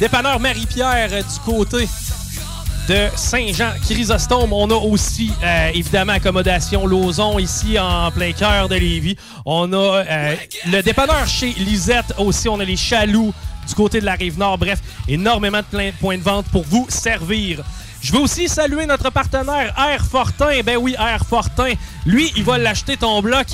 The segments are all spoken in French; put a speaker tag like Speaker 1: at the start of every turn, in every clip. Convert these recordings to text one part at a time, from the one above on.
Speaker 1: Dépanneur Marie-Pierre euh, du côté de Saint-Jean-Chrysostome. On a aussi, euh, évidemment, Accommodation Lauson ici en plein cœur de Lévis. On a euh, le dépanneur chez Lisette aussi. On a les Chaloux du côté de la Rive-Nord. Bref, énormément de plein- points de vente pour vous servir. Je veux aussi saluer notre partenaire Air Fortin. Ben oui, Air Fortin. Lui, il va l'acheter ton bloc.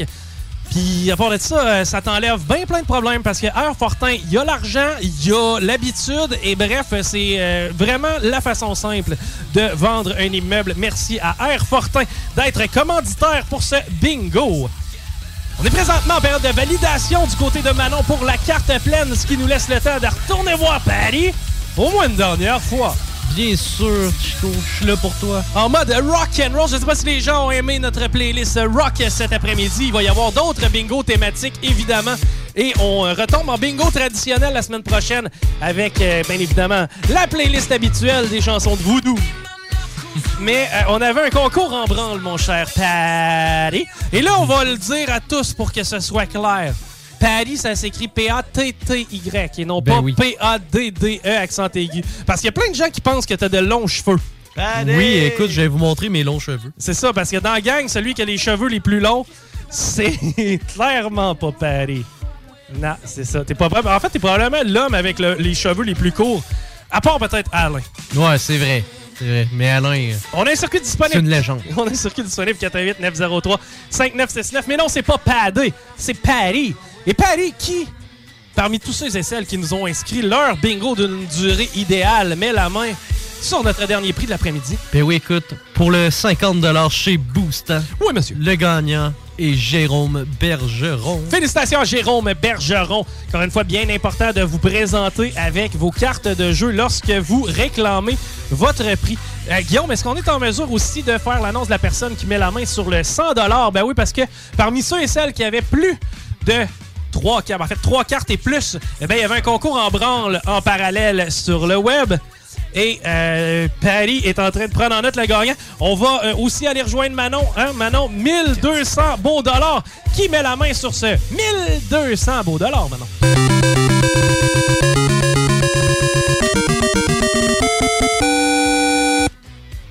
Speaker 1: Puis, à part de ça, euh, ça t'enlève bien plein de problèmes parce que Air Fortin, il y a l'argent, il y a l'habitude et bref, c'est euh, vraiment la façon simple de vendre un immeuble. Merci à Air Fortin d'être commanditaire pour ce bingo. On est présentement en période de validation du côté de Manon pour la carte pleine, ce qui nous laisse le temps de retourner voir Paris au moins une dernière fois.
Speaker 2: Bien sûr, Chico, je suis là pour toi.
Speaker 1: En mode rock and roll, je sais pas si les gens ont aimé notre playlist rock cet après-midi. Il va y avoir d'autres bingos thématiques évidemment et on euh, retombe en bingo traditionnel la semaine prochaine avec euh, bien évidemment la playlist habituelle des chansons de voodoo. Mais euh, on avait un concours en branle, mon cher Patty. Et là, on va le dire à tous pour que ce soit clair. Patty, ça s'écrit P-A-T-T-Y et non
Speaker 2: Ben
Speaker 1: pas
Speaker 2: oui.
Speaker 1: P-A-D-D-E E, accent aigu. Parce qu'il y a plein de gens qui pensent que t'as de longs cheveux.
Speaker 2: Oui, écoute, je vais vous montrer mes longs cheveux.
Speaker 1: C'est ça, parce que dans la gang, celui qui a les cheveux les plus longs, c'est clairement pas Paris. Non, c'est ça. T'es pas vrai- En fait, t'es probablement l'homme avec le- les cheveux les plus courts, à part peut-être Alain.
Speaker 2: Ouais, c'est vrai. C'est vrai. Mais Alain, euh,
Speaker 1: On a un circuit
Speaker 2: c'est une
Speaker 1: disponible.
Speaker 2: légende.
Speaker 1: On a un circuit disponible 88 903 5969. Mais non, c'est pas Padé, c'est Paris. Et Paris qui, parmi tous ceux et celles qui nous ont inscrit leur bingo d'une durée idéale, met la main sur notre dernier prix de l'après-midi.
Speaker 2: Ben oui, écoute, pour le 50$ chez Boostant,
Speaker 1: Oui, monsieur.
Speaker 2: le gagnant est Jérôme Bergeron.
Speaker 1: Félicitations à Jérôme Bergeron. Encore une fois, bien important de vous présenter avec vos cartes de jeu lorsque vous réclamez votre prix. Euh, Guillaume, est-ce qu'on est en mesure aussi de faire l'annonce de la personne qui met la main sur le 100 Ben oui, parce que parmi ceux et celles qui avaient plus de trois cartes, en fait trois cartes et plus, eh ben, il y avait un concours en branle en parallèle sur le web. Et euh, Paris est en train de prendre en note le gagnant. On va euh, aussi aller rejoindre Manon. Hein? Manon, 1200 beaux dollars. Qui met la main sur ce 1200 beaux dollars, Manon?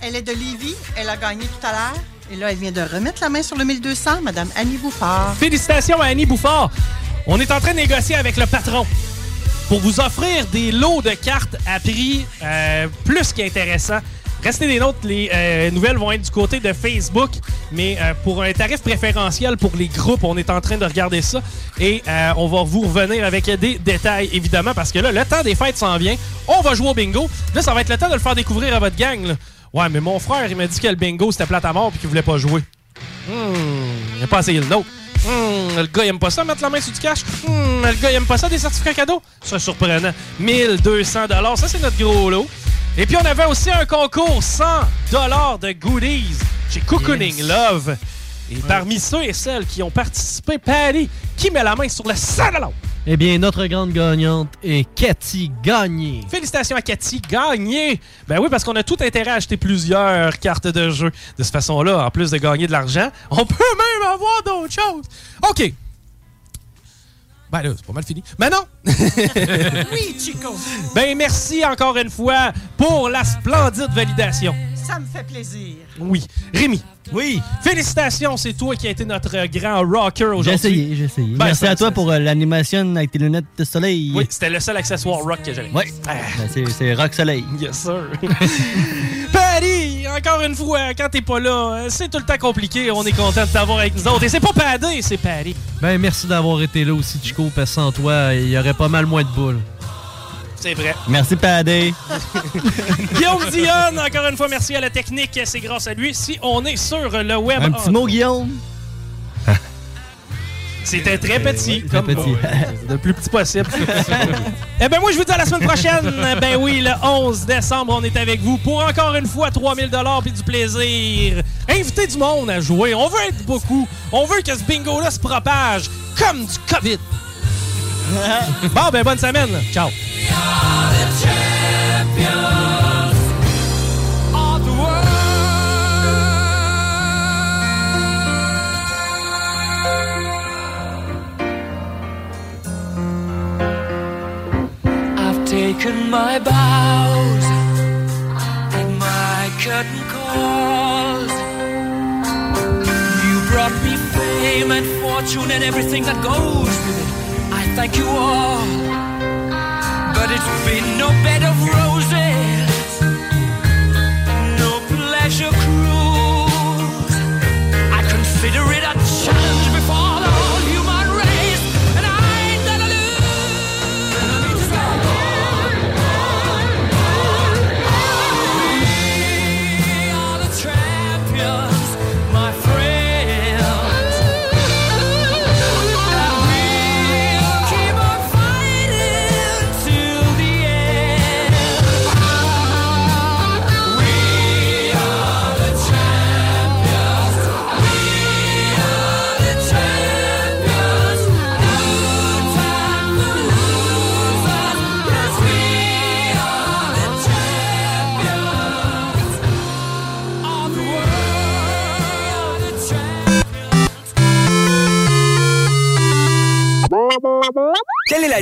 Speaker 3: Elle est de Lévis. Elle a gagné tout à l'heure. Et là, Ben, elle vient de remettre la main sur le 1200, Madame Annie Bouffard.
Speaker 1: Félicitations à Annie Bouffard. On est en train de négocier avec le patron pour vous offrir des lots de cartes à prix euh, plus qu'intéressant. Restez des nôtres, les euh, nouvelles vont être du côté de Facebook, mais euh, pour un tarif préférentiel pour les groupes, on est en train de regarder ça et euh, on va vous revenir avec des détails, évidemment, parce que là, le temps des fêtes s'en vient. On va jouer au bingo. Là, ça va être le temps de le faire découvrir à votre gang. là. Ouais, mais mon frère, il m'a dit que le bingo, c'était plate à mort puis qu'il voulait pas jouer. Hmm, il a pas essayé le nôtre. Hmm, le gars, il aime pas ça, mettre la main sur du cash. Hmm, le gars, il aime pas ça, des certificats cadeaux. C'est surprenant. 1200 ça, c'est notre gros lot. Et puis, on avait aussi un concours 100 de goodies chez Cocooning
Speaker 2: Yes.
Speaker 1: Love. Et parmi ceux et celles qui ont participé, Paris, qui met la main sur le 100
Speaker 2: Eh bien, notre grande gagnante est Cathy Gagné.
Speaker 1: Félicitations à Cathy, gagné! Ben oui, parce qu'on a tout intérêt à acheter plusieurs cartes de jeu. De cette façon-là, en plus de gagner de l'argent, on peut même avoir d'autres choses! OK! Ben là, c'est pas mal fini. Mais non!
Speaker 3: Oui, Chico,
Speaker 1: Ben merci encore une fois pour la splendide validation.
Speaker 3: ça me fait plaisir.
Speaker 1: Oui. Rémi,
Speaker 2: Oui.
Speaker 1: félicitations, c'est toi qui as été notre euh, grand rocker
Speaker 4: J'ai
Speaker 1: aujourd'hui.
Speaker 4: essayé, j'ai essayé.
Speaker 1: Ben,
Speaker 4: Merci
Speaker 1: ça-
Speaker 4: à toi
Speaker 1: ça-
Speaker 4: pour euh, l'animation avec tes lunettes de soleil.
Speaker 1: Oui, c'était le seul accessoire rock que j'avais. Ah,
Speaker 4: Ouais. Ben, c'est- c'est Rock Soleil.
Speaker 1: Yes, sir. Paris, encore une fois, quand t'es pas là, euh, c'est tout le temps compliqué. On est content de t'avoir avec nous autres. Et c'est pas Padé, c'est Paris.
Speaker 2: Ben, merci d'avoir été là aussi, Chico, parce que sans toi, il y aurait pas mal moins de boules.
Speaker 1: C'est vrai.
Speaker 4: Merci, Padé.
Speaker 1: Guillaume Dionne, encore une fois, merci à la technique. C'est grâce à lui. Si on est sur le web,
Speaker 4: Un petit
Speaker 1: Ah,
Speaker 4: mot, Guillaume.
Speaker 1: c'était très petit.
Speaker 4: ouais, très
Speaker 1: comme
Speaker 4: petit.
Speaker 1: le plus petit possible. eh bien, moi, je vous dis à la semaine prochaine. Ben oui, le 11 décembre, on est avec vous pour encore une fois 3000 dollars puis du plaisir. Invitez du monde à jouer. On veut être beaucoup. On veut que ce bingo-là se propage comme du COVID. bon, ben bonne semaine. Ciao.
Speaker 5: I've taken my my bows and my curtain calls. You brought me fame and fortune and everything that goes with it. I thank you all. But it's been no bed of roses, no pleasure cruise. I consider it a challenge before the whole human race, and I ain't gonna lose. So on, on, on, on. We are the champions, my friends. And we'll keep on fighting till the end. We are the champions. We are the champions. No time for losers, 'cause we are the champions of the world. The champions.
Speaker 6: Quelle est la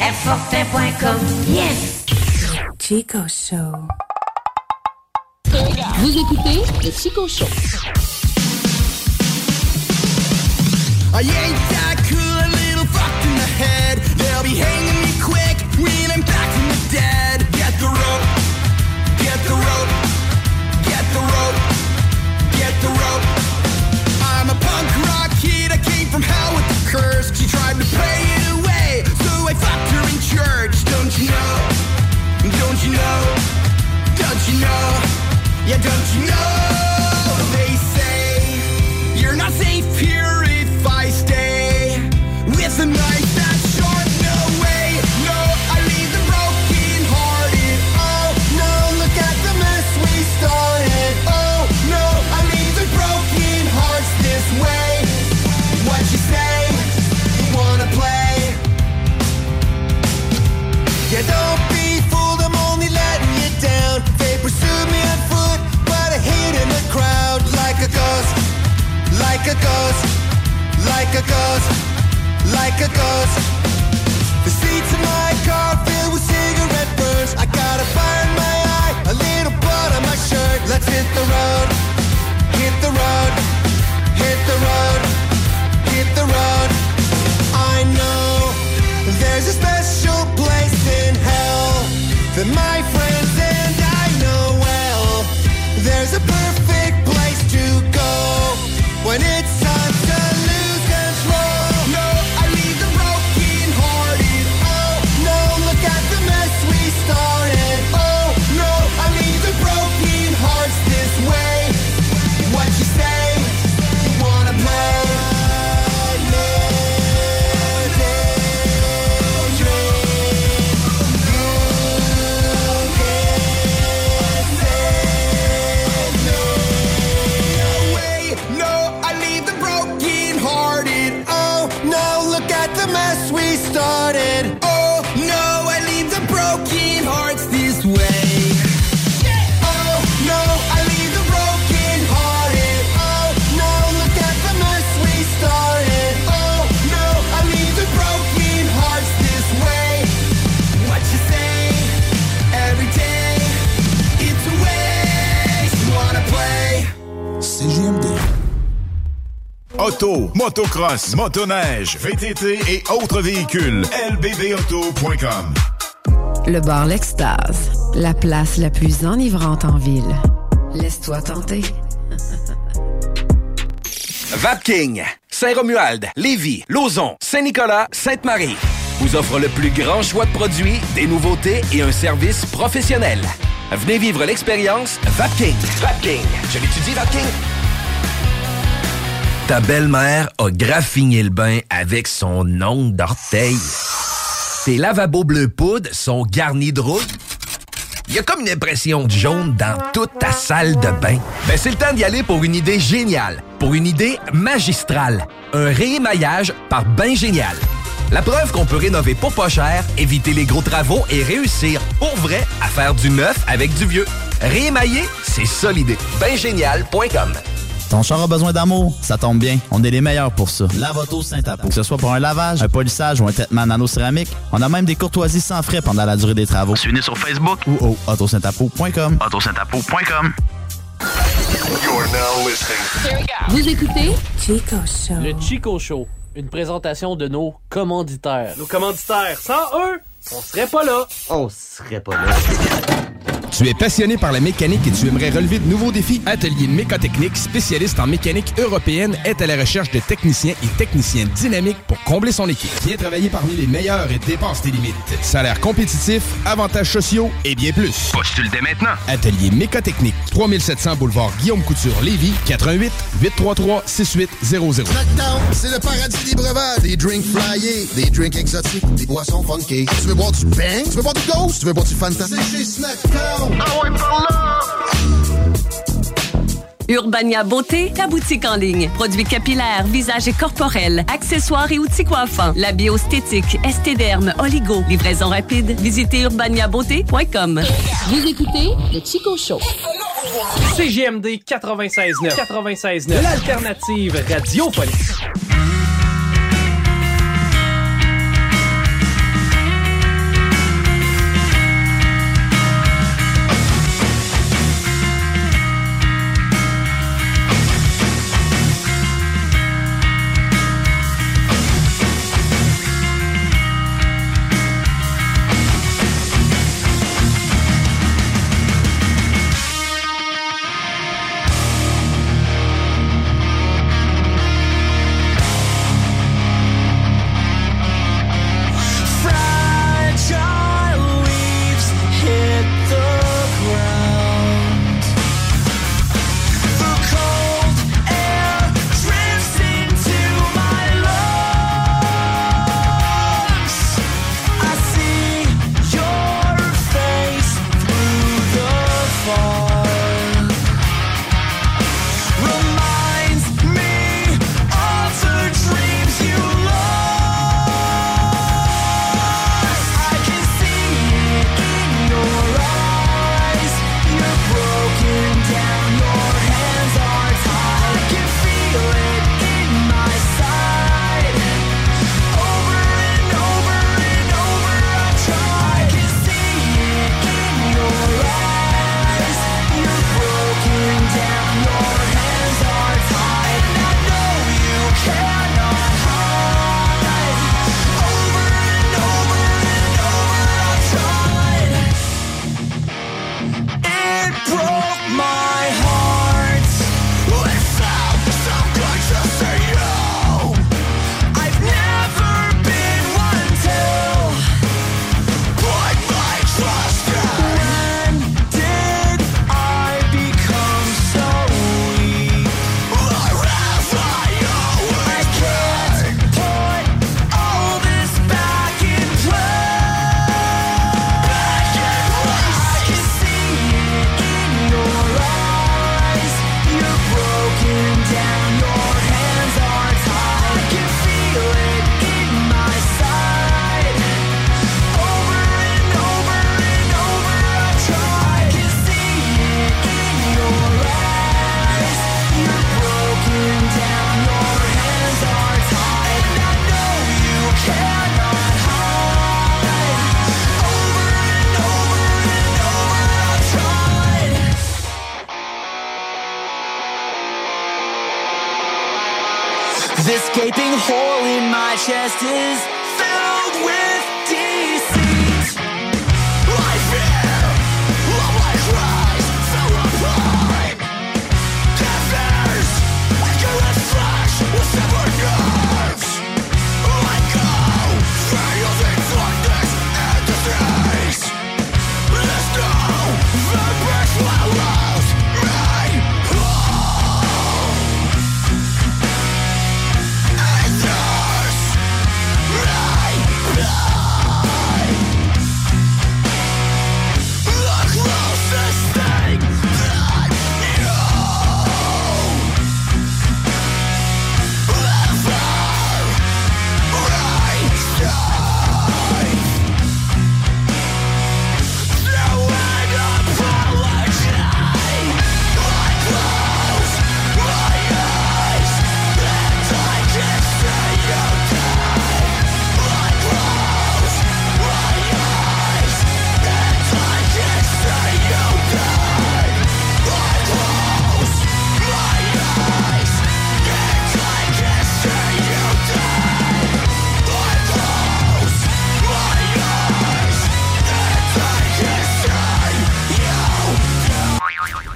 Speaker 7: airfortin.com, yes.
Speaker 8: Chico Show.
Speaker 9: Vous écoutez le Chico Show.
Speaker 5: I ain't that cool, a little fucked in the head. They'll be hanging me quick when I'm back from the dead. Get the rope, get the rope, get the rope, get the rope. I'm a punk rock kid, I came from hell with the curse. She tried to pray it away, so I fucked her in church. Don't you know? Don't you know? Don't you know? Yeah, don't you know? They say. You're not safe here if I stay with a knife that's sharp. No way, no, I leave the broken hearted. Oh no, look at the mess we started. Oh no, I leave the broken hearts this way. What you say? You wanna play? Yeah, don't be fooled, I'm only letting you down. They pursued me on foot, but I hid in the crowd like a ghost like a ghost, like a ghost, like a ghost. The seats in my car filled with cigarette burns. I got a fire in my eye, a little blood on my shirt. Let's hit the road, hit the road, hit the road, hit the road. I know there's a special place in hell that my friends and I know well. There's a perfect place to go when it's time to lose control. No, I leave the broken hearted. Oh no, look at the mess we started. Oh no, I leave the broken hearts this way. What you say? You wanna play? way. No, I leave the broken hearted. Oh, no, look at the mess we started. Oh, no, I leave the broken hearts this way. Oh, no, I leave the broken hearted. Oh, no, look at the mess we started. Oh, no, I leave the broken hearts this way. What you say? Every day, it's a waste. You wanna play?
Speaker 10: Auto, motocross, motoneige, VTT et autres véhicules. LBBauto.com.
Speaker 8: Le bar L'Extase. La place la plus enivrante en ville. Laisse-toi tenter.
Speaker 6: Vapking, Saint-Romuald, Lévis, Lauson, Saint-Nicolas, Sainte-Marie vous offre le plus grand choix de produits, des nouveautés et un service professionnel. Venez vivre l'expérience Vapking. Vapking. Je l'étudie, Vapking. Ta belle-mère a graffiné le bain avec son ongle d'orteil. Tes lavabos bleu poudre sont garnis de rouille.
Speaker 11: Il y a comme une impression de jaune dans toute ta salle de bain. Ben, c'est le temps d'y aller pour une idée géniale, pour une idée magistrale. Un réémaillage par Bain Génial. La preuve qu'on peut rénover pour pas cher, éviter les gros travaux et réussir pour vrai à faire du neuf avec du vieux. Réémailler, c'est ça l'idée. Baingénial.com
Speaker 12: Ton char a besoin d'amour? Ça tombe bien. On est les meilleurs pour ça. Lavoto Saint-Apo. Que ce soit pour un lavage, un polissage ou un traitement nano-céramique, on a même des courtoisies sans frais pendant la durée des travaux. Suivez-nous sur Facebook ou au autosaintapo.com. Autosaintapo.com.
Speaker 5: You're now listening.
Speaker 13: Vous écoutez Chico Show.
Speaker 2: Le Chico Show, une présentation de nos commanditaires.
Speaker 1: Nos commanditaires, sans eux, on serait pas là.
Speaker 14: On serait pas là.
Speaker 15: Tu es passionné par la mécanique et tu aimerais relever de nouveaux défis? Atelier Mécotechnique, spécialiste en mécanique européenne, est à la recherche de techniciens et techniciennes dynamiques pour combler son équipe. Viens travailler parmi les meilleurs et dépasse tes limites. Salaire compétitif, avantages sociaux et bien plus.
Speaker 11: Postule dès maintenant.
Speaker 15: Atelier Mécotechnique, 3700 boulevard Guillaume Couture, Lévis, 88 833 6800.
Speaker 16: Snackdown, c'est le paradis des breuvages. Des drinks flyés, des drinks exotiques, des boissons funky. Tu veux boire du bang? Tu veux boire du ghost? Oh, Tu veux boire du fantastique? C'est chez Snackdown. Ah ouais, par là!
Speaker 17: Urbania Beauté, la boutique en ligne. Produits capillaires, visage et corporel, accessoires et outils coiffants. La biostétique, estéderme, oligo. Livraison rapide. Visitez urbaniabeauté.com.
Speaker 18: Vous écoutez le Chico Show.
Speaker 1: CGMD 96.9. 96.9. L'alternative radiophonique.
Speaker 5: Fragile leaves hit the ground. The cold air drifts into my lungs. I see your face through the fog. Reminds me of the dreams you lost. I can see it in your eyes. You're broken down. Your hands are tied. I can feel it in my side. Over and over and over I try. I can see it in your eyes. You're broken down. Your hands are tied. And I know you cannot hide. Over and over and over I tried. It broke my heart. It felt so good to see you. I've never been one to put my trust in. When did I become so weak? Wherever you I can't put all this back in place. I can see it in your eyes. You're broken down. Your hands are tied. I can feel it in my side. Over and over and over I try. I can see it in your eyes. You're broken down. Your hands are tied. And I know you cannot hide. Over and over and over I tried. This gaping hole in my chest is filled with deceit. I fear all my cries fell apart. Daggers, accurate flesh with severed nerves. Let go, fails in darkness and disease. This now vampires will lose me whole. And yours,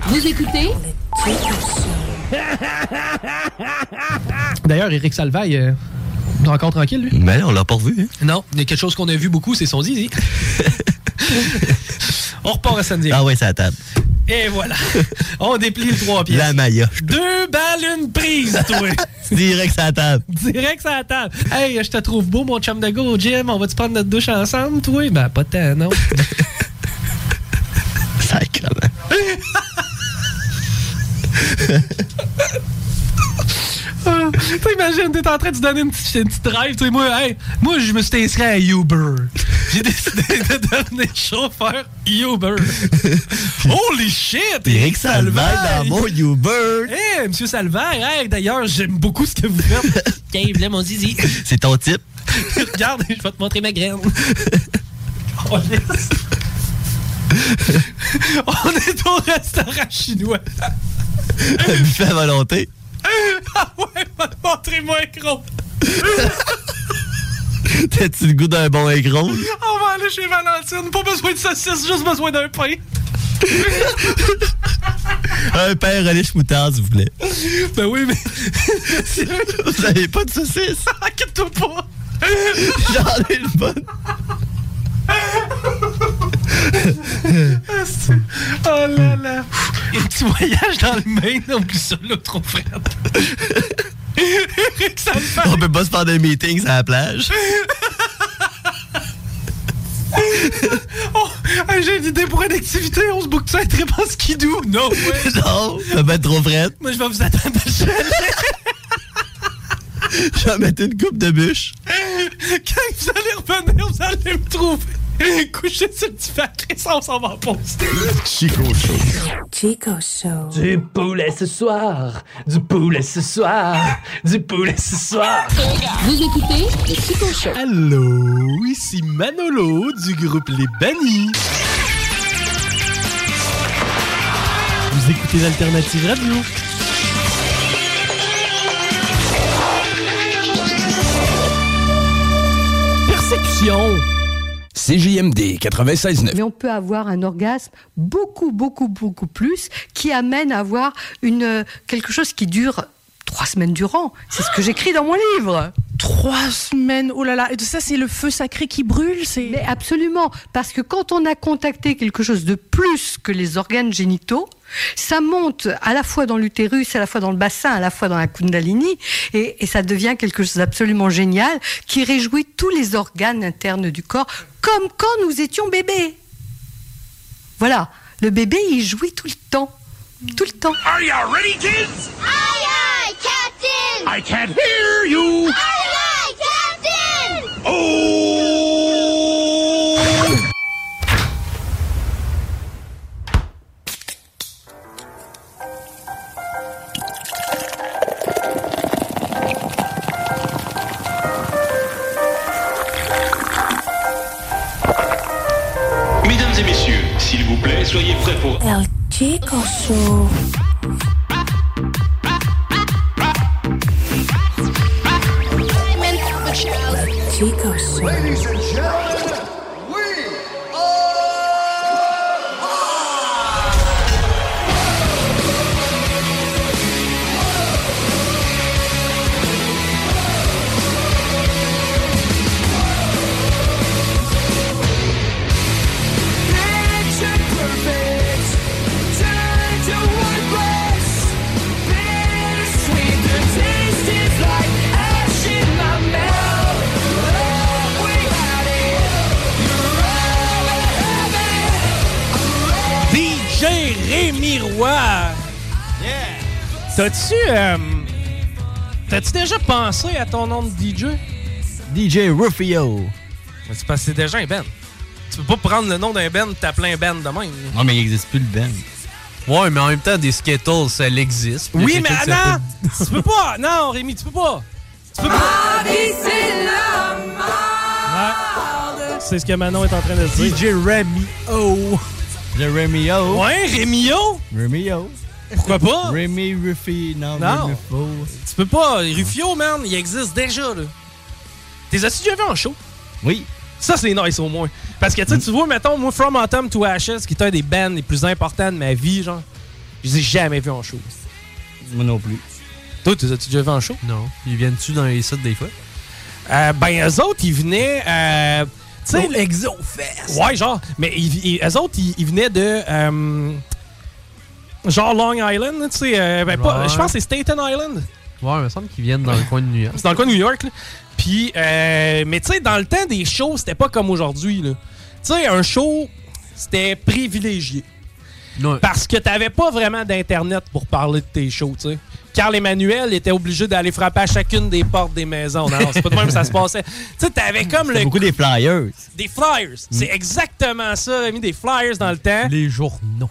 Speaker 19: Vous écoutez
Speaker 5: D'ailleurs, Eric Salvaille, euh, encore tranquille, lui.
Speaker 4: Ben là, on l'a pas revu.
Speaker 5: Non, il y a quelque chose qu'on a vu beaucoup, c'est son zizi. on repart à samedi.
Speaker 4: Ah oui, c'est à table.
Speaker 5: Et voilà. On déplie le trois pièces.
Speaker 4: La maillotche.
Speaker 5: Deux balles, une prise, toi.
Speaker 4: Direct à table.
Speaker 5: Direct sur la table. Hey, je te trouve beau, mon chum de go au gym. On va-tu prendre notre douche ensemble, toi? Ben, pas tant, non. Ah, T'imagines, t'es en train de te donner une petite, une petite drive. tu sais, moi, hey, moi, je me suis inscrit à Uber. J'ai décidé de devenir chauffeur Uber. Holy shit!
Speaker 4: Eric Salvaille dans mon Uber.
Speaker 5: Hey, Monsieur Salvaire, hey, d'ailleurs, j'aime beaucoup ce que vous faites. Tiens, là, mon zizi.
Speaker 4: C'est ton type.
Speaker 5: Regarde, je vais te montrer ma graine. Oh, yes. On est au restaurant chinois.
Speaker 4: Buffet à volonté.
Speaker 5: Ah ouais, va te montrer mon écran.
Speaker 4: T'as-tu le goût d'un bon écran?
Speaker 5: On va aller chez Valentine. Pas besoin de saucisse, juste besoin d'un pain.
Speaker 4: Un pain relish moutarde, s'il vous plaît.
Speaker 5: Ben oui, mais.
Speaker 4: Vous avez pas de saucisse?
Speaker 5: Inquiète-toi pas.
Speaker 4: J'en ai le bon.
Speaker 5: Ah, Asti. oh là là. Un petit voyage dans le Maine, on oublie ça, là, trop frère. Eric Salvaille.
Speaker 4: On peut pas se faire des meetings à la plage.
Speaker 5: Oh, hey, j'ai une idée pour une activité, on se boucle ça un trip en skidoo. Non, ouais.
Speaker 4: Non, ça va être trop frette.
Speaker 5: Moi, je vais vous attendre à
Speaker 4: Je vais mettre une coupe de bûche.
Speaker 5: Quand vous allez revenir, vous allez me trouver. Couché sur le divan, Chris, on s'en va en pause.
Speaker 20: Chico Show.
Speaker 21: Chico Show.
Speaker 6: Du poulet ce soir, du poulet ce soir, du poulet ce soir.
Speaker 19: Vous écoutez le Chico Show.
Speaker 22: Allô, ici Manolo du groupe Les Bannis. Vous écoutez l'Alternative Radio.
Speaker 15: Perception. CJMD 96.9.
Speaker 23: Mais on peut avoir un orgasme beaucoup, beaucoup, beaucoup plus qui amène à avoir une, euh, quelque chose qui dure trois semaines durant. C'est ce que j'écris dans mon livre.
Speaker 18: Trois semaines, oh là là, et tout ça c'est le feu sacré qui brûle, c'est...
Speaker 23: Mais absolument, parce que quand on a contacté quelque chose de plus que les organes génitaux, ça monte à la fois dans l'utérus, à la fois dans le bassin, à la fois dans la kundalini, et, et ça devient quelque chose d'absolument génial qui réjouit tous les organes internes du corps, comme quand nous étions bébés. Voilà, le bébé, il jouit tout le temps. Tout le temps.
Speaker 5: Ah,
Speaker 6: Are you ready, kids? Aye, aye, Captain! I can't hear you! Aye, aye, Captain! Oh!
Speaker 10: Mesdames et messieurs, s'il vous plaît, soyez prêts pour...
Speaker 21: El Chico Show. Chico Show.
Speaker 6: Picture perfect, turned to one bliss. Bittersweet, the taste is like ash in my mouth. Oh, we had it.
Speaker 1: DJ Rémi Roy. T'as-tu. euh, T'as-tu déjà pensé à ton nom de DJ?
Speaker 4: DJ Rufio.
Speaker 1: C'est parce que c'est déjà un band. Tu peux pas prendre le nom d'un band, t'appeler un band de même.
Speaker 4: Non, mais il n'existe plus le Ben.
Speaker 2: Ouais, mais en même temps, des Skittles, ça existe. Il y
Speaker 1: Oui,
Speaker 2: a
Speaker 1: mais
Speaker 2: quelqu'un qui
Speaker 1: Anna,
Speaker 2: s'appelle-
Speaker 1: tu peux pas. Non, Rémi, tu peux pas. Tu peux pas. Ouais. C'est ce que Manon est en train de dire.
Speaker 4: DJ Remy O. Le Remy O.
Speaker 1: Ouais, Rémi O.
Speaker 4: Remy O.
Speaker 1: Pourquoi pas?
Speaker 4: Remy Ruffy. Non,
Speaker 1: Non.
Speaker 4: Remy O.
Speaker 1: Tu peux pas. Ruffio, man, il existe déjà, là. T'es as-tu déjà vu en show? Mm.
Speaker 4: Oui.
Speaker 1: Ça, c'est nice au moins. Parce que, tu sais, tu vois, mettons, moi, From Autumn to Ashes, qui est un des bands les plus importants de ma vie, genre. Je les ai jamais vus en show.
Speaker 2: Moi non plus.
Speaker 1: Toi, tu les as-tu déjà vus en show?
Speaker 2: Non. Ils viennent-tu dans les sites des fois?
Speaker 1: Euh, ben, eux autres, ils venaient. Euh, tu sais,
Speaker 2: Au
Speaker 1: le-
Speaker 2: Exofest.
Speaker 1: Ouais, genre. Mais ils, ils- eux autres, ils, ils venaient de. euh, genre Long Island, tu sais. euh, ben, pas-
Speaker 2: Ouais.
Speaker 1: Je pense que c'est Staten Island.
Speaker 2: Ouais, il me
Speaker 1: sånn
Speaker 2: semble qu'ils viennent Ben dans le coin de New York.
Speaker 1: C'est dans le coin de New York. là. Puis, euh, mais tu sais, dans le temps des shows, c'était pas comme aujourd'hui. là. Tu sais, un show, c'était privilégié. Parce que t'avais pas vraiment d'Internet pour parler de tes shows, tu sais. Carl Emmanuel était obligé d'aller frapper à chacune des portes des maisons. Non, c'est pas de même que ça se passait. Tu sais, t'avais comme le.
Speaker 4: beaucoup des flyers.
Speaker 1: Des flyers. C'est exactement ça, mis des flyers dans le temps. Les journaux.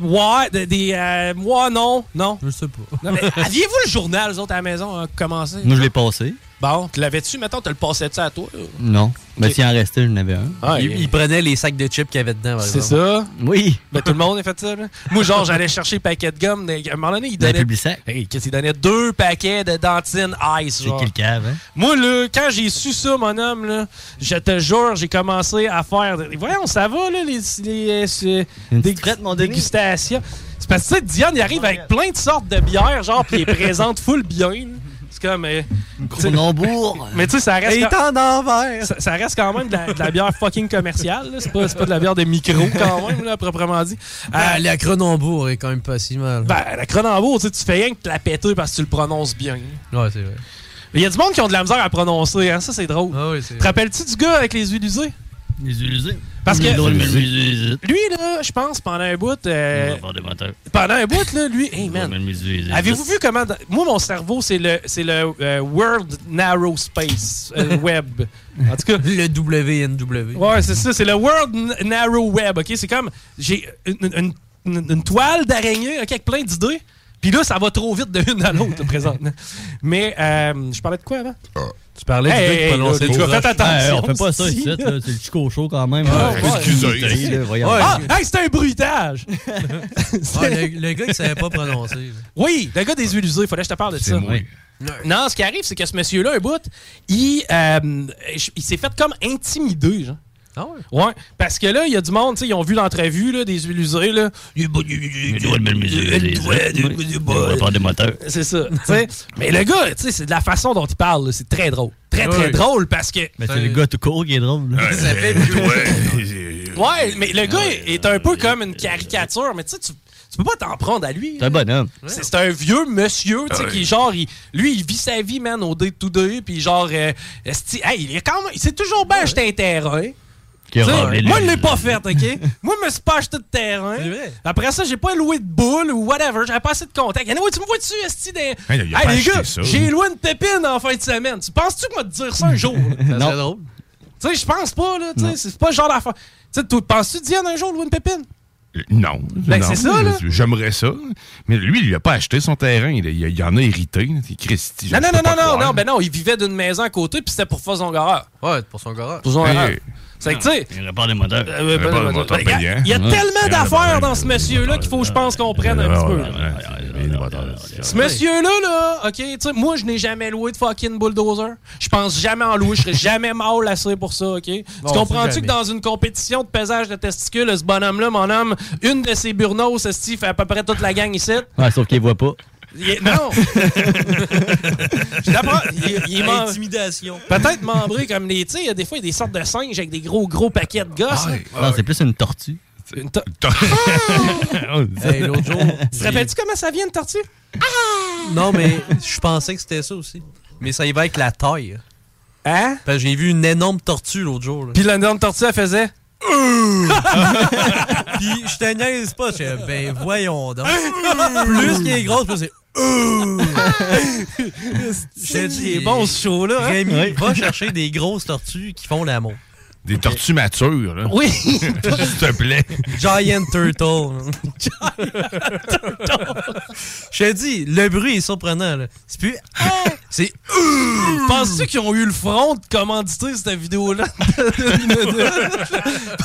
Speaker 1: Ouais, des. des, euh, moi, non. Non. Je sais pas. Aviez-vous le journal, les autres, à la maison, hein, à commencer?
Speaker 4: Nous, je l'ai passé.
Speaker 1: Bon, tu l'avais-tu, mettons, tu le passais-tu à toi?
Speaker 4: Non. Mais s'il en restait, j'en avais un.
Speaker 1: Ah, il- il
Speaker 4: prenait les sacs de chips qu'il y avait dedans,
Speaker 1: C'est ça?
Speaker 4: Oui.
Speaker 1: Ben, tout le monde a fait ça. là. Moi, genre, j'allais chercher le paquet de gomme. mais À un moment donné, il
Speaker 4: Dans les
Speaker 1: donnait. Ben,
Speaker 4: Publisac.
Speaker 1: Hey, qu'est-ce qu'il donnait? Deux paquets de dentine ice.
Speaker 4: C'est
Speaker 1: genre.
Speaker 4: qu'il cave, hein?
Speaker 1: Moi, là, quand j'ai su ça, mon homme, là, je te jure, j'ai commencé à faire. Voyons, ça va, là, les, les, les- dégu- dégustations. C'est parce que, tu sais, Diane, il arrive avec plein de sortes de bières, genre, puis il les présente full bien. là. C'est comme. euh, tu sais-
Speaker 4: Cronenbourg.
Speaker 1: Mais tu sais, ça reste.
Speaker 4: Et
Speaker 1: quand- Ça, ça reste quand même de la, de la bière fucking commerciale, là. C'est pas, c'est pas de la bière de micro, quand même, là, proprement dit. Euh,
Speaker 2: Ah, la Cronenbourg est quand même pas si mal. hein.
Speaker 1: Ben, la Cronenbourg, tu sais, tu fais rien que te la péter parce que tu le prononces bien.
Speaker 2: Ouais, c'est vrai.
Speaker 1: Il y a du monde qui ont de la misère à prononcer, hein? ça c'est drôle.
Speaker 2: Ah
Speaker 1: Te rappelles-tu du gars avec les ulusés?
Speaker 4: Les Ulysées.
Speaker 1: Parce que-
Speaker 4: Les
Speaker 1: Lui, là, je pense, pendant un bout. euh, pendant un bout, là, lui. Hey, man. Avez-vous vu comment. dans- Moi, mon cerveau, c'est le, c'est le euh, World Narrow Space euh, Web. En tout cas.
Speaker 2: Le WNW.
Speaker 1: Ouais, c'est ça, c'est le World N- Narrow Web, OK? C'est comme, j'ai une, une- une- une toile d'araignée, OK, avec plein d'idées, puis là, ça va trop vite de une à l'autre, présentement. Mais, euh, je parlais de quoi avant?
Speaker 2: Tu parlais
Speaker 1: Hey,
Speaker 2: du gars
Speaker 1: hey,
Speaker 2: qui prononçait
Speaker 1: là, tu
Speaker 2: trop
Speaker 1: vas faire
Speaker 2: proche.
Speaker 4: Hey,
Speaker 1: attention.
Speaker 4: on fait pas ça
Speaker 1: si.
Speaker 4: ici, là. c'est le chico chaud quand même.
Speaker 1: Ah,
Speaker 4: Ouais.
Speaker 1: ouais.
Speaker 4: Excusez. Là, voyons.
Speaker 1: Ah, hey, c'est un bruitage!
Speaker 2: Ouais, Ah, le, le gars qui savait pas prononcer.
Speaker 1: Oui, le gars des huiles usées, fallait que je te parle de ça.
Speaker 2: moi.
Speaker 1: Non, ce qui arrive, c'est que ce monsieur-là, un bout, il, euh, il s'est fait comme intimider, genre.
Speaker 2: Ah ouais?
Speaker 1: Ouais, parce que là, il y a du monde, tu sais, ils ont vu l'entrevue là, des huiles usées, là. Il est bon, il- il- il-
Speaker 4: des moteurs.
Speaker 1: C'est ça, tu sais. Mais le gars, tu sais, c'est de la façon dont il parle, là, c'est très drôle. Très, très
Speaker 4: Oui.
Speaker 1: drôle parce que.
Speaker 4: Mais c'est le gars tout court qui est drôle. là.
Speaker 1: Ouais, mais le gars est un peu comme une caricature, mais tu sais, tu tu peux pas t'en prendre à lui.
Speaker 4: C'est un bonhomme.
Speaker 1: C'est c'est un vieux monsieur, tu sais,
Speaker 4: Ouais.
Speaker 1: qui genre, il- lui, il vit sa vie, man, au day to day, puis genre, euh, esti- hey, il est quand même, c'est toujours bien acheté un terrain.
Speaker 4: Qui a
Speaker 1: Tu sais,
Speaker 4: ramené
Speaker 1: moi, je
Speaker 4: le-
Speaker 1: l'ai pas fait, OK? moi, je me suis pas acheté de terrain. Après ça, j'ai pas loué de boule ou whatever. J'avais pas assez de contact. Yannou, tu me vois-tu, Esti, des...
Speaker 4: Hey, il a pas
Speaker 1: les
Speaker 4: acheté
Speaker 1: gars,
Speaker 4: ça.
Speaker 1: j'ai loué une pépine en fin de semaine. Tu penses-tu qu'on va te dire ça un jour? là?
Speaker 4: Non.
Speaker 1: Tu sais, je pense pas, là. Tu sais,
Speaker 4: Non.
Speaker 1: c'est pas le genre d'affaire. Tu sais, toi, penses-tu, Diane, un jour, louer une pépine?
Speaker 10: Euh, Non.
Speaker 1: Ben,
Speaker 10: non.
Speaker 1: c'est ça, là.
Speaker 10: J'aimerais ça. Mais lui, il a pas acheté son terrain. Il, il- il en a hérité. C'est Christy. je
Speaker 1: Non, non,
Speaker 10: peux
Speaker 1: non,
Speaker 10: pas
Speaker 1: non, non,
Speaker 10: croire.
Speaker 1: non, ben non, il vivait d'une maison à côté, puis c'était pour faire son garage.
Speaker 2: Ouais, pour son garage.
Speaker 1: Pour son
Speaker 10: Hey.
Speaker 1: garage. C'est que, tu sais.
Speaker 4: Il répare des moteurs.
Speaker 1: Euh, ouais, pas de-
Speaker 10: moteur
Speaker 1: ben, Il y a-
Speaker 10: payant.
Speaker 1: il y a
Speaker 10: Ouais.
Speaker 1: tellement
Speaker 10: Ouais,
Speaker 1: d'affaires dans ce monsieur-là qu'il faut que je pense qu'on prenne un petit peu. là. Ce monsieur-là, là, OK, tu sais, moi, je n'ai jamais loué de fucking bulldozer. Je pense jamais en louer. Je serais jamais mal assez pour ça, OK?
Speaker 2: Non,
Speaker 1: tu comprends-tu
Speaker 2: jamais.
Speaker 1: que dans une compétition de pesage de testicules, ce bonhomme-là, mon homme, une de ses burnos, ce fait à peu près toute la gang ici.
Speaker 4: Ouais, sauf qu'il voit pas.
Speaker 1: Il est- non! Je l'apprends. Il, il est mem-
Speaker 2: Intimidation.
Speaker 1: Peut-être membré comme les. Tu sais, il y a des fois, il y a des sortes de singes avec des gros, gros paquets de gosses. là.
Speaker 4: Non, c'est plus une tortue.
Speaker 1: Une tortue.
Speaker 2: Hey, l'autre jour.
Speaker 1: Tu te rappelles-tu comment ça vient une tortue?
Speaker 2: Non, mais je pensais que c'était ça aussi. Mais ça y va avec la taille.
Speaker 1: Hein?
Speaker 2: Parce que j'ai vu une énorme tortue l'autre jour. là.
Speaker 1: Puis l'énorme tortue, elle faisait.
Speaker 2: Puis je te niaise pas. Je fais, ben voyons donc. plus qu'il est gros, plus c'est. J'ai dit, il est bon ce show-là.
Speaker 1: hein?
Speaker 2: Rémi,
Speaker 1: Oui.
Speaker 2: va chercher des grosses tortues qui font l'amour.
Speaker 10: Des tortues matures, là.
Speaker 1: Oui.
Speaker 10: S'il te plaît.
Speaker 2: Giant Turtle. Je te dis, le bruit est surprenant. là. C'est plus. hein? C'est. euh!
Speaker 1: Penses-tu qu'ils ont eu le front de commanditer cette vidéo-là?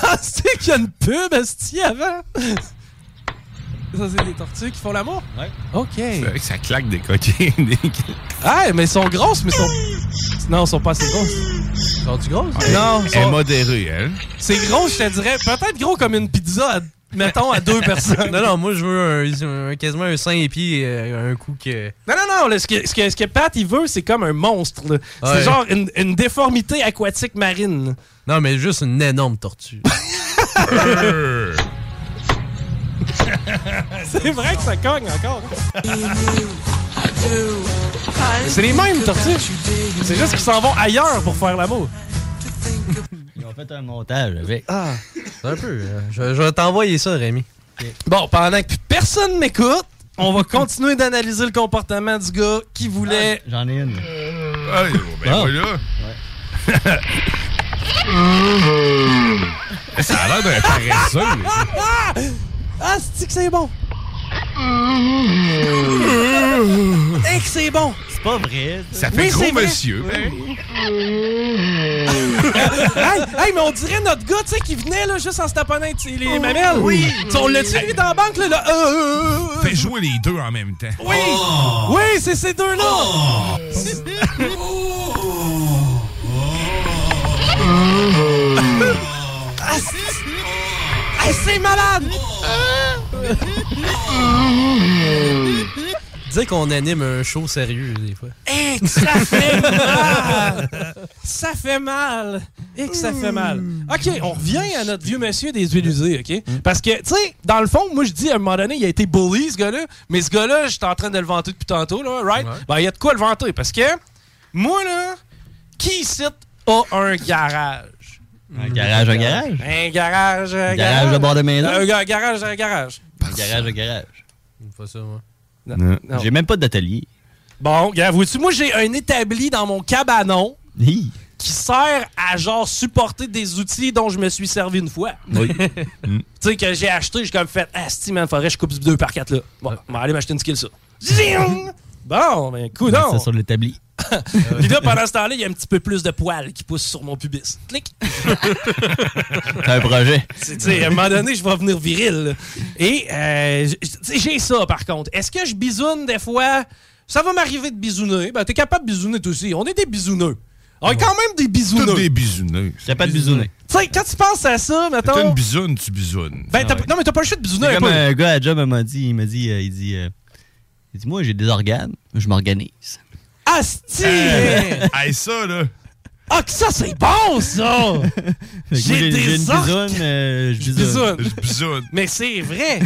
Speaker 1: Penses-tu qu'il y a une pub, Esti, avant? Ça, c'est des tortues qui font l'amour? Ouais.
Speaker 10: C'est
Speaker 1: OK.
Speaker 10: vrai que ça claque des coquilles.
Speaker 1: Ah, mais elles sont grosses, mais elles sont. Non, elles sont pas assez grosses. Sont-tu grosses? Non, elles
Speaker 10: Elle est
Speaker 1: sont- Hein?
Speaker 10: modérée, hein. elle.
Speaker 1: c'est gros, je te dirais. Peut-être gros comme une pizza à mettons, à deux personnes.
Speaker 2: Non, non, moi, je veux un- un- quasiment un 5 pieds, euh, un coup que.
Speaker 1: Non, non, non, là, ce, que, ce, que, ce que Pat, il veut, c'est comme un monstre. là. C'est
Speaker 2: Ouais.
Speaker 1: genre une, une déformité aquatique marine.
Speaker 2: Non, mais juste une énorme tortue.
Speaker 1: c'est vrai que ça cogne encore. c'est les mêmes tortues. C'est juste qu'ils s'en vont ailleurs pour faire l'amour.
Speaker 4: Ils ont fait un montage avec.
Speaker 2: Ah, c'est un peu. euh, Je, je vais t'envoyer ça, Rémi.
Speaker 1: Bon, pendant que personne m'écoute, on va continuer d'analyser le comportement du gars qui voulait.
Speaker 4: Ah,
Speaker 1: Ah.
Speaker 4: J'en ai une.
Speaker 2: Euh, oh,
Speaker 10: ben voilà. Ça a l'air d'un paresseux.
Speaker 1: Ah, c'est que c'est bon. Eh que c'est bon.
Speaker 4: C'est pas vrai.
Speaker 10: Ça fait
Speaker 1: Oui,
Speaker 10: gros
Speaker 1: c'est vrai.
Speaker 10: monsieur. ben.
Speaker 1: hey, hey, mais on dirait notre gars, tu sais, qui venait là, juste en se taponnant les les mamelles.
Speaker 10: Oui.
Speaker 1: Tu sais, On l'a-tu vu dans la banque, là? là? Euh, euh, euh,
Speaker 10: Fais jouer les deux en même temps. Oh!
Speaker 1: Oui! Oui, c'est ces deux-là! Ah, c'est- Hey, c'est malade!
Speaker 2: Dis qu'on anime un show sérieux, des fois.
Speaker 1: Eh, que ça fait mal! Ça fait mal! Et que ça fait mal. OK, on revient à notre vieux monsieur des huiles usées, OK? Parce que, tu sais, dans le fond, moi, je dis, à un moment donné, il a été bully, ce gars-là. Mais ce gars-là, j'étais en train de le vanter depuis tantôt, là, right? Ben, il y a de quoi le vanter. Parce que, moi, là, qui ici a un garage?
Speaker 4: Un garage, un garage.
Speaker 1: Un garage, un garage.
Speaker 4: Garage de bord de maison.
Speaker 1: Un ga- garage, un garage.
Speaker 4: Un garage, un garage.
Speaker 2: Pas ça, moi.
Speaker 4: Non. J'ai même pas d'atelier.
Speaker 1: Bon, regarde, vois-tu, moi, j'ai un établi dans mon cabanon
Speaker 4: Hi.
Speaker 1: qui sert à, genre, supporter des outils dont je me suis servi une fois.
Speaker 4: Oui. Mm.
Speaker 1: Tu sais, que j'ai acheté, j'ai comme fait, ah, si, man, faudrait que je coupe ce 2 par 4 là. Bon, on va aller m'acheter une skill, ça. Zing! Bon, ben, coudon!
Speaker 4: C'est sur l'établi.
Speaker 1: Puis là, pendant ce temps-là, il y a un petit peu plus de poils qui poussent sur mon pubis. Clic!
Speaker 4: C'est un projet.
Speaker 1: Tu sais, à un moment donné, je vais venir viril. là. Et euh, j- tu sais, j'ai ça, par contre. Est-ce que je bisoune des fois? Ça va m'arriver de bisouner. Ben, t'es capable de bisouner, toi aussi. On est des bisouneux. On est quand même des bisouneux.
Speaker 10: Tous des bisouneux.
Speaker 4: Y'a pas de bisounet.
Speaker 1: Tu sais, quand tu penses à ça, mettons...
Speaker 10: T'as une bisoune, tu bisounes.
Speaker 1: Ben, t'as pas- Non, mais t'as pas le choix de bisouner
Speaker 4: C'est
Speaker 1: un
Speaker 4: comme euh,
Speaker 1: peu.
Speaker 4: un gars à job, il m'a dit, il m'a dit, euh, il dit, euh, il dit, moi j'ai des organes, je m'organise.
Speaker 1: Asti!
Speaker 4: Euh,
Speaker 10: hey, ça, là!
Speaker 1: Ah, que ça, c'est bon, ça!
Speaker 4: Fait que moi,
Speaker 1: J'ai des
Speaker 4: une
Speaker 1: orques.
Speaker 4: bisoune, euh, je bisoune.
Speaker 1: bisoune. Je
Speaker 10: bisoune.
Speaker 1: Mais c'est vrai!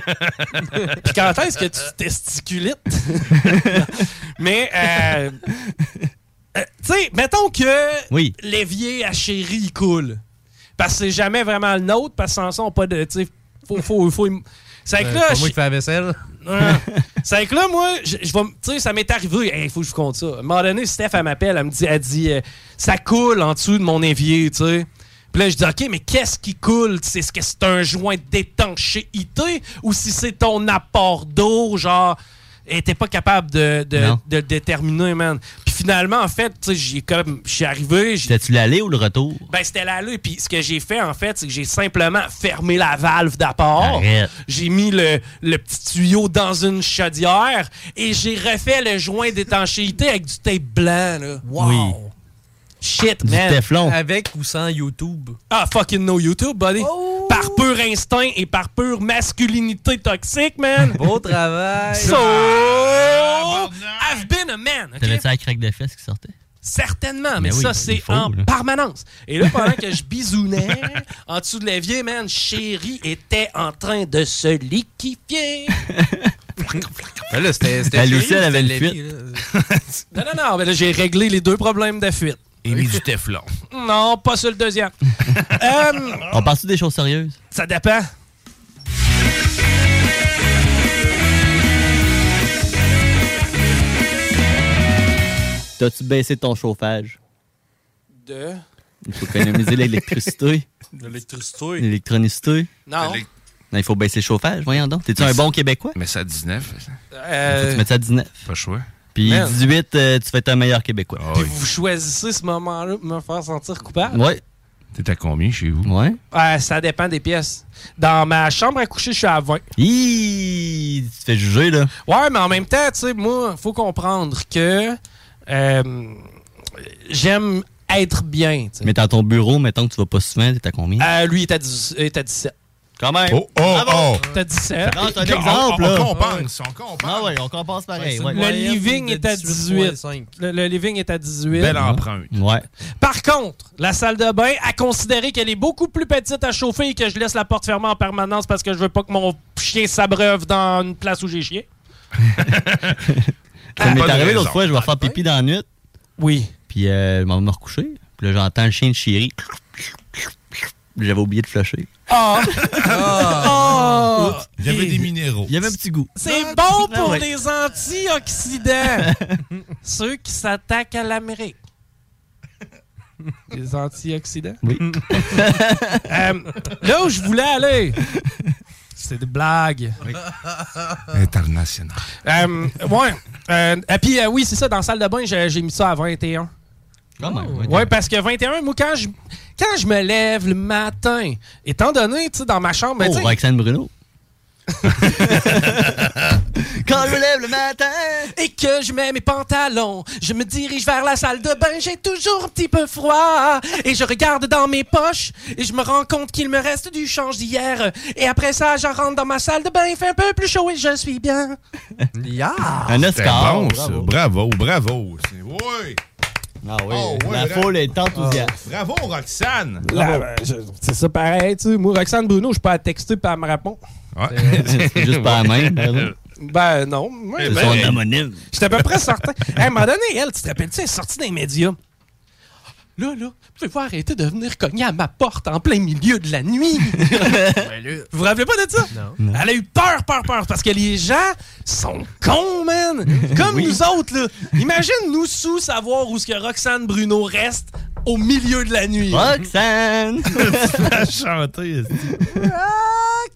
Speaker 1: Puis quand est-ce que tu testiculites? Mais, euh, euh, tu sais, mettons que
Speaker 4: Oui.
Speaker 1: l'évier à chérie, il coule. Parce que c'est jamais vraiment le nôtre, parce que sans ça, on pas de. Tu sais, faut. faut, faut c'est avec
Speaker 2: Euh,
Speaker 1: là.
Speaker 2: pas moi
Speaker 1: je-
Speaker 2: qui fais la vaisselle.
Speaker 1: Hein. C'est avec là, moi, je, je vais me- tu sais, ça m'est arrivé. Il faut que je vous compte ça. À un moment donné, Steph, elle m'appelle, elle me dit, elle dit euh, ça coule en dessous de mon évier, tu sais. Puis là, je dis, OK, mais qu'est-ce qui coule? Tu sais, Est-ce que c'est un joint d'étanchéité ou si c'est ton apport d'eau, genre, elle était pas capable de, de-
Speaker 4: Non.
Speaker 1: de le déterminer, man. Puis finalement, en fait, tu sais, j'ai comme, je suis arrivé, j'ai-
Speaker 4: T'as-tu l'aller ou le retour?
Speaker 1: ben, c'était l'aller. Puis ce que j'ai fait, en fait, c'est que j'ai simplement fermé la valve d'apport.
Speaker 4: Arrête.
Speaker 1: J'ai mis le, le petit tuyau dans une chaudière et j'ai refait le joint d'étanchéité avec du tape blanc. Là. Wow!
Speaker 2: Oui.
Speaker 1: Shit, man!
Speaker 2: Avec ou sans YouTube. Oh!
Speaker 1: Ah, fucking no YouTube, buddy! Par pur instinct et par pure masculinité toxique, man!
Speaker 2: Beau travail!
Speaker 1: So, I've been a man! ok?
Speaker 4: T'avais-tu la craque de fesses qui sortait?
Speaker 1: Certainement, mais,
Speaker 4: Mais oui,
Speaker 1: ça,
Speaker 4: il
Speaker 1: c'est
Speaker 4: faut,
Speaker 1: en
Speaker 4: là.
Speaker 1: permanence. Et là, pendant que je bisounais, en dessous de l'évier, man, chérie était en train de se liquifier.
Speaker 2: Ben là, c'était. c'était
Speaker 4: Elle
Speaker 2: chéri
Speaker 4: aussi, elle
Speaker 2: ou
Speaker 4: avait
Speaker 2: c'était
Speaker 4: le
Speaker 2: Lévi, là?
Speaker 1: Non, non, non, mais là, j'ai réglé les deux problèmes de fuite.
Speaker 10: Et mis du teflon.
Speaker 1: Non, pas sur le deuxième. Euh,
Speaker 4: On parle-tu des choses sérieuses?
Speaker 1: ça dépend.
Speaker 4: T'as-tu baissé ton chauffage?
Speaker 1: De.
Speaker 4: Il faut économiser l'électricité,
Speaker 1: L'électricité.
Speaker 4: l'électronicité.
Speaker 1: Non.
Speaker 4: Non, il faut baisser le chauffage, voyons donc. T'es-tu un bon Québécois?
Speaker 10: Mais ça à 19. ça.
Speaker 1: Euh,
Speaker 4: Faut que tu mettes ça à 19.
Speaker 10: Pas choix. Ah
Speaker 4: Puis
Speaker 1: Man.
Speaker 4: 18, euh, tu fais ton meilleur Québécois.
Speaker 1: Puis vous choisissez ce moment-là pour me faire sentir coupable?
Speaker 4: Ouais.
Speaker 10: T'es à combien chez vous?
Speaker 4: Ouais.
Speaker 1: Ouais, Euh, ça dépend des pièces. Dans ma chambre à coucher, je suis à 20.
Speaker 4: Hi, tu te fais juger, là.
Speaker 1: Ouais, mais en même temps, tu sais, moi, faut comprendre que euh, j'aime être bien. tu sais.
Speaker 4: Mais dans ton bureau, mettons que tu vas pas souvent, t'es à combien?
Speaker 1: Euh, lui, il est à, 10 il est à 17.
Speaker 4: Quand même.
Speaker 10: Oh, oh, oh.
Speaker 1: T'as 17.
Speaker 4: Non, c'est un exemple,
Speaker 10: On,
Speaker 4: là.
Speaker 10: compense, on compense.
Speaker 4: Ah ouais, on compense pareil. ouais.
Speaker 1: Le living est à 18. Le, le living est à 18.
Speaker 10: Belle empreinte.
Speaker 4: Ouais.
Speaker 1: Par contre, la salle de bain, à considérer qu'elle est beaucoup plus petite à chauffer et que je laisse la porte fermée en permanence parce que je veux pas que mon chien s'abreuve dans une place où j'ai chié.
Speaker 4: Ça m'est
Speaker 10: Pas de
Speaker 4: arrivé
Speaker 10: raison.
Speaker 4: l'autre fois, je vais faire pipi dans la nuit.
Speaker 1: Oui.
Speaker 4: Puis euh, je m'en vais me recoucher. Puis là, j'entends le chien de chérie. J'avais oublié de flusher.
Speaker 1: Ah! Ah!
Speaker 4: Il y avait des
Speaker 10: minéraux.
Speaker 4: Il y avait un petit goût.
Speaker 1: C'est bon
Speaker 4: Ah
Speaker 1: pour
Speaker 4: ouais.
Speaker 1: les antioxydants. Ceux qui s'attaquent à l'Amérique. Les antioxydants?
Speaker 4: Oui.
Speaker 1: Euh, là où je voulais aller, c'est des blagues.
Speaker 10: International.
Speaker 1: Euh, ouais. Euh, et puis, euh, oui, c'est ça, dans la salle de bain, j'ai j'ai mis ça à 21.
Speaker 4: Quand même. Ah, ouais.
Speaker 1: Oui, parce que 21, moi, quand je, quand je me lève le matin, étant donné, tu sais, dans ma chambre, ben,
Speaker 4: Oh,
Speaker 1: tu sais,
Speaker 4: Roxane Bruno.
Speaker 1: Quand je me lève le matin et que je mets mes pantalons, je me dirige vers la salle de bain, j'ai toujours un petit peu froid et je regarde dans mes poches et je me rends compte qu'il me reste du change d'hier et après ça, je rentre dans ma salle de bain, il fait un peu plus chaud et je suis bien.
Speaker 10: Yeah.
Speaker 4: Un Oscar.
Speaker 10: Bon, ça. Bravo, bravo. C'est- Ouais.
Speaker 4: Ah oui,
Speaker 10: Oh, ouais,
Speaker 4: la
Speaker 10: vraiment.
Speaker 4: foule est enthousiaste.
Speaker 10: Bravo, Roxane.
Speaker 1: Ah, ben, c'est ça pareil, tu sais. Moi, Roxane Bruno, je suis pas à texter pas à me répondre.
Speaker 4: C'est juste pas la même. pardon.
Speaker 1: Ben non, moi,
Speaker 4: C'est son homonyme.
Speaker 1: J'étais à peu près certain. Hey, à un moment donné, elle, tu te rappelles-tu, elle est sortie des médias. Là, là, pouvez-vous arrêter de venir cogner à ma porte en plein milieu de la nuit? vous vous rappelez pas de ça? Elle a eu peur, peur, peur, parce que les gens sont cons, man! Comme nous autres, là. Imagine nous sous savoir où ce que Roxane Bruno reste au milieu de la nuit.
Speaker 4: Roxane!
Speaker 10: À chanter.
Speaker 1: Tu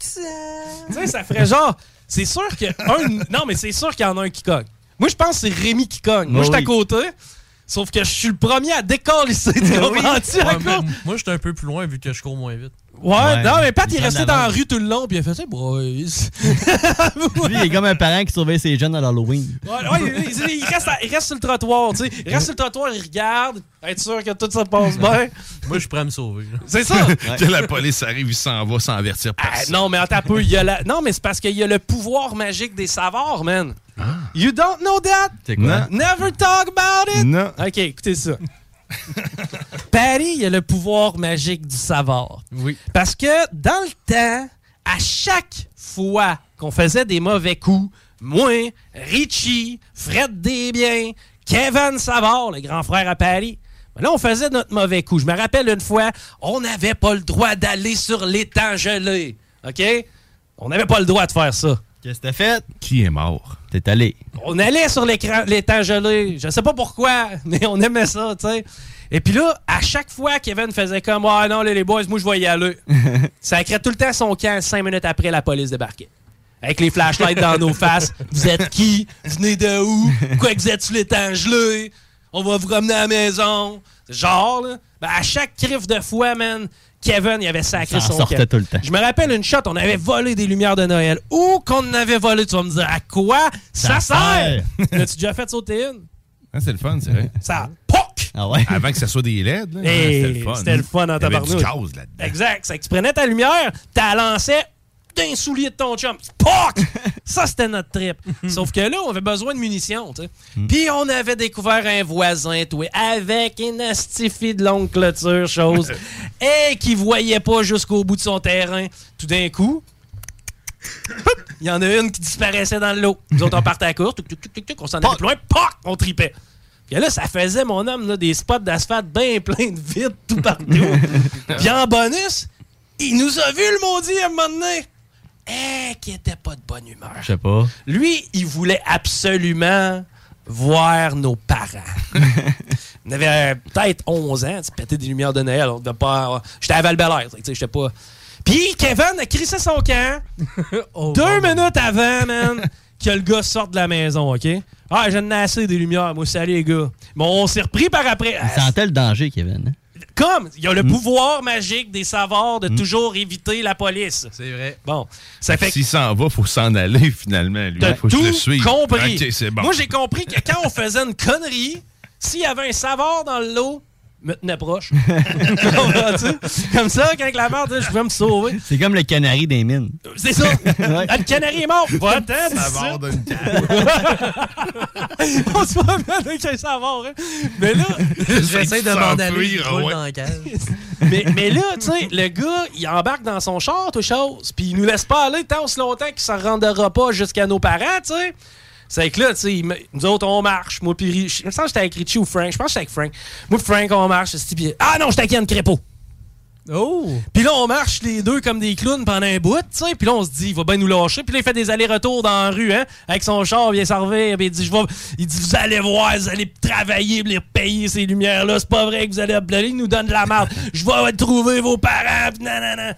Speaker 1: sais, Ah, ça ferait genre. C'est sûr que. Un, non, mais c'est sûr qu'il y en a un qui cogne. Moi, je pense que c'est Rémi qui cogne. Moi,
Speaker 2: Ah
Speaker 1: je suis à
Speaker 2: oui.
Speaker 1: côté. Sauf que je suis le premier à décoller ici. Tu comprends-tu
Speaker 2: Ouais,
Speaker 1: à
Speaker 2: moi,
Speaker 1: cause-
Speaker 2: moi, j'étais un peu plus loin vu que je cours moins vite.
Speaker 1: Ouais, non, mais Pat, il
Speaker 4: prend
Speaker 1: est
Speaker 4: de
Speaker 1: resté
Speaker 4: l'avance.
Speaker 1: dans la rue tout le long, puis il a fait ça, boys.
Speaker 4: Lui, il est comme un parent qui surveille ses jeunes à l'Halloween.
Speaker 1: Ouais, ouais, il, il- il reste à- il reste sur le trottoir, tu sais. Il reste sur le trottoir, il regarde, être sûr que tout se passe bien.
Speaker 2: Moi, je suis prêt à me sauver. là.
Speaker 1: C'est ça.
Speaker 10: Que la police arrive, il s'en va sans avertir
Speaker 1: Ah,
Speaker 10: personne.
Speaker 1: non, mais attends un peu. il y a la- Non, mais c'est parce qu'il y a le pouvoir magique des savoirs, man. You don't know that?
Speaker 4: C'est quoi?
Speaker 1: Never talk about it!
Speaker 10: Non.
Speaker 1: OK, écoutez ça. Paris, il y a le pouvoir magique du savoir.
Speaker 2: Oui.
Speaker 1: Parce que dans le temps, à chaque fois qu'on faisait des mauvais coups, moi, Richie, Fred Desbiens, Kevin Savard, le grand frère à Paris, ben là, on faisait notre mauvais coup. Je me rappelle une fois, on n'avait pas le droit d'aller sur l'étang gelé. OK? On n'avait pas le droit de faire ça.
Speaker 4: Qu'est-ce que t'as fait?
Speaker 10: Qui est mort?
Speaker 4: T'es allé.
Speaker 1: On allait sur l'écran, l'étang gelé. Je sais pas pourquoi, mais on aimait ça, tu sais. Et puis là, à chaque fois, Kevin faisait comme Ah non, là, les boys, moi, je vais y aller. ça crée tout le temps son camp. Cinq minutes après, la police débarquait. Avec les flashlights dans nos faces. Vous êtes qui Venez de où Pourquoi que vous êtes sur l'étang gelé On va vous ramener à la maison. Genre, là. Ben, à chaque crif de fouet, man, Kevin, il avait sacré
Speaker 4: Ça en
Speaker 1: son
Speaker 4: sortait
Speaker 1: camp.
Speaker 4: tout le temps.
Speaker 1: Je me rappelle une shot, on avait volé des lumières de Noël. Ou qu'on avait volé, tu vas me dire à quoi ça,
Speaker 4: Ça
Speaker 1: sert?
Speaker 4: sert.
Speaker 1: L'as-tu déjà fait sauter une?
Speaker 10: Hein, c'est le fun, c'est vrai.
Speaker 1: Ça POC!
Speaker 4: Ah ouais?
Speaker 10: Avant que ça soit des LED, là,
Speaker 1: Hey,
Speaker 10: c'était le fun. hein.
Speaker 1: c'était le fun en
Speaker 10: Il y avait
Speaker 1: tabarnouche.
Speaker 10: du gaz là-dedans.
Speaker 1: Exact. C'est que tu prenais ta lumière, t'as lançais d'un soulier de ton chum. POC! ça, c'était notre trip. Sauf que là, on avait besoin de munitions, tu sais.
Speaker 10: Hmm.
Speaker 1: Puis on avait découvert un voisin, toi, avec une astifie de longue clôture, chose, et qui voyait pas jusqu'au bout de son terrain. Tout d'un coup, Il y en a une qui disparaissait dans le lot. Nous autres, on partait à la course, tuc, tuc, tuc, tuc, tuc, on s'en allait plus loin, POC! On tripait. Puis là, ça faisait, mon homme, là, des spots d'asphalte bien plein de vides tout partout. Puis en bonus, il nous a vu le maudit à un moment donné. Eh, qui était pas de bonne humeur.
Speaker 4: Je sais pas.
Speaker 1: Lui, il voulait absolument voir nos parents. On avait euh, peut-être 11 ans, tu pétais des lumières de Noël. On devait pas. avoir- J'étais à val tu sais, j'étais pas. Puis Kevin a crissé son camp
Speaker 2: Oh,
Speaker 1: deux minutes avant, man, que le gars sorte de la maison, OK? Ah, j'en ai assez des lumières, moi, salut les gars. Mais on s'est repris par après. Euh,
Speaker 4: Il sentait le danger, Kevin. hein?
Speaker 1: Comme, il y a le pouvoir magique des savoirs de toujours éviter la police.
Speaker 2: C'est vrai.
Speaker 1: Bon, ça fait que-
Speaker 10: S'il s'en va, faut s'en aller finalement. Lui.
Speaker 1: T'as
Speaker 10: Faut que je le
Speaker 1: tout
Speaker 10: suive.
Speaker 1: compris.
Speaker 10: Ok, c'est bon.
Speaker 1: Moi, j'ai compris que quand on faisait une connerie, s'il y avait un savard dans le lot, me tenais proche. Comprends-tu? comme ça, quand la merde, je pouvais me sauver.
Speaker 2: C'est comme le canari des mines.
Speaker 1: C'est ça. Ah, le canari est mort. Va-t'en, c'est ça. On se promène avec un savard. hein. Mais là,
Speaker 24: J'essaie de m'en aller, je roule dans la cage.
Speaker 1: mais, mais là, tu sais, le gars, il embarque dans son char, tout chose, puis il nous laisse pas aller tant aussi longtemps qu'il s'en rendra pas jusqu'à nos parents, tu sais. C'est que là, tu sais, il me- nous autres, on marche. Moi, puis Rich- je me sens que j'étais avec Richie ou Frank. Je pense que j'étais avec Frank. Moi, puis Frank, on marche. c'est-tu, puis- Ah non, j'étais avec Yann Crépeau. Oh! Puis là, on marche les deux comme des clowns pendant un bout, tu sais. Puis là, on se dit, il va bien nous lâcher. Puis là, il fait des allers-retours dans la rue, hein, avec son char, bien servi. Puis il dit, je vais- il dit, vous allez voir, vous allez travailler, puis les payer ces lumières-là. C'est pas vrai que vous allez appeler. Il nous donne de la merde. Je vais trouver vos parents, puis nanana.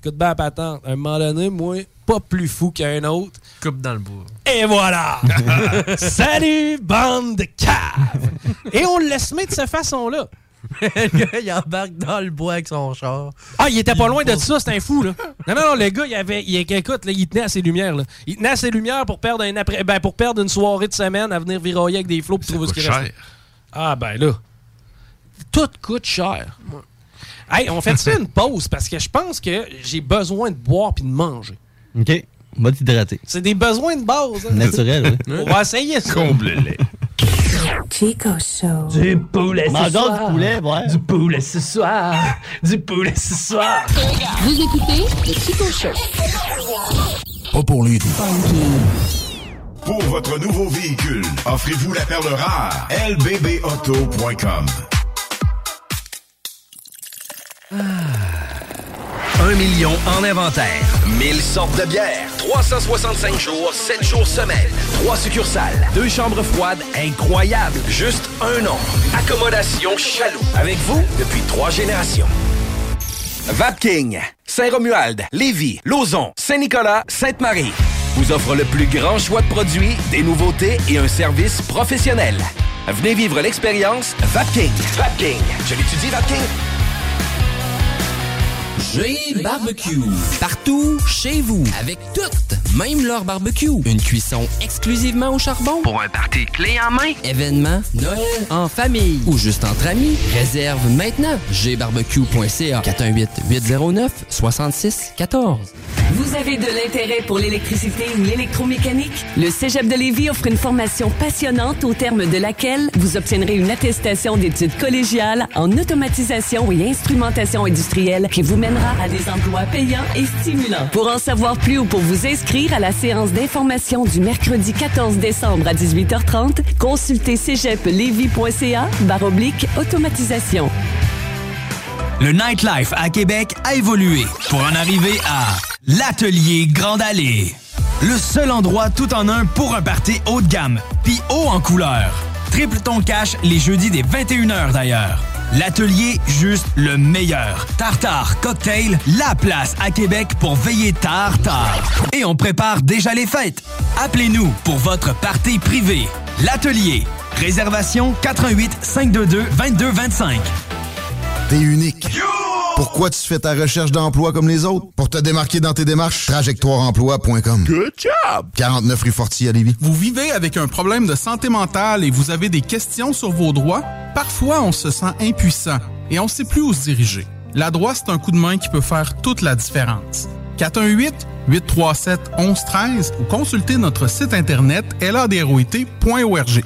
Speaker 1: Écoute bien, patente. À un moment donné, moi, pas plus fou qu'un autre. Coupe dans le bois. Et voilà! Salut, bande de caves! Et on le laisse mettre de cette façon-là.
Speaker 24: le gars, il embarque dans le bois avec son char.
Speaker 1: Ah, il était pas loin de ça, c'était un fou, là. Non, non, non, le gars, il avait. Il, écoute, là, il tenait à ses lumières, là. Il tenait à ses lumières pour perdre, un après, ben, pour perdre une soirée de semaine à venir viroyer avec des flots pour trouver ce qui
Speaker 18: coûte
Speaker 1: reste. Ah, ben là. Tout coûte cher. Hey, on fait ça une pause parce que je pense que j'ai besoin de boire puis de manger.
Speaker 2: OK. On va t'hydrater.
Speaker 1: C'est des besoins de base. hein.
Speaker 2: Naturel, oui.
Speaker 1: On va essayer ça.
Speaker 2: Comble-les.
Speaker 25: Chico Show.
Speaker 26: Du poulet ce
Speaker 25: Mangeons du
Speaker 26: soir.
Speaker 25: poulet,
Speaker 26: Du poulet ce soir. Du poulet ce soir.
Speaker 5: Vous écoutez le Chico Show.
Speaker 3: Pas pour lui.
Speaker 10: Pour votre nouveau véhicule, offrez-vous la perle rare. lbbauto.com.
Speaker 11: Un million en inventaire. 1000 sortes de bières. 365 jours, 7 jours semaine. 3 succursales. 2 chambres froides incroyables. Juste un an. Accommodation chaloux. Avec vous depuis 3 générations. Vapking. Saint-Romuald, Lévis, Lauson, Saint-Nicolas, Sainte-Marie vous offre le plus grand choix de produits, des nouveautés et un service professionnel. Venez vivre l'expérience Vapking. Vapking. Je l'étudie, Vapking.
Speaker 6: J'ai barbecue. Partout, chez vous, avec toutes, même leur barbecue. Une cuisson exclusivement au charbon. Pour un party clé en main. Événement, Noël, en famille ou juste entre amis. Réserve maintenant. gbarbecue.ca 418-809-6614.
Speaker 17: Vous avez de l'intérêt pour l'électricité ou l'électromécanique? Le Cégep de Lévis offre une formation passionnante au terme de laquelle vous obtiendrez une attestation d'études collégiales en automatisation et instrumentation industrielle qui vous mènera à des emplois payants et stimulants. Pour en savoir plus ou pour vous inscrire à la séance d'information du mercredi 14 décembre à 18h30, consultez cégeplevy.ca barre oblique automatisation.
Speaker 6: Le nightlife à Québec a évolué pour en arriver à l'Atelier Grande Allée. Le seul endroit tout en un pour un party haut de gamme, puis haut en couleur. Triple ton cash les jeudis des 21h d'ailleurs. L'atelier, juste le meilleur. Tartare, cocktail, la place à Québec pour veiller tard, tard. Et on prépare déjà les fêtes. Appelez-nous pour votre party privé. L'atelier. Réservation 88 522 2225.
Speaker 3: T'es unique. Pourquoi tu fais ta recherche d'emploi comme les autres? Pour te démarquer dans tes démarches, trajectoireemploi.com. Good job! 49 rue Forti à Lévis.
Speaker 7: Vous vivez avec un problème de santé mentale et vous avez des questions sur vos droits? Parfois, on se sent impuissant et on ne sait plus où se diriger. La droite, c'est un coup de main qui peut faire toute la différence. 418-837-1113 ou consultez notre site internet ladroit.org.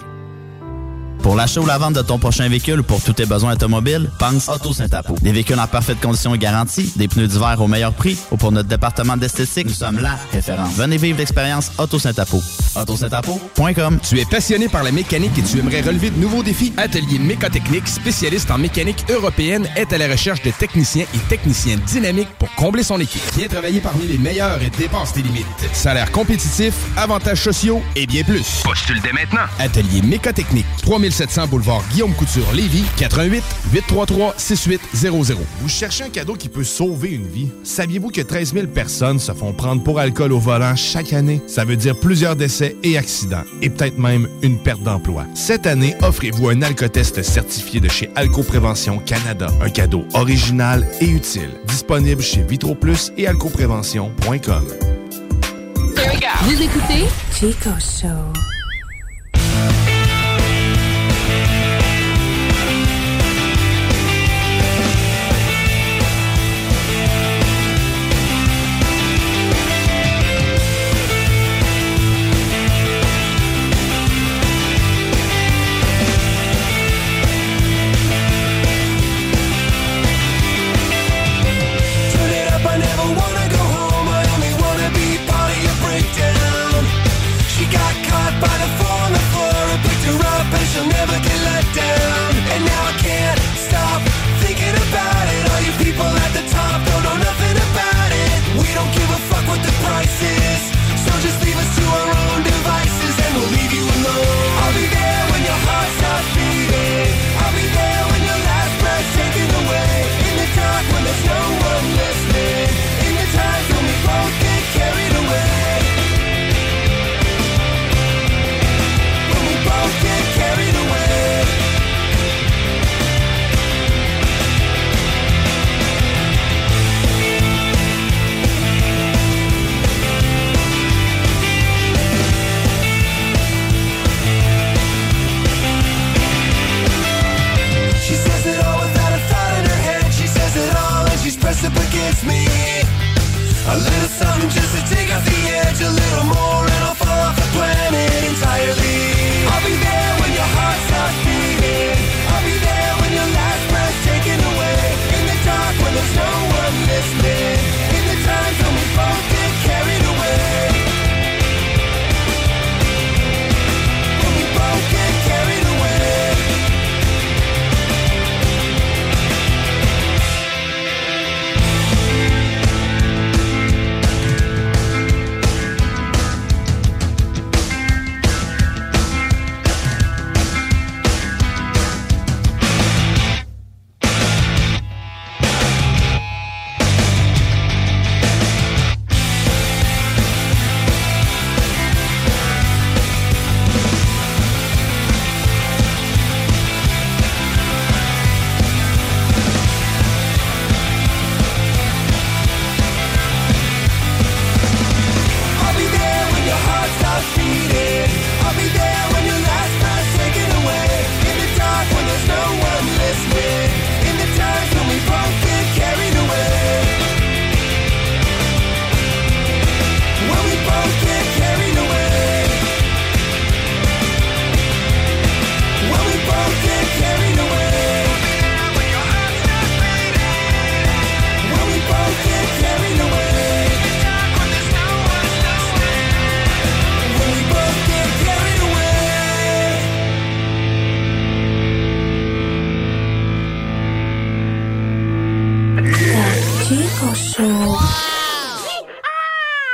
Speaker 12: Pour l'achat ou la vente de ton prochain véhicule ou pour tous tes besoins automobiles, pense Auto Saint-Apo. Des véhicules en parfaite condition et garantie, des pneus d'hiver au meilleur prix ou pour notre département d'esthétique, nous sommes là.
Speaker 15: Référence.
Speaker 12: Venez vivre l'expérience Auto Saint-Apo.
Speaker 15: Tu es passionné par la mécanique et tu aimerais relever de nouveaux défis? Atelier Mécotechnique, spécialiste en mécanique européenne, est à la recherche de techniciens et techniciens dynamiques pour combler son équipe. Viens travailler parmi les meilleurs et dépense tes limites. Salaire compétitif, avantages sociaux et bien plus. Postule dès maintenant. Atelier Mécotechnique, 3700 boulevard Guillaume Couture, Lévis, 88 833 6800.
Speaker 10: Vous cherchez un cadeau qui peut sauver une vie? Saviez-vous que 13 000 personnes se font prendre pour alcool au volant chaque année? Ça veut dire plusieurs décès et accidents, et peut-être même une perte d'emploi. Cette année, offrez-vous un alcotest certifié de chez Alcoprévention Canada. Un cadeau original et utile. Disponible chez Vitro Plus et alcoprévention.com.
Speaker 5: Vous écoutez
Speaker 25: Chico Show.
Speaker 26: Chico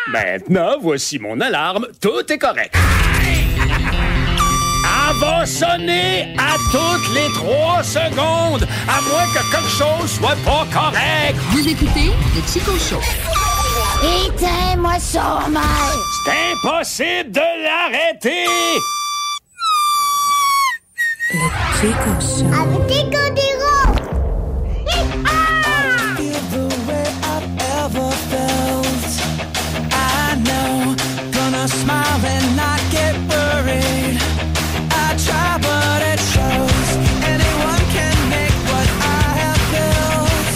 Speaker 8: Maintenant, voici mon alarme. Tout est correct. Elle va sonner à toutes les trois secondes, à moins que quelque chose soit pas correct. Vous écoutez le Chico Show.
Speaker 27: Éteins-moi ça, mal!
Speaker 8: C'est impossible de l'arrêter.
Speaker 27: Avec Chico ah!
Speaker 28: Smile and not get worried. I try, but it shows. Anyone can make what I have built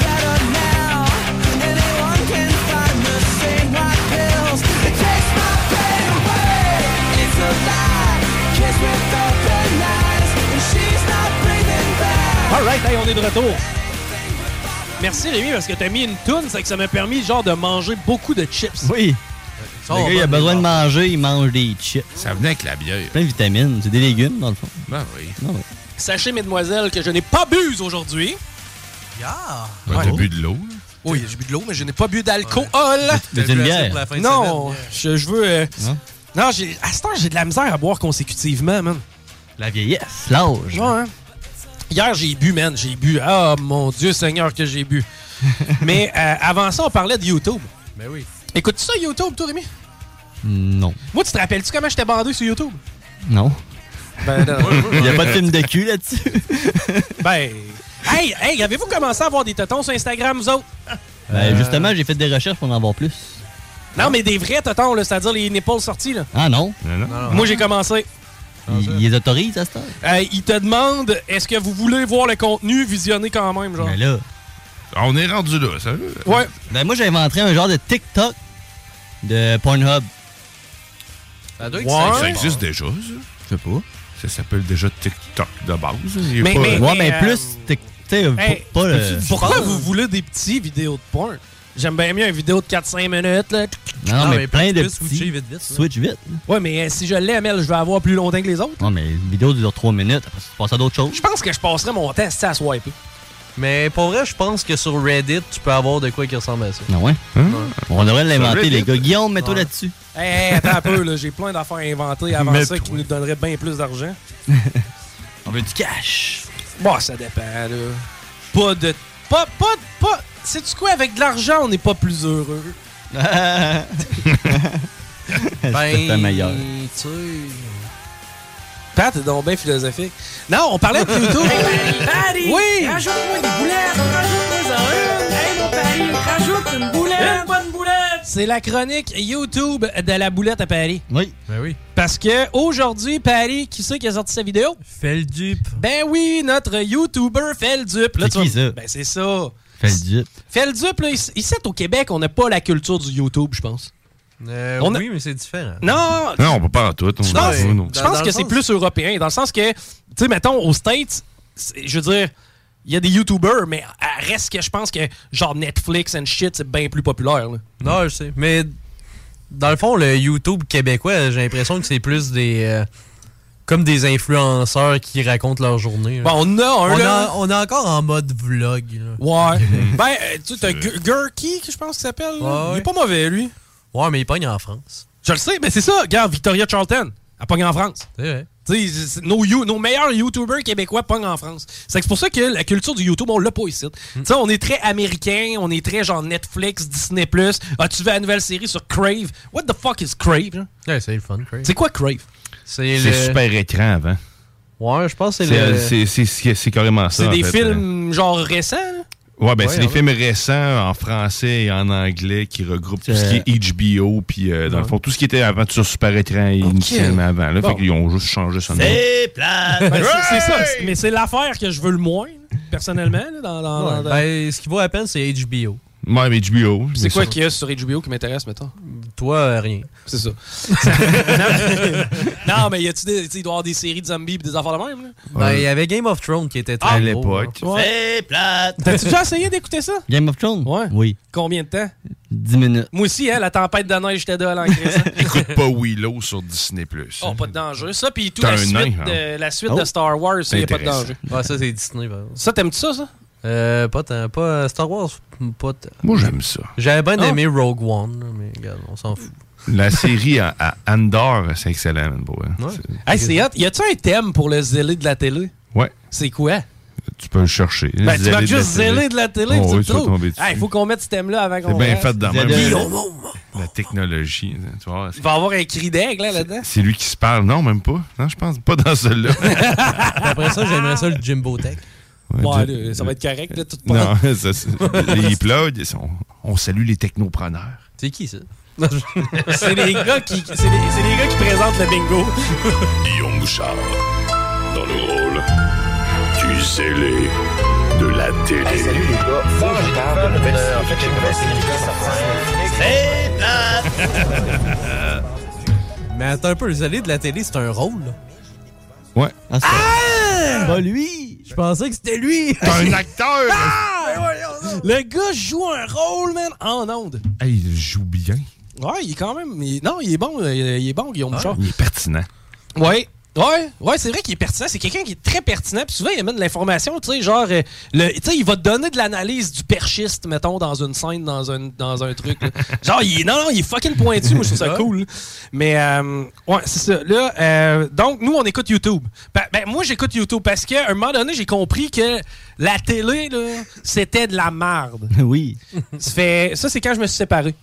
Speaker 28: better now. Anyone can find the same white pills. It takes my pain away. It's a lie. Kiss with open eyes, and she's not breathing back.
Speaker 1: All right, hey, on est de retour. Merci Rémi parce que t'as mis une toune, c'est que ça m'a permis genre de manger beaucoup de chips.
Speaker 4: Oui.
Speaker 1: Ça,
Speaker 4: le gars,
Speaker 1: on va
Speaker 4: il a
Speaker 1: bien
Speaker 4: besoin de
Speaker 1: voir.
Speaker 4: manger, il mange des chips. Ça venait avec la bière. Plein de vitamines, c'est des légumes dans le fond.
Speaker 10: Ben oui.
Speaker 4: Non, ouais.
Speaker 1: Sachez mesdemoiselles que je n'ai pas bu aujourd'hui.
Speaker 29: Yeah.
Speaker 10: Ouais, T'as bu de l'eau.
Speaker 29: Oui, j'ai bu de l'eau, mais je n'ai pas bu d'alcool.
Speaker 1: Mais t'as une bière.
Speaker 29: Pour la fin de
Speaker 1: Non,
Speaker 29: semaine, yeah.
Speaker 1: je, je veux. euh, non, j'ai- à cette heure, j'ai de la misère à boire consécutivement, man.
Speaker 4: La vieillesse, l'âge.
Speaker 1: Ouais. hein. Hier, j'ai bu, man. J'ai bu. Ah, mon Dieu Seigneur, que j'ai bu. Mais euh, avant ça, on parlait de YouTube.
Speaker 29: Ben oui.
Speaker 1: Écoutes-tu ça, YouTube, toi, Rémi?
Speaker 4: Mm, Non.
Speaker 1: Moi, tu te rappelles-tu comment j'étais bandé sur YouTube?
Speaker 4: Non.
Speaker 1: Ben, non.
Speaker 4: il n'y a pas de film de cul là-dessus.
Speaker 1: Ben. Hey, hey, avez-vous commencé à avoir des totons sur Instagram, vous autres?
Speaker 4: Ben, justement, j'ai fait des recherches pour en avoir plus.
Speaker 1: Non, mais des vrais totons, là, c'est-à-dire les nipples sortis, là.
Speaker 4: Ah non?
Speaker 1: Moi, j'ai commencé.
Speaker 4: Ils, ils autorisent à ce temps?
Speaker 1: Euh, ils te demandent est-ce que vous voulez voir le contenu, visionner quand même, genre.
Speaker 4: Mais Ben, là.
Speaker 10: On est rendu là, ça.
Speaker 1: Ouais.
Speaker 4: Ben, moi, j'ai inventé un genre de TikTok de Pornhub.
Speaker 29: Ça doit
Speaker 10: Ça, existe déjà, ça.
Speaker 4: Je sais pas.
Speaker 10: Ça s'appelle déjà TikTok de base. hein.
Speaker 4: Mais- mais- Ouais, mais plus, t'es- t'sais,
Speaker 1: euh, Hey,
Speaker 4: pas- pas le-
Speaker 1: peux-tu- Pourquoi vous voulez des petits vidéos de porn? J'aime bien mieux une vidéo de 4-5 minutes, là.
Speaker 4: Non, non, mais, plein de petits. Switch vite.
Speaker 1: Ouais, mais euh, si je l'aime, elle, je vais avoir plus longtemps que les autres.
Speaker 4: Non, mais une vidéo dure 3 minutes. Après, ça, tu passes à d'autres choses.
Speaker 1: Je pense que je passerai mon temps c'est à swiper.
Speaker 2: Mais pour vrai, je pense que sur Reddit, tu peux avoir de quoi qui ressemble à ça.
Speaker 4: Non, ouais. On devrait l'inventer,
Speaker 2: Sur
Speaker 4: les
Speaker 2: Reddit.
Speaker 4: gars. Guillaume, mets-toi
Speaker 2: Ouais.
Speaker 4: là-dessus.
Speaker 1: Hey, hey, attends un peu, là. J'ai plein d'affaires inventées avant
Speaker 4: Mais
Speaker 1: ça qui nous donneraient bien plus d'argent.
Speaker 4: On veut du cash.
Speaker 1: Bon, ça dépend, là. Pas de. Pas. Pas. pas. Sais-tu quoi? Avec de l'argent, on n'est pas plus heureux. Ben,
Speaker 4: C'était la meilleure.
Speaker 1: tu sais. Pat, t'es donc bien philosophique. Non, on parlait de YouTube. oui!
Speaker 27: Rajoute-moi des boulettes! Rajoute-moi en une! Hey, mon Paris! Rajoute une boulette! Une bonne boulette!
Speaker 1: C'est la chronique YouTube de la boulette à Paris.
Speaker 4: Oui.
Speaker 1: Ben oui. Parce que aujourd'hui, Paris, qui c'est qui a sorti sa vidéo?
Speaker 2: Feldup.
Speaker 1: Ben oui, notre YouTuber Feldup. Là,
Speaker 4: C'est
Speaker 1: tu vas-
Speaker 4: qui, ça?
Speaker 1: Ben c'est ça.
Speaker 4: Fais le dupe.
Speaker 1: Feldup, là, ici ici, au Québec, on n'a pas la culture du YouTube, je pense.
Speaker 2: Euh,
Speaker 1: On a-
Speaker 2: Oui, mais c'est
Speaker 1: Ah.
Speaker 2: différent.
Speaker 1: Non!
Speaker 10: Non, on peut pas en tout. hein, on-
Speaker 1: Je pense,
Speaker 10: non, non.
Speaker 1: je pense que c'est plus européen, dans le sens que, tu sais, mettons, aux States, c'est- je veux dire, il y a des YouTubers, mais à- reste que je pense que, genre, Netflix and shit, c'est bien plus populaire. là.
Speaker 2: Non, je sais. Mais dans le fond, le YouTube québécois, j'ai l'impression que c'est plus des. euh, comme des influenceurs qui racontent leur journée. là.
Speaker 1: Bon, on a un,
Speaker 2: on,
Speaker 1: là.
Speaker 2: a- on est encore en mode vlog.
Speaker 1: Ouais. ben, euh, tu sais, t'as Gu- Gurky, que je pense qu'il s'appelle. là. Il est pas mauvais, lui.
Speaker 2: Ouais, mais il pogne en France.
Speaker 1: Je le sais, mais c'est ça. Regarde, Victoria Charlton, elle pogne en France.
Speaker 2: C'est vrai.
Speaker 1: Tu sais, c'est- nos, you- nos meilleurs YouTubers québécois pognent en France. C'est que c'est pour ça que la culture du YouTube, on l'a pas
Speaker 2: Hmm.
Speaker 1: ici. Tu sais, on est très américain, on est très genre Netflix, Disney+. As-tu vu la nouvelle série sur Crave? What the fuck is Crave? genre?
Speaker 2: Ouais, c'est le fun, Crave.
Speaker 1: C'est quoi Crave?
Speaker 2: C'est
Speaker 10: C'est
Speaker 2: le-
Speaker 10: super écran avant.
Speaker 2: Ouais, je pense que c'est
Speaker 10: C'est-
Speaker 2: le.
Speaker 10: C'est c'est- c'est- c'est carrément ça.
Speaker 1: C'est
Speaker 10: en
Speaker 1: des
Speaker 10: fait, hein.
Speaker 1: films genre récents? là?
Speaker 10: Ouais, ben
Speaker 1: Ouais,
Speaker 10: c'est des
Speaker 1: ouais.
Speaker 10: films récents en français et en anglais qui regroupent tout ce qui est HBO, puis euh, dans le fond, tout ce qui était avant sur Super Écran initialement avant. Là,
Speaker 1: Bon.
Speaker 10: Fait qu'ils ont juste changé son nom.
Speaker 1: Ben, c'est- c'est ça. c'est- Mais c'est l'affaire que je veux le moins, personnellement. là, dans- dans-
Speaker 2: Ouais,
Speaker 1: dans-
Speaker 2: ben, ce qui vaut à peine, c'est HBO.
Speaker 10: Ouais, mais HBO.
Speaker 1: C'est quoi qu'il y a sur HBO qui m'intéresse, mettons?
Speaker 2: Toi, euh, rien.
Speaker 1: C'est ça. non, mais y a-tu des, tu sais, il doit y avoir des séries de zombies et des affaires de même, là?
Speaker 2: Ben, il y avait Game of Thrones qui était très
Speaker 1: À
Speaker 2: gros,
Speaker 1: l'époque.
Speaker 2: hein.
Speaker 1: Ouais. T'as-tu déjà essayé d'écouter ça?
Speaker 4: Game of Thrones?
Speaker 1: Ouais.
Speaker 4: Oui.
Speaker 1: Combien de temps?
Speaker 4: 10 minutes.
Speaker 1: Moi aussi, hein, la tempête de neige, j'étais dehors en crise.
Speaker 10: Écoute pas Willow sur Disney+. hein.
Speaker 1: Oh, pas de danger. Ça, puis toute
Speaker 10: T'as
Speaker 1: la
Speaker 10: un
Speaker 1: suite,
Speaker 10: nain, hein?
Speaker 1: de, la suite
Speaker 10: Oh.
Speaker 1: de Star Wars, ça, y a pas de
Speaker 10: Intéressant.
Speaker 1: danger.
Speaker 2: Ouais, ça, c'est Disney, par exemple.
Speaker 1: Ça, t'aimes-tu ça, ça?
Speaker 2: Euh, pas tant. Pas Star Wars. Pas tant.
Speaker 10: Moi, j'aime ça.
Speaker 2: J'avais bien
Speaker 10: Ah.
Speaker 2: aimé Rogue One, là, mais regarde, on s'en fout.
Speaker 10: La série à, à Andor, c'est excellent, man, pour vrai. C'est-
Speaker 1: Hey, c'est hot. Y a-tu un thème pour le zélé de la télé?
Speaker 10: Ouais,
Speaker 1: C'est quoi?
Speaker 10: tu peux le chercher.
Speaker 1: Ben,
Speaker 10: Zélé
Speaker 1: tu marques
Speaker 10: de la
Speaker 1: juste
Speaker 10: télé.
Speaker 1: zélé de la télé,
Speaker 10: Oh,
Speaker 1: puis tu
Speaker 10: oui,
Speaker 1: le
Speaker 10: tu vas
Speaker 1: trouves.
Speaker 10: tomber dessus.
Speaker 1: Hey, faut qu'on mette ce thème-là avant qu'on
Speaker 10: C'est bien
Speaker 1: reste.
Speaker 10: fait dans même.
Speaker 1: Zélé de la-
Speaker 10: La technologie, tu vois.
Speaker 1: Il va y avoir un cri d'aigle là, là-dedans.
Speaker 10: C'est lui qui se parle. Non, même pas. Non, je pense pas dans celui-là.
Speaker 2: Après ça, j'aimerais ça le Jimbo Tech.
Speaker 1: Bon,
Speaker 10: je-
Speaker 1: allez, ça va être correct, là, tout
Speaker 10: Non, ça, c'est- les plugs, ils sont- on, salue les technopreneurs.
Speaker 2: C'est qui ça?
Speaker 1: c'est les gars qui. C'est les, c'est les gars qui présentent le bingo.
Speaker 30: Guillaume Bouchard, dans le rôle du zélé de la télé. salut les gars, formidable, en fait j'ai une nouvelle
Speaker 2: Mais attends un peu, le zélé de la télé, c'est un rôle. là.
Speaker 10: Ouais.
Speaker 2: Ah! Pas lui! Je pensais que c'était lui!
Speaker 10: T'es un acteur!
Speaker 1: Ah! Ben Le gars joue un rôle, man, en onde.
Speaker 10: Hey, il joue bien.
Speaker 1: Ouais, il est quand même. il- non, il est bon, euh, il est bon, Guillaume Bouchard.
Speaker 10: Ah, Il est pertinent.
Speaker 1: Ouais. Ouais, ouais, c'est vrai qu'il est pertinent. C'est quelqu'un qui est très pertinent. Puis souvent, il amène de l'information, tu sais, genre, euh, le, tu sais, il va te donner de l'analyse du perchiste, mettons, dans une scène, dans un, dans un truc. là. genre, il est, non, non, il est fucking pointu. Moi, je trouve ça cool. Mais, euh, ouais, c'est ça. Là, euh, donc, nous, on écoute YouTube. Ben, ben, moi, j'écoute YouTube parce qu'à un moment donné, j'ai compris que la télé, là, c'était de la merde.
Speaker 4: Oui.
Speaker 1: Ça, fait- ça, c'est quand je me suis séparé.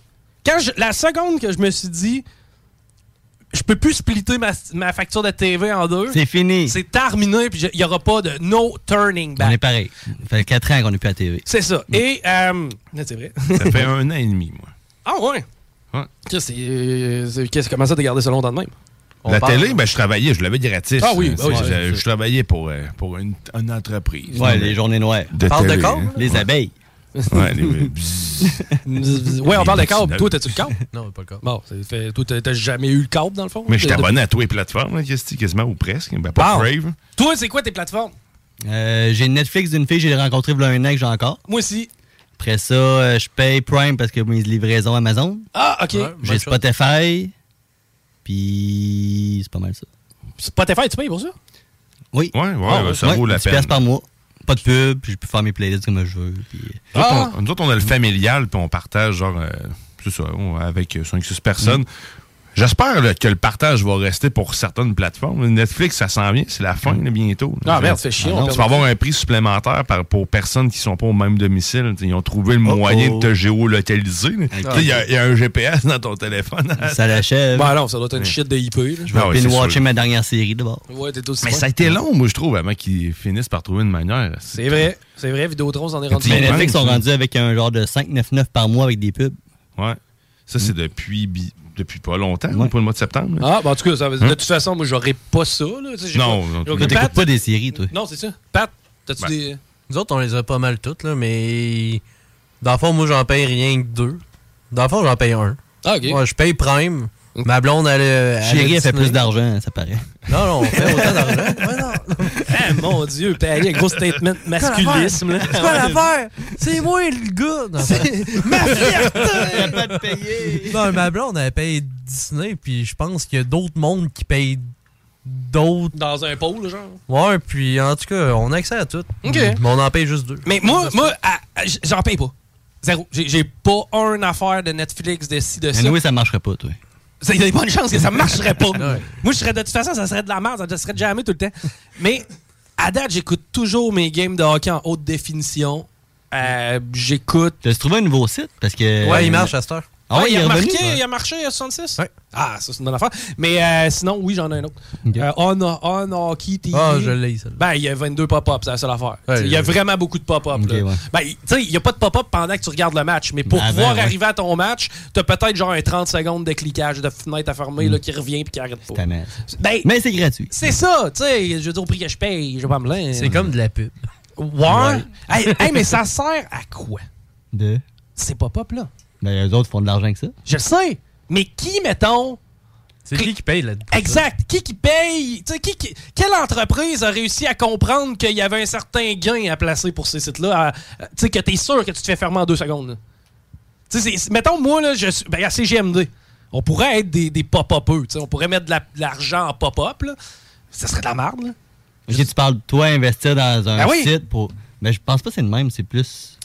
Speaker 1: Quand je- la seconde que je me suis dit, je peux plus splitter ma, ma facture de TV en deux.
Speaker 4: C'est fini.
Speaker 1: C'est terminé, puis je- il y aura pas de no turning
Speaker 4: On
Speaker 1: back.
Speaker 4: est pareil. Ça fait 4 ans qu'on n'est plus à la TV.
Speaker 1: C'est ça. Et, euh, là, c'est vrai.
Speaker 10: Ça fait un an et demi, moi.
Speaker 1: Ah ouais.
Speaker 10: Ouais.
Speaker 1: Qu'est-ce que c'est, euh, c'est- qu'est-ce- comment ça t'as gardé ça longtemps de même? On
Speaker 10: la
Speaker 1: parle-
Speaker 10: télé, ben, je travaillais, je l'avais gratis.
Speaker 1: Ah oui,
Speaker 10: Euh,
Speaker 1: bah oui,
Speaker 10: c'est-
Speaker 1: c'est
Speaker 10: je, je travaillais pour, euh, pour une, une entreprise.
Speaker 4: Ouais, les journées noires.
Speaker 10: De
Speaker 4: Parle de
Speaker 10: télé,
Speaker 4: corps,
Speaker 10: hein.
Speaker 4: Les
Speaker 10: Ouais.
Speaker 4: abeilles.
Speaker 10: Ouais, les-
Speaker 1: ouais, on parle de câble. Toi, t'as-tu le câble?
Speaker 2: Non, pas le câble.
Speaker 1: Bon, c'est fait- toi, t'as t'as jamais eu le câble, dans le fond?
Speaker 10: Mais je
Speaker 1: T'as-
Speaker 10: t'abonnais à tous les plateformes, là, qu'est-ce que c'est, quasiment ou presque. Ben, pas
Speaker 1: Bon.
Speaker 10: Crave.
Speaker 1: Toi, c'est quoi tes plateformes?
Speaker 4: Euh, j'ai Netflix d'une fille, j'ai rencontré il y a un an que j'ai encore.
Speaker 1: Moi aussi.
Speaker 4: Après ça, euh, je paye Prime parce que mes livraisons Amazon.
Speaker 1: Ah, OK.
Speaker 4: j'ai Spotify. Puis c'est pas mal ça.
Speaker 1: Spotify, tu payes pour ça?
Speaker 4: Oui.
Speaker 10: Ouais, ouais, ça vaut la
Speaker 4: 10
Speaker 10: peine.
Speaker 4: piastres par mois. Pas de pub, puis je peux faire mes playlists comme je veux. Puis... euh.
Speaker 10: Nous,
Speaker 1: Ah!
Speaker 4: Ah.
Speaker 10: autres, on, nous autres, on a le familial, puis on partage, genre, euh, c'est ça, on- avec 5-6 personnes. J'espère là, que le partage va rester pour certaines plateformes. Netflix, ça s'en vient, c'est la fin là, bientôt.
Speaker 1: Ah, merde, ça fait chier,
Speaker 10: tu
Speaker 1: on perd
Speaker 10: vas
Speaker 1: notre
Speaker 10: avoir un prix supplémentaire par- pour personnes qui sont pas au même domicile. T'sais, Ils ont trouvé le
Speaker 4: Oh,
Speaker 10: moyen
Speaker 4: oh.
Speaker 10: de te géolocaliser. là.
Speaker 4: Ok.
Speaker 10: T'sais, Il y, a- il y a un GPS dans ton téléphone. Ben ah
Speaker 4: Ça l'achève.
Speaker 1: Bah non, ça doit être une shit de IP. là.
Speaker 4: Je vais binge watcher ma dernière série d'abord.
Speaker 1: Ouais, t'es aussi
Speaker 10: Mais
Speaker 1: bon.
Speaker 10: ça a été long, moi, je trouve, avant qu'ils finissent par trouver une manière.
Speaker 1: C'est vrai, c'est vrai, Vidéotron s'en est rendu
Speaker 4: Mais
Speaker 1: compte.
Speaker 4: Netflix sont rendus avec un genre de 5,99 par mois avec des pubs.
Speaker 10: Ouais. Ça, c'est depuis, bi- depuis pas longtemps, pour le mois de septembre. là.
Speaker 1: Ah, ben en tout cas, ça, de
Speaker 10: Hein?
Speaker 1: toute façon, moi, j'aurais pas ça. Là. Tu sais, j'ai
Speaker 10: Non,
Speaker 1: pas-
Speaker 10: non,
Speaker 1: j'ai aucun-
Speaker 10: tu t'écoutes
Speaker 1: Pat-
Speaker 10: pas des séries,
Speaker 2: toi.
Speaker 1: Non, c'est ça. Pat,
Speaker 10: Ben.
Speaker 1: t'as-tu des.
Speaker 2: Nous autres, on les a pas mal toutes, là, mais. Dans le fond, moi, j'en paye rien que deux. Dans le fond, j'en paye un.
Speaker 1: Ah, ok.
Speaker 2: Ouais, je paye Prime. Ma blonde, elle. elle
Speaker 4: Chérie, elle fait
Speaker 2: Disney.
Speaker 4: plus d'argent, ça paraît.
Speaker 2: Non, non, on fait autant d'argros
Speaker 1: Ah, mon Dieu, Paris, gros statement masculisme. là.
Speaker 2: C'est quoi l'affaire? C'est moi le gars! Non,
Speaker 1: C'est ma
Speaker 2: fierté! pas de payer! Non, ma blonde, elle paye Disney, puis je pense qu'il y a d'autres mondes qui payent d'autres.
Speaker 1: Dans un pôle, genre.
Speaker 2: Ouais, puis en tout cas, on a accès à tout.
Speaker 1: Ok.
Speaker 2: Mais on en paye juste deux.
Speaker 1: Mais moi, moi à- à- j- j'en paye pas. Zéro. J'ai j'ai pas un affaire de Netflix, de ci, de ça.
Speaker 4: Mais oui, ça marcherait pas, toi.
Speaker 1: Ça, Il y a des bonnes chances que ça marcherait pas. Moi, je serais de toute façon, ça serait de la merde, ça serait jamais tout le temps. Mais à date, j'écoute toujours mes games de hockey en haute définition. Euh, j'écoute.
Speaker 4: Tu as trouvé un nouveau site parce que.
Speaker 1: Ouais, il
Speaker 2: marche à cette heure.
Speaker 4: Ah ouais,
Speaker 1: Ouais,
Speaker 4: il est
Speaker 1: a
Speaker 4: revenu?
Speaker 1: marqué, il a marché à 66. Ah, ça, c'est une bonne affaire. Mais euh, sinon, oui, j'en ai un autre. Euh, on, on Hockey TV.
Speaker 2: Ah, je l'ai, celle-là.
Speaker 1: Ben, il y a 22 pop-ups, c'est la seule affaire.
Speaker 2: Ouais,
Speaker 1: il y a
Speaker 2: ouais.
Speaker 1: vraiment beaucoup de pop-ups. là.
Speaker 2: ouais.
Speaker 1: Ben, tu sais, il n'y a pas de pop-up pendant que tu regardes le match. Mais pour
Speaker 2: Ben, avant,
Speaker 1: pouvoir
Speaker 2: ouais.
Speaker 1: arriver à ton match, t'as peut-être genre un 30 secondes de cliquage, de fenêtre à fermer
Speaker 2: Mm.
Speaker 1: là, qui revient puis qui arrête pas. Ben,
Speaker 4: Mais c'est gratuit.
Speaker 1: c'est ça, tu sais. Je veux dire, au prix que je paye, je vais pas me plaindre.
Speaker 2: C'est comme de la pub.
Speaker 1: Ouais. Hey, hey, mais ça sert à quoi?
Speaker 4: De.
Speaker 1: Ces pop-ups-là.
Speaker 4: Ben, eux autres font de l'argent avec ça.
Speaker 1: Je le sais. Mais qui, mettons.
Speaker 2: C'est qui qui paye là
Speaker 1: Exact. Qui qui paye? Tu sais, qui, qui- quelle entreprise a réussi à comprendre qu'il y avait un certain gain à placer pour ces sites-là? à- Tu sais, que t'es sûr que tu te fais fermer en deux secondes. là. Tu sais, c'est- c'est- mettons, moi, là, je suis. Ben, à CGMD, on pourrait être des, des pop-upeux. tu sais, On pourrait mettre de la- de l'argent en pop-up. là. Ça serait de la merde. là.
Speaker 4: Ok, tu parles, toi, investir dans un
Speaker 1: Ben oui.
Speaker 4: site pour. Mais je pense pas que c'est le même, c'est plus.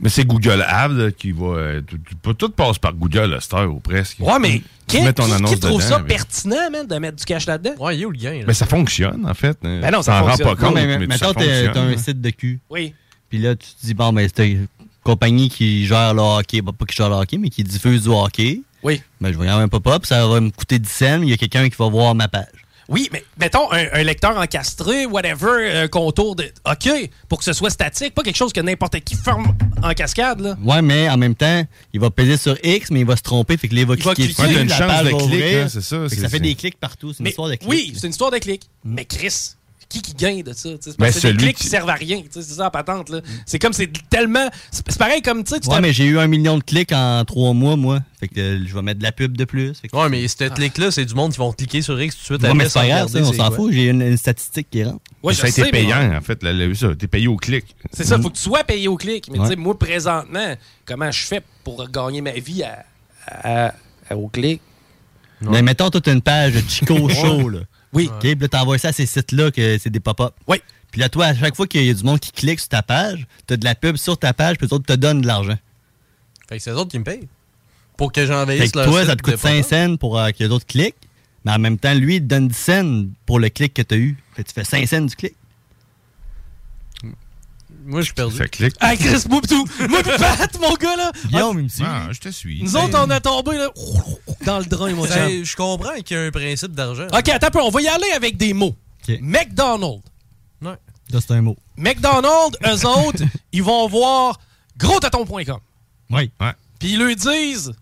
Speaker 10: Mais c'est Google Ads là, qui va. euh, tout, tout- tout passe par Google à cette heure ou presque.
Speaker 1: Ouais, mais
Speaker 10: Tu
Speaker 1: qui,
Speaker 10: mets ton
Speaker 1: qui- qui
Speaker 10: annonce
Speaker 1: trouve
Speaker 10: dedans,
Speaker 1: ça
Speaker 10: mais-
Speaker 1: pertinent, man, de mettre du cash là-dedans? Ouais, il y a eu le gain.
Speaker 10: Mais ça fonctionne, en fait.
Speaker 1: Ben non, ça
Speaker 10: T'en rends
Speaker 1: fonctionne.
Speaker 10: pas compte,
Speaker 1: Non,
Speaker 10: mais,
Speaker 1: mais-
Speaker 10: tu-
Speaker 4: Mettons,
Speaker 10: ça
Speaker 4: t'as
Speaker 10: fonctionne. hein.
Speaker 4: t'as un site de cul.
Speaker 1: Oui.
Speaker 4: Puis là, tu te dis, bon, ben, c'est une compagnie qui gère le hockey. Bah, pas qui gère le hockey, mais qui diffuse du hockey.
Speaker 1: Oui.
Speaker 4: Ben, je vais regarder un pop-up, ça va me coûter 10 cents. Il y a quelqu'un qui va voir ma page.
Speaker 1: Oui, mais mettons un, un lecteur encastré, whatever, un contour de. OK, pour que ce soit statique, pas quelque chose que n'importe qui forme en cascade, là.
Speaker 4: Ouais, mais en même temps, il va peser sur X, mais il va se tromper. Fait que les va
Speaker 1: Il va
Speaker 4: cliquer
Speaker 1: cliquer. Ouais, t'as une
Speaker 4: la
Speaker 1: chance
Speaker 4: page
Speaker 1: de
Speaker 4: va
Speaker 1: clic,
Speaker 4: ouvrir.
Speaker 1: hein, c'est ça,
Speaker 4: Fait que
Speaker 1: c'est-
Speaker 4: ça fait
Speaker 1: c'est-
Speaker 4: des clics partout. C'est une
Speaker 1: Mais-
Speaker 4: histoire de clics. Mm.
Speaker 1: Oui, c'est une histoire de clics. Mais Chris, qui qui gagne de ça? tu sais? C'est
Speaker 4: Ben,
Speaker 1: parce que c'est des
Speaker 4: celui
Speaker 1: clics
Speaker 4: qui-
Speaker 1: qui servent à rien. tu sais, C'est ça la patente. là. C'est comme c'est tellement. C'est c'est pareil comme tu sais, tu
Speaker 4: Ouais,
Speaker 1: t'as-
Speaker 4: mais j'ai eu un million de clics en trois mois, moi. Fait que euh, je vais mettre de la pub de plus. Fait que-
Speaker 2: Ouais, mais ce
Speaker 1: Ah.
Speaker 2: clic-là, c'est du monde qui vont cliquer sur X tout de suite.
Speaker 4: Ouais,
Speaker 2: après,
Speaker 4: mais c'est
Speaker 2: sans
Speaker 4: pas grave,
Speaker 2: regarder
Speaker 4: ça, on
Speaker 2: c'est
Speaker 4: s'en
Speaker 2: quoi.
Speaker 4: fout. J'ai une, une statistique qui rentre.
Speaker 1: Ouais,
Speaker 10: ça a
Speaker 1: je
Speaker 10: été
Speaker 1: sais, mais-
Speaker 10: payant, en fait. là, là, ça, T'es payé au clic. Mm.
Speaker 1: C'est ça, faut que tu sois payé au clic. Mais tu
Speaker 10: Ouais.
Speaker 1: sais, moi, présentement, comment je fais pour gagner ma vie à- à- à- au clic?
Speaker 4: Mais mettons, toute une page de Chico
Speaker 1: Ouais.
Speaker 4: Show, là.
Speaker 1: Oui.
Speaker 4: OK, puis là, t'envoies ça à ces sites-là, que c'est des pop-up.
Speaker 1: Oui.
Speaker 4: Puis là, toi, à chaque fois qu'il y a du monde qui clique sur ta page, t'as de la pub sur ta page, puis les autres te donnent de l'argent.
Speaker 2: Fait que c'est eux autres qui me payent. Pour que j'envahisse
Speaker 4: Fait que
Speaker 2: leur
Speaker 4: toi,
Speaker 2: site
Speaker 4: ça te coûte
Speaker 2: de photos.
Speaker 4: 5 cents pour euh, que les autres cliquent, mais en même temps, lui, il te donne 10 cents pour le clic que t'as eu. Fait que tu fais 5 cents du clic.
Speaker 2: Moi, je suis perdu.
Speaker 10: Ça clique.
Speaker 1: Hey, Ah, Chris, moi pis tout. Moi pis Pat, mon gars, là.
Speaker 4: Guillaume, il me suit.
Speaker 10: Ah, je te suis.
Speaker 1: Nous autres, on a tombé, là, Ben, dans le drain, mon chum.
Speaker 2: Je comprends qu'il y a un principe d'argent.
Speaker 1: OK, attends un peu, on va y aller avec des mots.
Speaker 4: Ok.
Speaker 1: McDonald's.
Speaker 4: Là, c'est un mot.
Speaker 1: McDonald's, eux autres, ils vont voir grostaton.com.
Speaker 4: Oui.
Speaker 1: Puis ils lui disent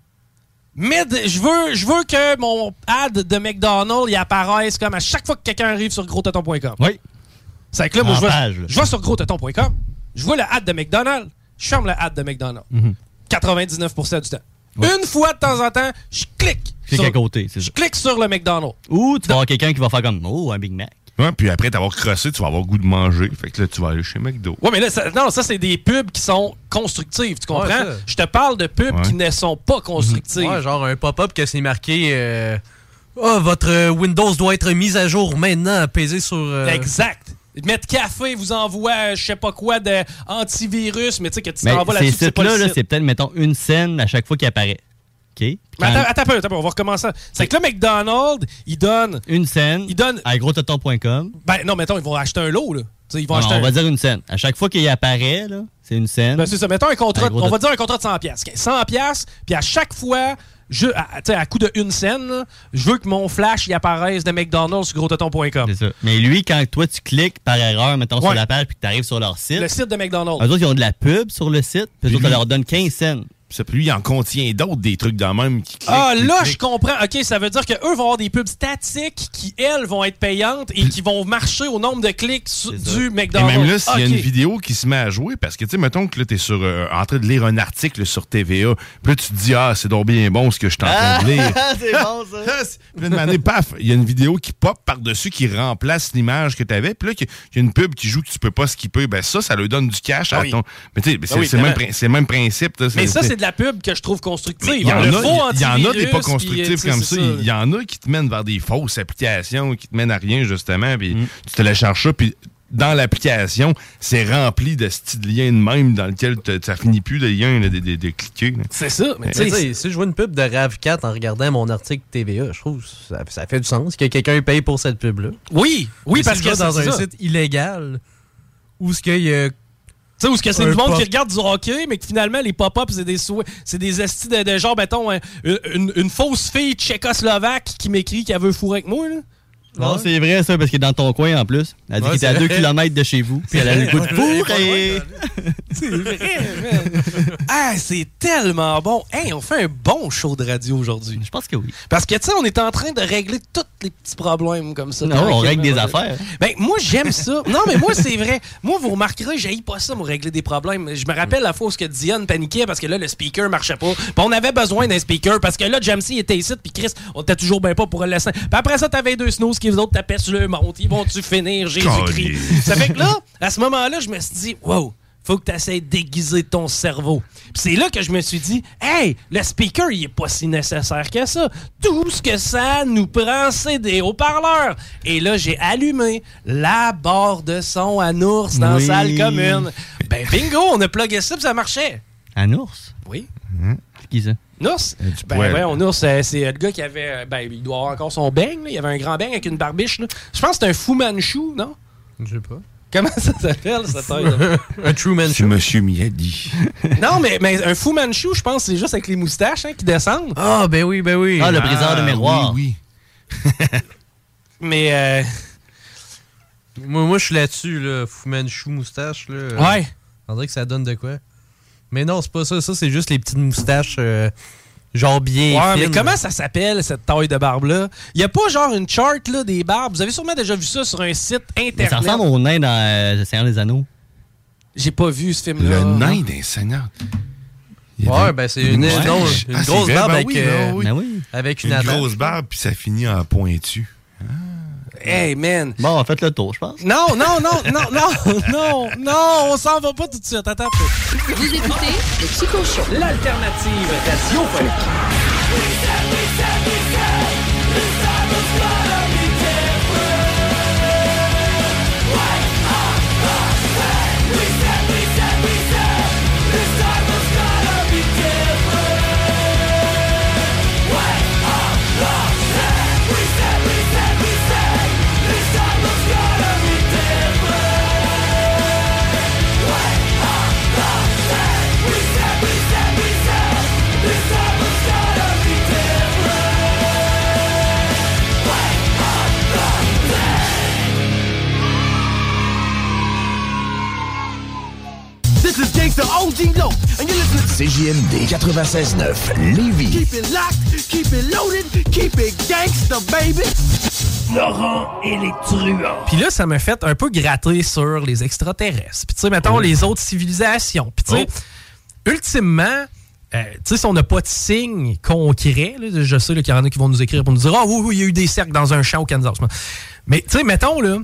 Speaker 1: Mais de- je veux, je veux que mon ad de McDonald's il apparaisse comme à chaque fois que quelqu'un arrive sur grostaton.com.
Speaker 4: Oui.
Speaker 1: C'est que là, moi,
Speaker 4: En
Speaker 1: je vais,
Speaker 4: page, là.
Speaker 1: je vais sur grostaton.com, je vois le ad de McDonald's, je ferme le ad de McDonald's.
Speaker 4: Mhm.
Speaker 1: 99% du temps. Une fois de temps en temps, je clique.
Speaker 4: Clique
Speaker 1: sur-
Speaker 4: à côté, c'est ça.
Speaker 1: Je clique sur le McDonald's.
Speaker 4: Ou tu vas avoir quelqu'un qui va faire comme Oh, un Big Mac.
Speaker 10: Ouais, puis après t'avoir crossé, tu vas avoir goût de manger. Fait que là, tu vas aller chez McDo.
Speaker 1: Ouais, mais là, ça, non, ça, c'est des pubs qui sont constructives, tu comprends?
Speaker 2: Ouais, ça.
Speaker 1: je te parle de pubs
Speaker 2: Ouais.
Speaker 1: qui ne sont pas constructives.
Speaker 2: Ouais, genre un pop-up que c'est marqué euh, Ah, votre euh, Windows doit être mis à jour maintenant, apaisé sur. euh,
Speaker 1: Exact. Mettre café, vous envoie euh, je sais pas quoi de antivirus, mais tu sais que tu
Speaker 4: Mais
Speaker 1: t'envoies
Speaker 4: ces
Speaker 1: là-dessus, c'est pas
Speaker 4: sites-là,
Speaker 1: le
Speaker 4: là,
Speaker 1: site.
Speaker 4: c'est peut-être, mettons, une scène à chaque fois qu'il apparaît. OK? Puis quand-
Speaker 1: Mais attends, attends un peu, attends un peu, on va recommencer. C'est que là, McDonald's, ils donnent...
Speaker 4: Une scène
Speaker 1: ils donnent,
Speaker 4: à grostonton.com.
Speaker 1: Ben non, mettons, ils vont acheter un lot, là. Tu sais, ils vont
Speaker 4: Non,
Speaker 1: acheter
Speaker 4: on
Speaker 1: un...
Speaker 4: va dire une scène. À chaque fois qu'il apparaît, là, c'est une scène.
Speaker 1: Ben, c'est ça, mettons un contrat,
Speaker 4: Un gros
Speaker 1: on va
Speaker 4: de-
Speaker 1: dire un contrat de 100 pièces. 100 pièces, puis à chaque fois, je, à, tu sais, à coup de une scène, là, je veux que mon flash y apparaisse de McDonald's sur grostoton.com.
Speaker 4: C'est ça. Mais lui, quand toi, tu cliques par erreur, mettons, sur
Speaker 1: Ouais.
Speaker 4: la page, puis que tu arrives sur leur site,
Speaker 1: Le site de McDonald's.
Speaker 10: Ah,
Speaker 4: eux autres, ils ont de la pub sur le site, puis eux autres, ça leur donne 15 cents.
Speaker 10: Ça, puis lui, il en contient d'autres, des trucs dans le même qui cliquent.
Speaker 1: Ah,
Speaker 10: qui
Speaker 1: là,
Speaker 10: cliquent.
Speaker 1: je comprends. OK, ça veut dire qu'eux vont avoir des pubs statiques qui, elles, vont être payantes et qui vont marcher au nombre de clics su- du
Speaker 10: Et
Speaker 1: McDonald's.
Speaker 10: même là, s'il y a
Speaker 1: OK.
Speaker 10: une vidéo qui se met à jouer, parce que, tu sais, mettons que là, t'es sur, euh, en train de lire un article sur TVA, puis là, tu te dis, ah, c'est donc bien bon ce que je suis en
Speaker 5: Ah,
Speaker 10: train de lire.
Speaker 4: c'est bon, ça.
Speaker 10: Puis là, une année, paf, il y a une vidéo qui pop par-dessus, qui remplace l'image que tu avais. Puis là, qu'il y a une pub qui joue que tu peux pas skipper. Ben ça, ça lui donne du cash
Speaker 1: Ah
Speaker 10: à
Speaker 1: oui.
Speaker 10: ton. Mais tu sais,
Speaker 1: Ah
Speaker 10: c'est
Speaker 1: oui,
Speaker 10: c'est le même
Speaker 1: évidemment.
Speaker 10: prin- c'est le même principe. là,
Speaker 1: Mais ça, c'est de la pub que je trouve constructive.
Speaker 10: il y, en a,
Speaker 1: Le
Speaker 10: il
Speaker 1: faux
Speaker 10: y en a des
Speaker 1: antivirus,
Speaker 10: pas
Speaker 1: puis, euh,
Speaker 10: constructifs
Speaker 1: tu sais,
Speaker 10: comme
Speaker 1: c'est
Speaker 10: ça. Il y en a qui te mènent vers des fausses applications, qui te mènent à rien, justement. Puis
Speaker 1: Mm.
Speaker 10: tu télécharges ça, puis dans l'application, c'est rempli de ce de liens de même dans lequel te- ça finit plus de liens, là, de, de- de cliquer. là.
Speaker 2: Mais tu sais, si je vois une pub de RAV4 en regardant mon article TVA, je trouve que ça, ça fait du sens que quelqu'un paye pour cette pub-là.
Speaker 1: Oui, oui,
Speaker 2: Mais
Speaker 1: parce
Speaker 2: si je
Speaker 1: que
Speaker 2: vais dans
Speaker 1: c'est- c'est
Speaker 2: un
Speaker 1: ça.
Speaker 2: site illégal où ce qu'il y a. Tu
Speaker 1: sais, où ce que c'est du monde qui regarde du hockey, mais que finalement, les pop-ups, c'est des souhaits- c'est des estis de, de genre, mettons, un- une, une- une fausse fille tchécoslovaque qui m'écrit qu'elle veut fourrer avec moi. Là.
Speaker 4: Non, c'est vrai, ça, parce qu'il est dans ton coin, en plus. Elle dit
Speaker 1: Ouais,
Speaker 4: qu'il était
Speaker 1: c'est
Speaker 4: à 2
Speaker 1: vrai.
Speaker 4: km de chez vous, puis elle a le goût de bourrer.
Speaker 1: C'est vrai, man. Ah, c'est tellement bon. Hey, on fait un bon show de radio aujourd'hui. Je
Speaker 4: pense que oui.
Speaker 1: Parce que, tu sais, on est en train de régler tous les petits problèmes comme ça.
Speaker 4: Non, on règle des
Speaker 1: Tranquillement.
Speaker 4: affaires.
Speaker 1: Ben, moi, j'aime ça. Non, mais moi, c'est vrai. Moi, vous remarquerez, j'haïs pas ça, moi, régler des problèmes. Je me rappelle la fois où ce que Diane paniquait parce que là, le speaker marchait pas. Puis on avait besoin d'un speaker parce que là, Jamsey était ici, puis Chris, on était toujours bien pas pour le laisser. Puis après ça, t'avais deux snooze qui, vous autres, tapaient sur le monte. Ils vont-tu finir, Jésus-Christ? Ça fait que là, à ce moment-là, je me suis dit, wow, faut que tu essaies de déguiser ton cerveau. Puis c'est là que je me suis dit, hey, le speaker, il est pas si nécessaire que ça. Tout ce que ça nous prend, c'est des haut-parleurs. Et là, j'ai allumé la barre de son à Nours dans
Speaker 4: Oui.
Speaker 1: salle commune. Ben, bingo, on a plugué ça, puis ça marchait.
Speaker 4: Un ours?
Speaker 1: Oui.
Speaker 4: Hein? C'est qui ça?
Speaker 1: Un ours? Ben,
Speaker 4: poil.
Speaker 1: ouais, un ours, euh, c'est euh, le gars qui avait. euh, Ben, il doit avoir encore son beigne, là. Il avait un grand beigne avec une barbiche, là. Je pense que c'est un Fu Manchu, non?
Speaker 2: Je sais pas.
Speaker 1: Comment ça s'appelle, cette taille
Speaker 2: Un true man.
Speaker 10: C'est Monsieur Miyadi.
Speaker 1: Non, mais, mais un Fu Manchu, je pense, que c'est juste avec les moustaches hein, qui descendent.
Speaker 2: Ah, ben oui, ben oui.
Speaker 4: Ah, le briseur de miroir.
Speaker 10: Oui,
Speaker 1: Mais. euh,
Speaker 2: Moi, moi je suis là-dessus, là. Fu Manchu moustache, là.
Speaker 1: Ouais.
Speaker 2: Euh, On dirait que ça donne de quoi. Mais non, c'est pas ça. Ça, c'est juste les petites moustaches, euh, genre bien.
Speaker 1: Ouais, mais
Speaker 2: fines,
Speaker 1: comment
Speaker 2: là.
Speaker 1: ça s'appelle cette taille de barbe là Il y a pas genre une chart là des barbes. Vous avez sûrement déjà vu ça sur un site
Speaker 4: Mais ça
Speaker 1: internet.
Speaker 4: ressemble au nain dans euh, Le Seigneur des Anneaux.
Speaker 1: J'ai pas vu ce film
Speaker 10: Le nain d'un seigneur.
Speaker 2: Ouais, ben c'est une,
Speaker 10: moustache.
Speaker 2: non, une
Speaker 10: Ah, c'est
Speaker 2: grosse
Speaker 10: vrai,
Speaker 2: barbe
Speaker 10: ben
Speaker 2: avec,
Speaker 10: oui,
Speaker 2: euh,
Speaker 10: ben oui.
Speaker 2: avec une,
Speaker 10: Une
Speaker 2: attaque.
Speaker 10: grosse barbe, puis ça finit en pointu.
Speaker 1: Hey man.
Speaker 4: Bon, faites le tour, je pense.
Speaker 1: Non, non, non, non, non, non, non, on s'en va pas tout de suite. Attends. un peu.
Speaker 31: Vous écoutez le Chico Show.
Speaker 1: L'alternative radiophonique.
Speaker 5: This is Gangsta OG Low, and you're listening
Speaker 15: CJMD 96.9 Lévis.
Speaker 5: Keep it locked, keep it loaded, keep it gangsta, baby. Laurent et les truands.
Speaker 1: Puis là, ça m'a fait un peu gratter sur les extraterrestres. Puis tu sais, mettons, les autres civilisations. Puis tu sais,
Speaker 10: Oh.
Speaker 1: ultimement, euh, tu sais, si on n'a pas de signe concret, là, je sais là, qu'il y en a qui vont nous écrire pour nous dire « Ah oui, oui, il y a eu des cercles dans un champ au Kansas. » Mais tu sais, mettons, là,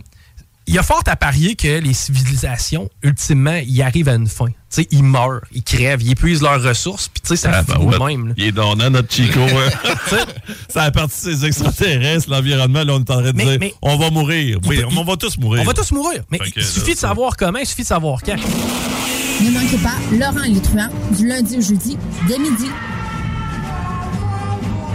Speaker 1: il y a fort à parier que les civilisations, ultimement, ils arrivent à une fin. Tu sais, ils meurent, ils crèvent, ils épuisent leurs ressources, puis tu sais, ça finit de même. là.
Speaker 10: Ah, ben Il est donnant, notre Chico. hein.
Speaker 32: Ça a parti ces extraterrestres, l'environnement, là, on est en train de
Speaker 1: Mais-
Speaker 32: dire
Speaker 1: mais-
Speaker 32: on va mourir. Oui,
Speaker 1: Il-
Speaker 32: on va tous mourir.
Speaker 1: On va tous mourir, mais
Speaker 32: Fait que
Speaker 1: il suffit de savoir comment, il suffit de savoir quand.
Speaker 33: Ne manquez pas Laurent et les truands du lundi au jeudi dès midi.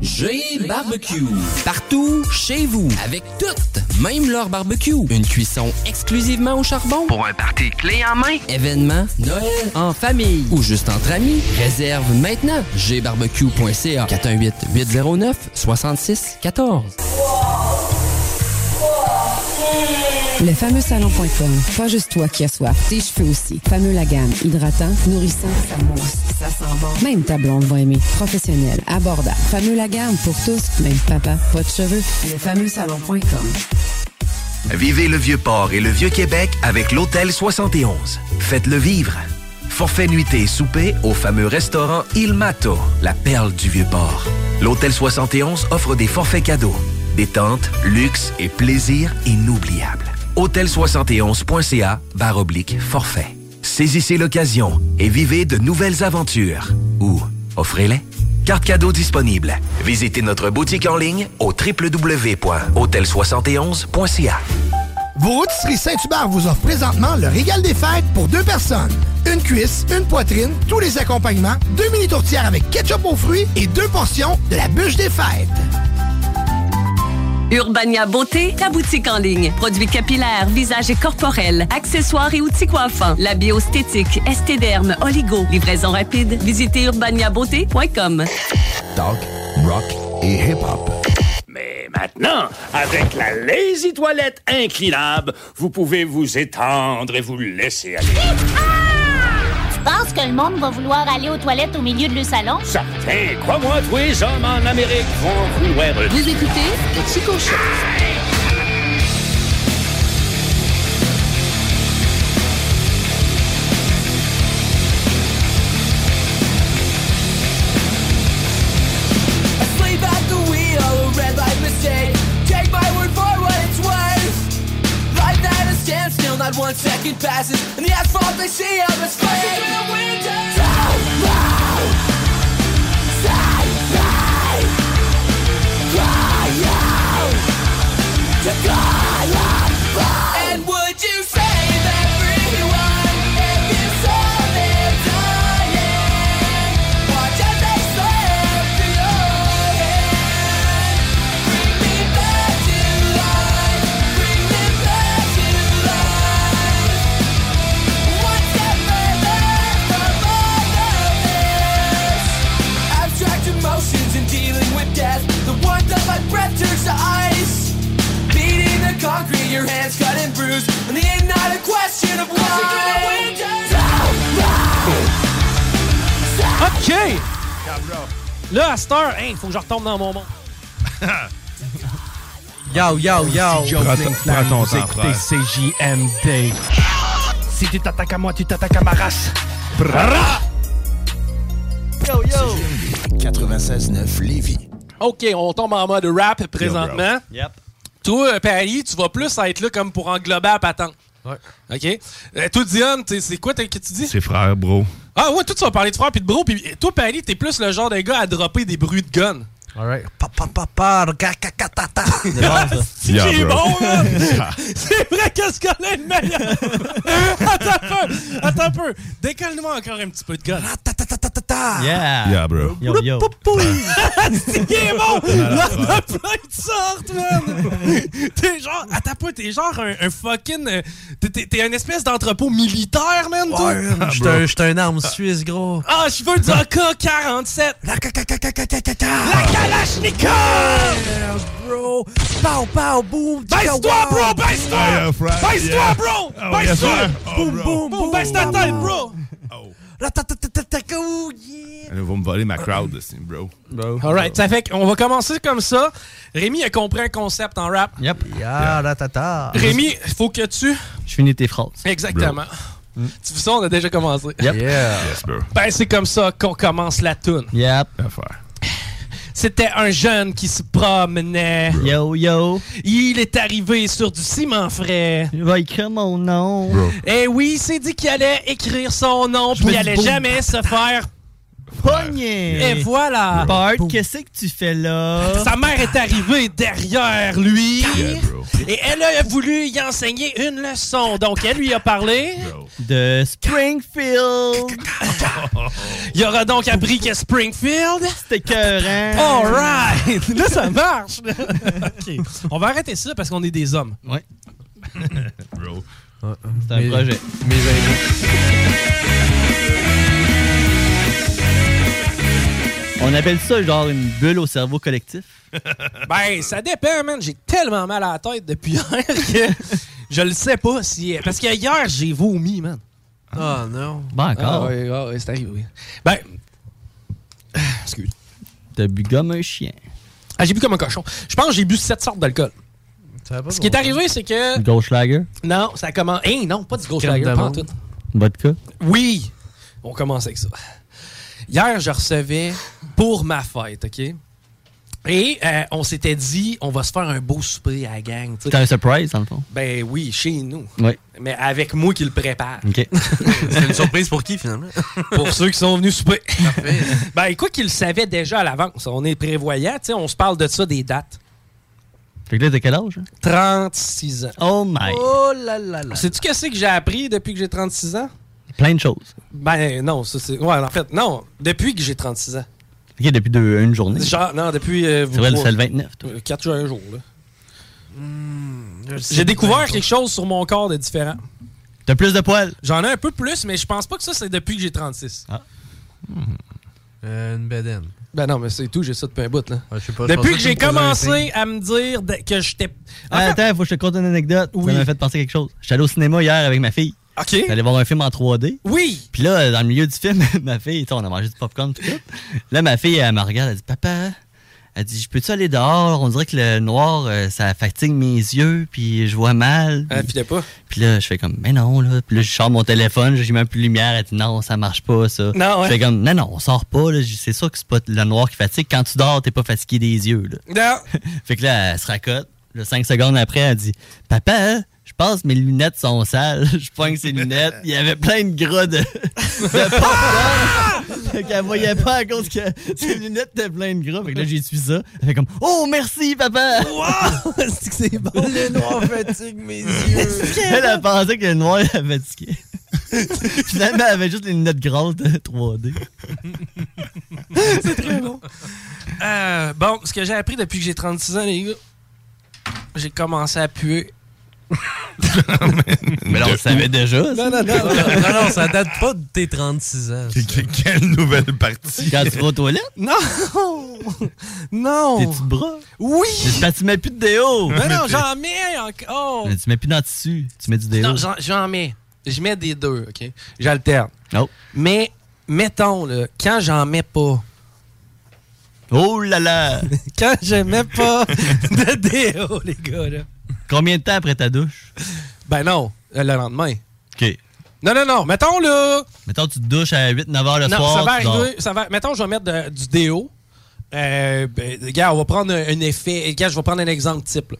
Speaker 18: J'ai barbecue. Partout, chez vous, avec tout, même leur barbecue. Une cuisson exclusivement au charbon. Pour un party clé en main. Événement, Noël, en famille ou juste entre amis. Réserve maintenant. gbarbecue.ca 418-809-6614.
Speaker 8: Le fameux salon.com. Pas juste toi qui as soif, tes cheveux aussi. Fameux la gamme. Hydratant, nourrissant, ça mousse, ça sent bon. Même ta blonde va aimer. Professionnel, abordable. Fameux la gamme pour tous, même papa, pas de cheveux. Le fameux salon.com.
Speaker 11: Vivez le Vieux-Port et le Vieux-Québec avec l'Hôtel 71. Faites-le vivre. Forfait nuitée et souper au fameux restaurant Il Mato, la perle du Vieux-Port. L'Hôtel 71 offre des forfaits cadeaux, détente, luxe et plaisir inoubliables. Hôtel71.ca barre oblique forfait. Saisissez l'occasion et vivez de nouvelles aventures. Ou offrez-les. Carte cadeau disponible. Visitez notre boutique en ligne au www.hôtel71.ca.
Speaker 6: Vos rôtisseries Saint-Hubert vous offrent présentement le régal des fêtes pour deux personnes. Une cuisse, une poitrine, tous les accompagnements, deux mini tourtières avec ketchup aux fruits et deux portions de la bûche des fêtes.
Speaker 17: Urbania Beauté, ta boutique en ligne. Produits capillaires, visage et corporel, accessoires et outils coiffants, la bioesthétique, estéderme, oligo, livraison rapide. Visitez urbaniabeauté.com.
Speaker 15: Talk, rock et hip-hop.
Speaker 11: Et maintenant, avec la Lazy Toilette inclinable, vous pouvez vous étendre et vous laisser aller.
Speaker 23: Tu penses que le monde va vouloir aller aux toilettes au milieu de le salon?
Speaker 11: Certain, crois-moi, tous les hommes en Amérique vont vouloir...
Speaker 23: Vous écoutez le Chico Show.
Speaker 5: Asleep at the wheel, a red light mistake. Take my word for what it's worth. Life at a standstill, not one second passes. And the asphalt they see of is fake. Don't bow. Say they cry out to God above. And would you save everyone if you saw them dying? Watch as they slip to your hand. Abstract emotions and dealing with death. The warmth of my breath turns to ice. Beating the concrete, your hands cut and bruised. And the end, not a question of why.
Speaker 1: OK! Là, à cette heure, hey, faut que je retombe dans mon monde.
Speaker 2: Yo, yo, yo.
Speaker 10: Prends ton- prends ton temps, frère.
Speaker 34: CJMD. E Si tu t'attaques à moi, tu t'attaques à ma race.
Speaker 2: Yo, yo.
Speaker 15: 96.9 Lévis.
Speaker 1: OK, on tombe en mode rap présentement.
Speaker 15: Yep.
Speaker 1: Toi, euh, Paris, tu vas plus être là comme pour englober la patente.
Speaker 2: Ouais.
Speaker 1: OK? Euh, toi, Diane, t'es- c'est quoi t'as- que tu dis?
Speaker 10: C'est frère, bro.
Speaker 1: Ah ouais, toi, tu vas parler de frère puis de bro. Puis euh, toi, Paris, t'es plus le genre de gars à dropper des bruits de gun.
Speaker 2: All right. Pa, pa, pa, pa, ga, ga, ga, ta, ta. C'est bon, ça.
Speaker 1: C'est qui est bon, là! C'est vrai que ce gars-là est le meilleur! Attends un peu! Attends un peu! Décolle-nous encore un petit peu de gun.
Speaker 4: Yeah.
Speaker 10: Yeah, bro.
Speaker 4: Yo, yo.
Speaker 1: C'est qui est bon!
Speaker 4: Dans la
Speaker 1: Là, on a plein de sortes, man! T'es genre... Attends pas, t'es genre un, un fucking... euh, t'es- T'es t'es un espèce d'entrepôt militaire, man, toi!
Speaker 2: J'étais un- j'étais un arme suisse, gros.
Speaker 1: Ah, je veux du
Speaker 2: Bah.
Speaker 1: AK-47! La Kalachnikov!
Speaker 2: Bro! Pow, pow, boom!
Speaker 1: Baisse-toi, bro! Baisse-toi!
Speaker 2: Yeah, Frank,
Speaker 1: Baisse-toi,
Speaker 2: yeah.
Speaker 1: bro!
Speaker 2: Oh, yes,
Speaker 1: Baisse-toi!
Speaker 2: sir. Oh,
Speaker 1: boum, boum, boum! Baisse ta tête, bro!
Speaker 10: Elle va me voler ma crowd, c'est- bro.
Speaker 2: Bro.
Speaker 1: Alright, ça fait qu'on va commencer comme ça. Rémi a compris un concept en rap.
Speaker 4: Yep.
Speaker 10: Ah,
Speaker 1: Ah, Rémi, faut que tu.
Speaker 4: Je finis tes phrases.
Speaker 1: Exactement. Tu fais ça, on a déjà commencé.
Speaker 4: Yep.
Speaker 10: Yes, bro.
Speaker 1: Ben, c'est comme ça qu'on commence la tune.
Speaker 4: Yep.
Speaker 1: C'était un jeune qui se promenait.
Speaker 4: Yo, yo.
Speaker 1: Il est arrivé sur du ciment frais.
Speaker 4: Il va écrire mon nom.
Speaker 1: Eh oui, il s'est dit qu'il allait écrire son nom,
Speaker 4: me
Speaker 1: puis il
Speaker 4: dis
Speaker 1: allait
Speaker 4: boum,
Speaker 1: jamais se faire.
Speaker 4: Pogné.
Speaker 1: Et voilà.
Speaker 4: Bart, qu'est-ce que tu fais là?
Speaker 1: Sa mère est arrivée derrière lui.
Speaker 4: Yeah,
Speaker 1: Et elle a voulu y enseigner une leçon. Donc, elle lui a parlé.
Speaker 4: De Springfield.
Speaker 1: Il y aura donc appris que Springfield.
Speaker 4: C'était écœurant.
Speaker 1: All right. hein? Là, ça marche. là. OK. On va arrêter ça parce qu'on est des hommes.
Speaker 4: Ouais.
Speaker 10: Bro.
Speaker 4: C'est un projet.
Speaker 2: Mais
Speaker 4: On appelle ça genre une bulle au cerveau collectif.
Speaker 1: Ben, ça dépend, man. J'ai tellement mal à la tête depuis hier que je le sais pas si. Parce que hier, j'ai vomi, man.
Speaker 2: Oh non.
Speaker 4: Ben, encore.
Speaker 1: Ah, ouais, ah, ouais, c'est arrivé, oui. Ben. Excuse.
Speaker 4: T'as bu comme un chien.
Speaker 1: Ah, j'ai bu comme un cochon. Je pense que j'ai bu sept sortes d'alcool. Ce qui est arrivé, c'est
Speaker 2: Euh.
Speaker 1: que.
Speaker 4: Gauchlager.
Speaker 1: Non, ça commence. Hein, non, pas du gros
Speaker 4: Crème
Speaker 1: lager,
Speaker 4: d'amande.
Speaker 1: pas en tout.
Speaker 4: Vodka.
Speaker 1: Oui! On commence avec ça. Hier, je recevais pour ma fête, OK? Et euh, on s'était dit, on va se faire un beau souper à la gang. tu sais.
Speaker 4: C'était un surprise, dans le fond.
Speaker 1: Ben oui, chez nous.
Speaker 4: Ouais.
Speaker 1: Mais avec moi qui le prépare.
Speaker 4: OK.
Speaker 2: C'est une surprise pour qui, finalement?
Speaker 1: pour ceux qui sont venus souper. ben, écoute, qu'ils le savaient déjà à l'avance. On est prévoyant, tu sais, on se parle de ça des dates.
Speaker 4: Fait que là, t'as quel âge? hein?
Speaker 1: 36 ans.
Speaker 4: Oh my.
Speaker 1: Oh là là là.
Speaker 4: Sais-tu
Speaker 1: Sais-tu qu'est-ce que j'ai appris depuis que j'ai 36 ans?
Speaker 4: Plein de choses.
Speaker 1: Ben non, ça c'est. Ouais, en fait, non. Depuis que j'ai 36 ans.
Speaker 4: Ok, depuis deux- une journée.
Speaker 1: Genre, non, depuis. euh, vous
Speaker 4: C'est vrai,
Speaker 1: trois-
Speaker 4: c'est le 29,
Speaker 1: 4 jours, un jour, là. J'ai découvert quelque chose sur mon corps de différent.
Speaker 4: T'as plus de poils? Ah.
Speaker 1: J'en ai un peu plus, mais je pense pas que ça, c'est depuis que j'ai 36.
Speaker 2: Hmm. Euh, une bedaine.
Speaker 1: Ben non, mais c'est tout, j'ai ça depuis un bout, là.
Speaker 2: pas, je
Speaker 1: depuis
Speaker 2: pensais
Speaker 1: que
Speaker 2: que
Speaker 1: j'ai
Speaker 2: tu me posais un
Speaker 1: commencé à me dire de- que j'étais. En
Speaker 4: Ah,
Speaker 1: fait,
Speaker 4: attends, faut que je te conte une anecdote. Ça m'a fait penser quelque chose. J'étais allé au cinéma hier avec ma fille.
Speaker 1: OK. J'étais
Speaker 4: allé voir un film en 3D.
Speaker 1: Oui.
Speaker 4: Puis là, dans le milieu du film, ma fille, tu sais, on a mangé du popcorn tout ça. Là, ma fille, elle me regarde, elle dit Papa, elle dit Je peux-tu aller dehors On dirait que le noir, euh, ça fatigue mes yeux, puis je vois mal.
Speaker 1: Elle filait pas.
Speaker 4: Puis là, je fais comme Mais non, là. Puis là, je sors mon téléphone, j'ai même plus de lumière. Elle dit Non, ça marche pas, ça.
Speaker 1: Non, ouais.
Speaker 4: Je fais comme Non, non, on sort pas, là. Je dis, C'est sûr que c'est pas le noir qui fatigue. Quand tu dors, t'es pas fatigué des yeux, là.
Speaker 1: Non.
Speaker 4: fait que là, elle se racote. Le 5 secondes après, elle dit Papa, je pense que mes lunettes sont sales. Je pogne ses lunettes. Il y avait plein de gras de, de popcorn. fait qu'elle voyait pas à cause que ses lunettes étaient pleines de gras. Fait que là, j'ai su ça. Elle fait comme Oh, merci, papa Wow C'est que c'est bon.
Speaker 1: Le noir fatigue mes yeux.
Speaker 4: Elle a pensé que le noir la fatiguait. Finalement, elle avait juste les lunettes grasses de 3D.
Speaker 1: c'est très bon. Euh, bon, ce que j'ai appris depuis que j'ai 36 ans, les gars, j'ai commencé à puer.
Speaker 4: Mais là, on le savait déjà. ça.
Speaker 1: Non, non, non.
Speaker 2: non, non, ça date pas de tes 36 ans.
Speaker 10: Quelle nouvelle partie?
Speaker 4: Quand tu vas aux toilettes?
Speaker 1: Non! Non!
Speaker 4: Tes-tu bras?
Speaker 1: Oui!
Speaker 4: Mais tu mets plus de déo!
Speaker 1: Mais non, j'en mets oh! encore!
Speaker 4: Mais tu mets plus dans le tissu, tu mets du déo.
Speaker 1: Non, j'en- j'en mets. Je mets des deux, OK? J'alterne. Mais, mettons, là, quand j'en mets pas.
Speaker 4: Oh là là!
Speaker 1: quand je mets pas de déo, les gars, là.
Speaker 4: Combien de temps après ta douche?
Speaker 1: Ben non, euh, le lendemain.
Speaker 4: OK.
Speaker 1: Non, non, non. Mettons, là.
Speaker 4: Mettons, tu te douches à 8-9 heures le
Speaker 1: non,
Speaker 4: soir.
Speaker 1: ça va
Speaker 4: tu dors.
Speaker 1: arriver. Ça va, mettons, je vais mettre de- du déo. Euh, ben, gars, on va prendre un, un effet. Gars, je vais prendre un exemple type. là.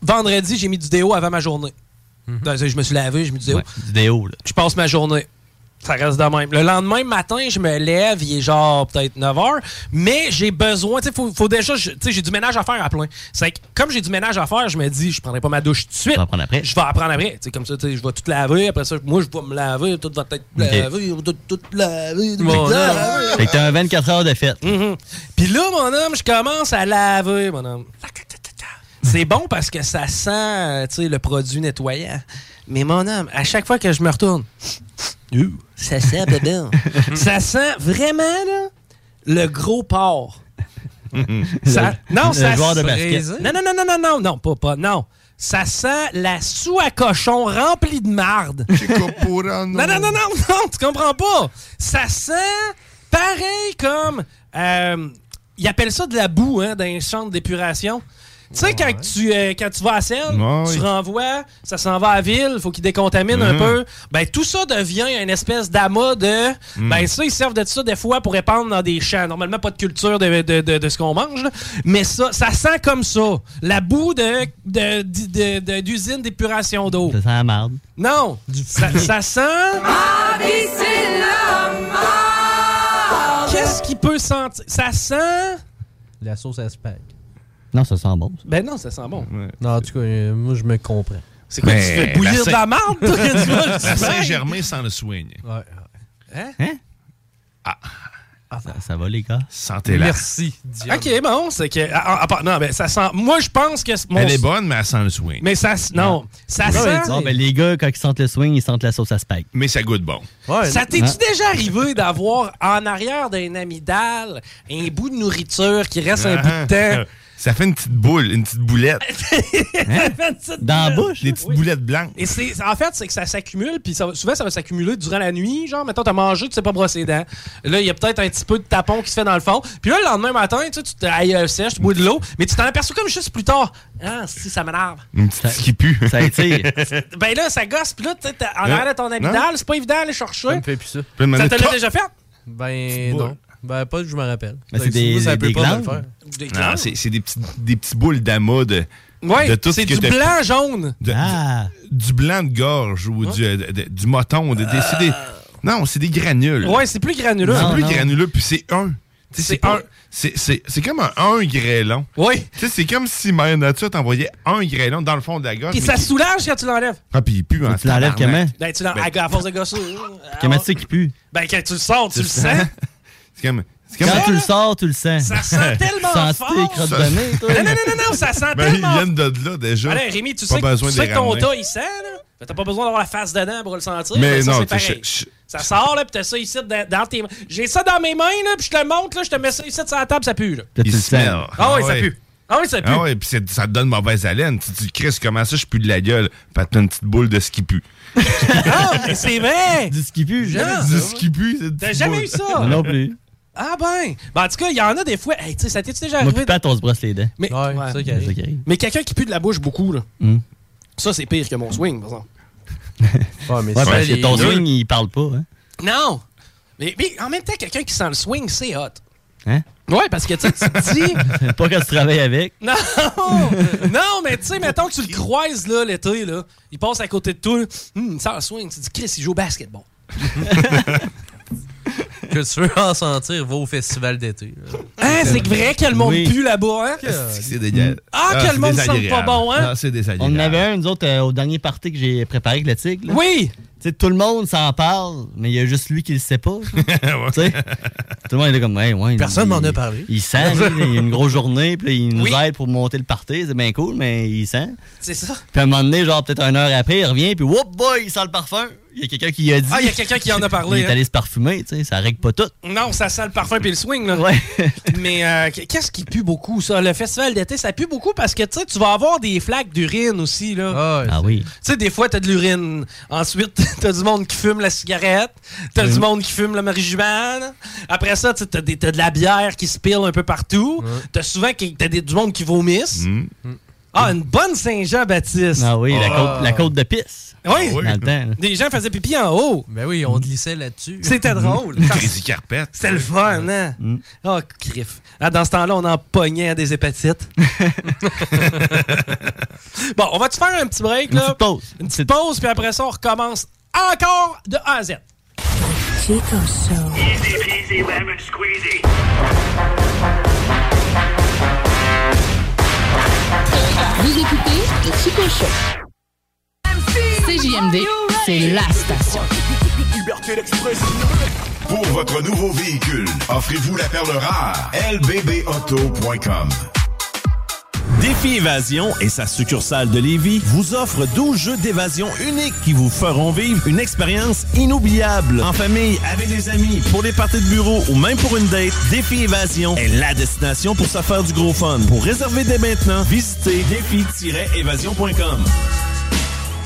Speaker 1: Vendredi, j'ai mis du déo avant ma journée.
Speaker 4: Mhm.
Speaker 1: Donc, Je me suis lavé, j'ai mis du déo.
Speaker 4: Du déo, là.
Speaker 1: Je passe ma journée. Ça reste de même. Le lendemain matin, je me lève, il est genre peut-être 9 h, mais j'ai besoin. Tu sais, faut, faut déjà. je- Tu sais, j'ai du ménage à faire à plein. C'est que, comme j'ai du ménage à faire, je me dis, je prendrai pas ma douche tout de suite. Je vais
Speaker 4: apprendre après.
Speaker 1: Je vais apprendre après. Tu sais, comme ça, tu sais, je vais tout laver. Après ça, moi, je vais me laver. Tout va être lavé. Tout, tout lavé. Tout
Speaker 4: Bon,
Speaker 1: lavé.
Speaker 4: Fait que t'as un 24 heures de fête.
Speaker 1: Mhm. Puis là, mon homme, je commence à laver, mon homme. C'est bon parce que ça sent euh, tu sais, le produit nettoyant. Mais mon homme, à chaque fois que je me retourne, ça sent bébé. ça sent vraiment là, le gros porc. Ça- non,
Speaker 4: le
Speaker 1: ça
Speaker 4: joueur de
Speaker 1: sent-
Speaker 4: basket.
Speaker 1: Non, non, non, non, non, non, non, pas, pas, non. Ça sent la sou à cochon remplie de marde. Non, non, non, non, non, tu comprends pas. Ça sent pareil comme. euh, ils appellent ça de la boue, hein, dans les centres d'épuration. Tu sais, quand, tu, euh, quand tu vas à Seine,
Speaker 10: Ouais,
Speaker 1: tu
Speaker 10: oui.
Speaker 1: renvoies, ça s'en va à la ville, faut qu'ils décontaminent un
Speaker 10: Mhm.
Speaker 1: peu. Ben, tout ça devient une espèce d'amas de.
Speaker 10: Hmm.
Speaker 1: Ben, ça, ils servent de ça des fois pour répandre dans des champs. Normalement, pas de culture de, de- de- de ce qu'on mange, là. mais ça, ça sent comme ça. La boue d'usine de, de- de- d'usine d'épuration d'eau.
Speaker 4: Ça sent la marde.
Speaker 1: Non, ça, ça sent. Qu'est-ce qui peut sentir? Ça sent.
Speaker 2: La sauce à spag.
Speaker 4: Non, ça sent bon.
Speaker 1: Ben non, ça sent bon.
Speaker 2: Non, en tout cas, euh, moi, je me comprends.
Speaker 1: C'est quoi, tu fais bouillir de la marde, toi, que tu manges du
Speaker 10: La
Speaker 1: pain?
Speaker 10: Saint-Germain sans le swing.
Speaker 2: Ouais.
Speaker 1: Hein?
Speaker 4: Ça, ça va, les gars?
Speaker 10: Sentez-la.
Speaker 1: Ok, bon, c'est que. à- à- à part- non, mais ça sent. Moi, je pense que. c'est- mon-
Speaker 10: Elle est bonne, mais elle sent le swing.
Speaker 1: Mais ça. s- Non, ça sent.
Speaker 4: Non, ben, les gars, quand ils sentent le swing, ils sentent la sauce à spag.
Speaker 10: Mais ça goûte bon.
Speaker 1: Ça t'es-tu
Speaker 4: Hein?
Speaker 1: déjà arrivé d'avoir en arrière d'un amidal un bout de nourriture qui reste un
Speaker 2: Ah,
Speaker 1: bout de temps?
Speaker 10: Ah. Ça fait une petite boule, une petite boulette.
Speaker 2: Hein?
Speaker 4: Dans la bouche?
Speaker 10: Des petites boulettes blanches.
Speaker 1: Et c'est, en fait, c'est que ça s'accumule, puis ça- souvent, ça va s'accumuler durant la nuit. Genre, mettons, t'as mangé, tu sais pas brosser les dents. Là, il y a peut-être un petit peu de tapon qui se fait dans le fond. Puis là, le lendemain matin, tu sais, tu te aïe, euh, sèche, tu bois de l'eau, mais tu t'en aperçois comme juste plus tard. Ah, si, ça m'énerve.
Speaker 10: Une petite qui pue.
Speaker 4: Ça étire.
Speaker 1: Ben là, ça gosse, puis là, tu sais, t'as- en arrière de ton
Speaker 2: Non.
Speaker 1: amygdale, c'est pas évident d'aller chercher. Ça
Speaker 2: fait plus ça.
Speaker 1: te l'a déjà fait?
Speaker 2: Ben non. Ben pas que je me rappelle.
Speaker 10: Mais c'est
Speaker 2: Fait que
Speaker 10: des-
Speaker 2: moi, ça
Speaker 10: des
Speaker 2: peut pas me le
Speaker 10: glandes?
Speaker 2: faire.
Speaker 1: Des
Speaker 10: Non, c'est c'est des petits, des petits boules d'amas de,
Speaker 1: Ouais,
Speaker 10: de tout ce
Speaker 1: c'est
Speaker 10: que
Speaker 1: du
Speaker 10: t'as-
Speaker 1: blanc jaune.
Speaker 10: de-
Speaker 4: Ah.
Speaker 10: du, du blanc de gorge ou du, euh, de- du moton. de- des- c'est des- non, c'est des granules.
Speaker 1: Euh. Ouais, c'est plus granuleux.
Speaker 10: C'est
Speaker 1: Non,
Speaker 10: plus
Speaker 1: non.
Speaker 10: granuleux, puis c'est un. Tu sais, C'est un- c'est- c'est- c'est comme un, un grêlon.
Speaker 1: Oui.
Speaker 10: C'est comme si Mère Nature t'envoyait un grêlon dans le fond de la
Speaker 4: Ah,
Speaker 10: gorge.
Speaker 1: Puis
Speaker 10: mais
Speaker 1: ça
Speaker 10: qui-
Speaker 1: soulage quand tu l'enlèves.
Speaker 10: Ah, puis il pue en
Speaker 4: Tu l'enlèves
Speaker 10: tabarnak.
Speaker 1: Ben, tu l'en- à, à force de gosser. Ah,
Speaker 4: Comment tu sais qu'il pue?
Speaker 1: Ben, quand tu le sors, tu le
Speaker 4: C'est
Speaker 1: sens.
Speaker 4: ça.
Speaker 10: C'est comme.
Speaker 4: Quand tu le sors, tu le sens.
Speaker 1: Ça sent tellement
Speaker 4: Tu sens
Speaker 1: fort.
Speaker 4: tes crottes
Speaker 10: Ça-
Speaker 4: de nez, toi.
Speaker 1: Non, non, non, non, non, ça sent
Speaker 10: Ben, ils
Speaker 1: tellement
Speaker 10: viennent de là déjà.
Speaker 1: Allez, Rémi, tu
Speaker 10: Pas
Speaker 1: sais, que-
Speaker 10: besoin
Speaker 1: tu
Speaker 10: de
Speaker 1: sais
Speaker 10: les
Speaker 1: que ton
Speaker 10: ramener.
Speaker 1: tas, il sent, là. Fait que T'as pas besoin d'avoir la face dedans pour le sentir.
Speaker 10: Mais
Speaker 1: mais ça,
Speaker 10: non,
Speaker 1: c'est
Speaker 10: t'es-
Speaker 1: pareil.
Speaker 10: je- je-
Speaker 1: Ça sort, là, pis t'as ça ici dans, dans tes mains. J'ai ça dans mes mains, là, pis je te le montre, là, je te mets ça ici sur la table, ça pue, là.
Speaker 10: Il smell.
Speaker 1: Ah oui, ça pue. Ah oui, ça pue.
Speaker 10: Ah ouais, puis c'est- ça te donne mauvaise haleine. Tu te dis, Chris, comment ça, je pue de la gueule? Puis t'as une petite boule de ce qui pue.
Speaker 1: Ah, mais c'est vrai!
Speaker 4: Du ski pue,
Speaker 10: jamais dit du ski pue.
Speaker 1: T'as jamais eu ça?
Speaker 4: Non plus.
Speaker 1: Ah ben! Ben, en tout cas, il y en a des fois. Hey, tu sais, ça t'est déjà
Speaker 4: Moi, plus
Speaker 1: arrivé?
Speaker 4: pas, on se brosse les dents.
Speaker 1: Mais, ouais.
Speaker 4: C'est ça qui arrive.
Speaker 1: Mais quelqu'un qui pue de la bouche beaucoup, là.
Speaker 4: Hum.
Speaker 1: Ça, c'est pire que mon swing, par exemple.
Speaker 2: Ouais,
Speaker 4: Ouais,
Speaker 2: mais
Speaker 4: parce
Speaker 2: ça,
Speaker 4: que
Speaker 2: les
Speaker 4: ton
Speaker 2: deux-
Speaker 4: swing, il parle pas. Hein?
Speaker 1: Non! Mais, mais en même temps, quelqu'un qui sent le swing, c'est hot.
Speaker 4: Hein?
Speaker 1: Ouais, parce que tu sais, tu te dis.
Speaker 4: pas quand tu travailles avec.
Speaker 1: Non! non, mais tu sais, mettons que tu le croises, là, l'été, là. Il passe à côté de toi, là. Hum, il sent le swing. Tu te dis, Chris, il joue au basketball.
Speaker 2: Que tu veux en sentir, va au festival d'été.
Speaker 1: Hein, c'est vrai que le monde
Speaker 2: Oui.
Speaker 1: pue là-bas, hein?
Speaker 10: C'est dégueulasse.
Speaker 1: Ah, que le monde sent pas bon, hein?
Speaker 10: c'est
Speaker 4: On
Speaker 10: désagréable.
Speaker 4: en avait un, nous autres, euh, au dernier party que j'ai préparé avec le tigre. là.
Speaker 1: Oui!
Speaker 4: Tu sais, tout le monde s'en parle, mais il y a juste lui qui le sait pas. tu sais? Ah, Tout le monde est là comme, hey, ouais,
Speaker 2: Personne
Speaker 4: il-
Speaker 2: m'en a parlé.
Speaker 4: Il sent, lui, il y a une grosse journée, puis là, il nous aide pour monter le party, c'est bien cool, mais il sent.
Speaker 1: C'est ça.
Speaker 4: Puis à un moment donné, genre peut-être une heure après, il revient, puis whoop boy, il sent le parfum. Il y a quelqu'un qui a dit.
Speaker 1: Ah, il y a quelqu'un qui en a parlé,
Speaker 4: il est
Speaker 1: hein.
Speaker 4: allé se parfumer, tu sais, ça règle pas tout.
Speaker 1: Non, ça sent le parfum puis le swing, là. Mais euh, qu- qu'est-ce qui pue beaucoup, ça? Le festival d'été, ça pue beaucoup parce que, tu sais, tu vas avoir des flaques d'urine aussi, là.
Speaker 4: Ah oui.
Speaker 1: Tu sais, des fois, t'as de l'urine. Ensuite, t'as du monde qui fume la cigarette. T'as
Speaker 4: Oui.
Speaker 1: du monde qui fume la marijuana. Après ça, tu sais, t'as des- t'as de la bière qui se pile un peu partout. T'as souvent qui- t'as des- du monde qui vomisse.
Speaker 10: Hmm?
Speaker 1: Ah, une bonne Saint-Jean-Baptiste.
Speaker 4: Ah oui, la, côte, la côte de pisse.
Speaker 1: Oui.
Speaker 4: Dans le temps. là.
Speaker 1: Des gens faisaient pipi en haut.
Speaker 2: Ben oui, on glissait là-dessus.
Speaker 1: C'était drôle.
Speaker 10: Crazy Carpet.
Speaker 1: C'était le fun, hein?
Speaker 4: Mm.
Speaker 1: Oh, criff. Ah, dans ce temps-là, on en pognait à des hépatites. bon, on va-tu faire un petit break, là? Une petite
Speaker 4: pause.
Speaker 1: Une petite pause, puis après ça, on recommence encore de A à Z.
Speaker 35: Vous écoutez le Chico Show. CJMD, c'est la station.
Speaker 7: Pour votre nouveau véhicule, offrez-vous la perle rare. lbbauto.com.
Speaker 9: Défi Évasion et sa succursale de Lévis vous offrent 12 jeux d'évasion uniques qui vous feront vivre une expérience inoubliable. En famille, avec des amis, pour des parties de bureau ou même pour une date, Défi Évasion est la destination pour se faire du gros fun. Pour réserver dès maintenant, visitez défi-évasion.com.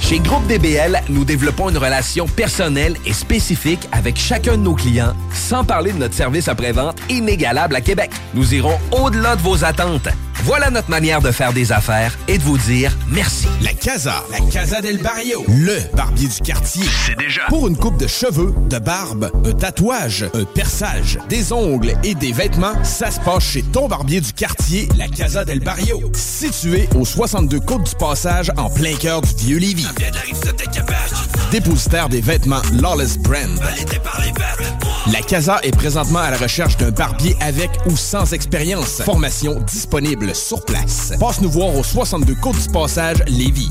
Speaker 11: Chez Groupe DBL, nous développons une relation personnelle et spécifique avec chacun de nos clients, sans parler de notre service après-vente inégalable à Québec. Nous irons au-delà de vos attentes. Voilà notre manière de faire des affaires et de vous dire merci.
Speaker 9: La Casa, la Casa del Barrio, le barbier du quartier. C'est déjà.
Speaker 15: Pour une coupe de cheveux, de barbe, un tatouage, un perçage, des ongles et des vêtements, ça se passe chez ton barbier du quartier, la Casa del Barrio. Situé au 62 Côte du Passage, en plein cœur du vieux Lévis. Dépositaire des vêtements Lawless Brand. La Casa est présentement à la recherche d'un barbier avec ou sans expérience. Formation disponible sur place. Passe nous voir au 62 Côte du Passage, Lévis.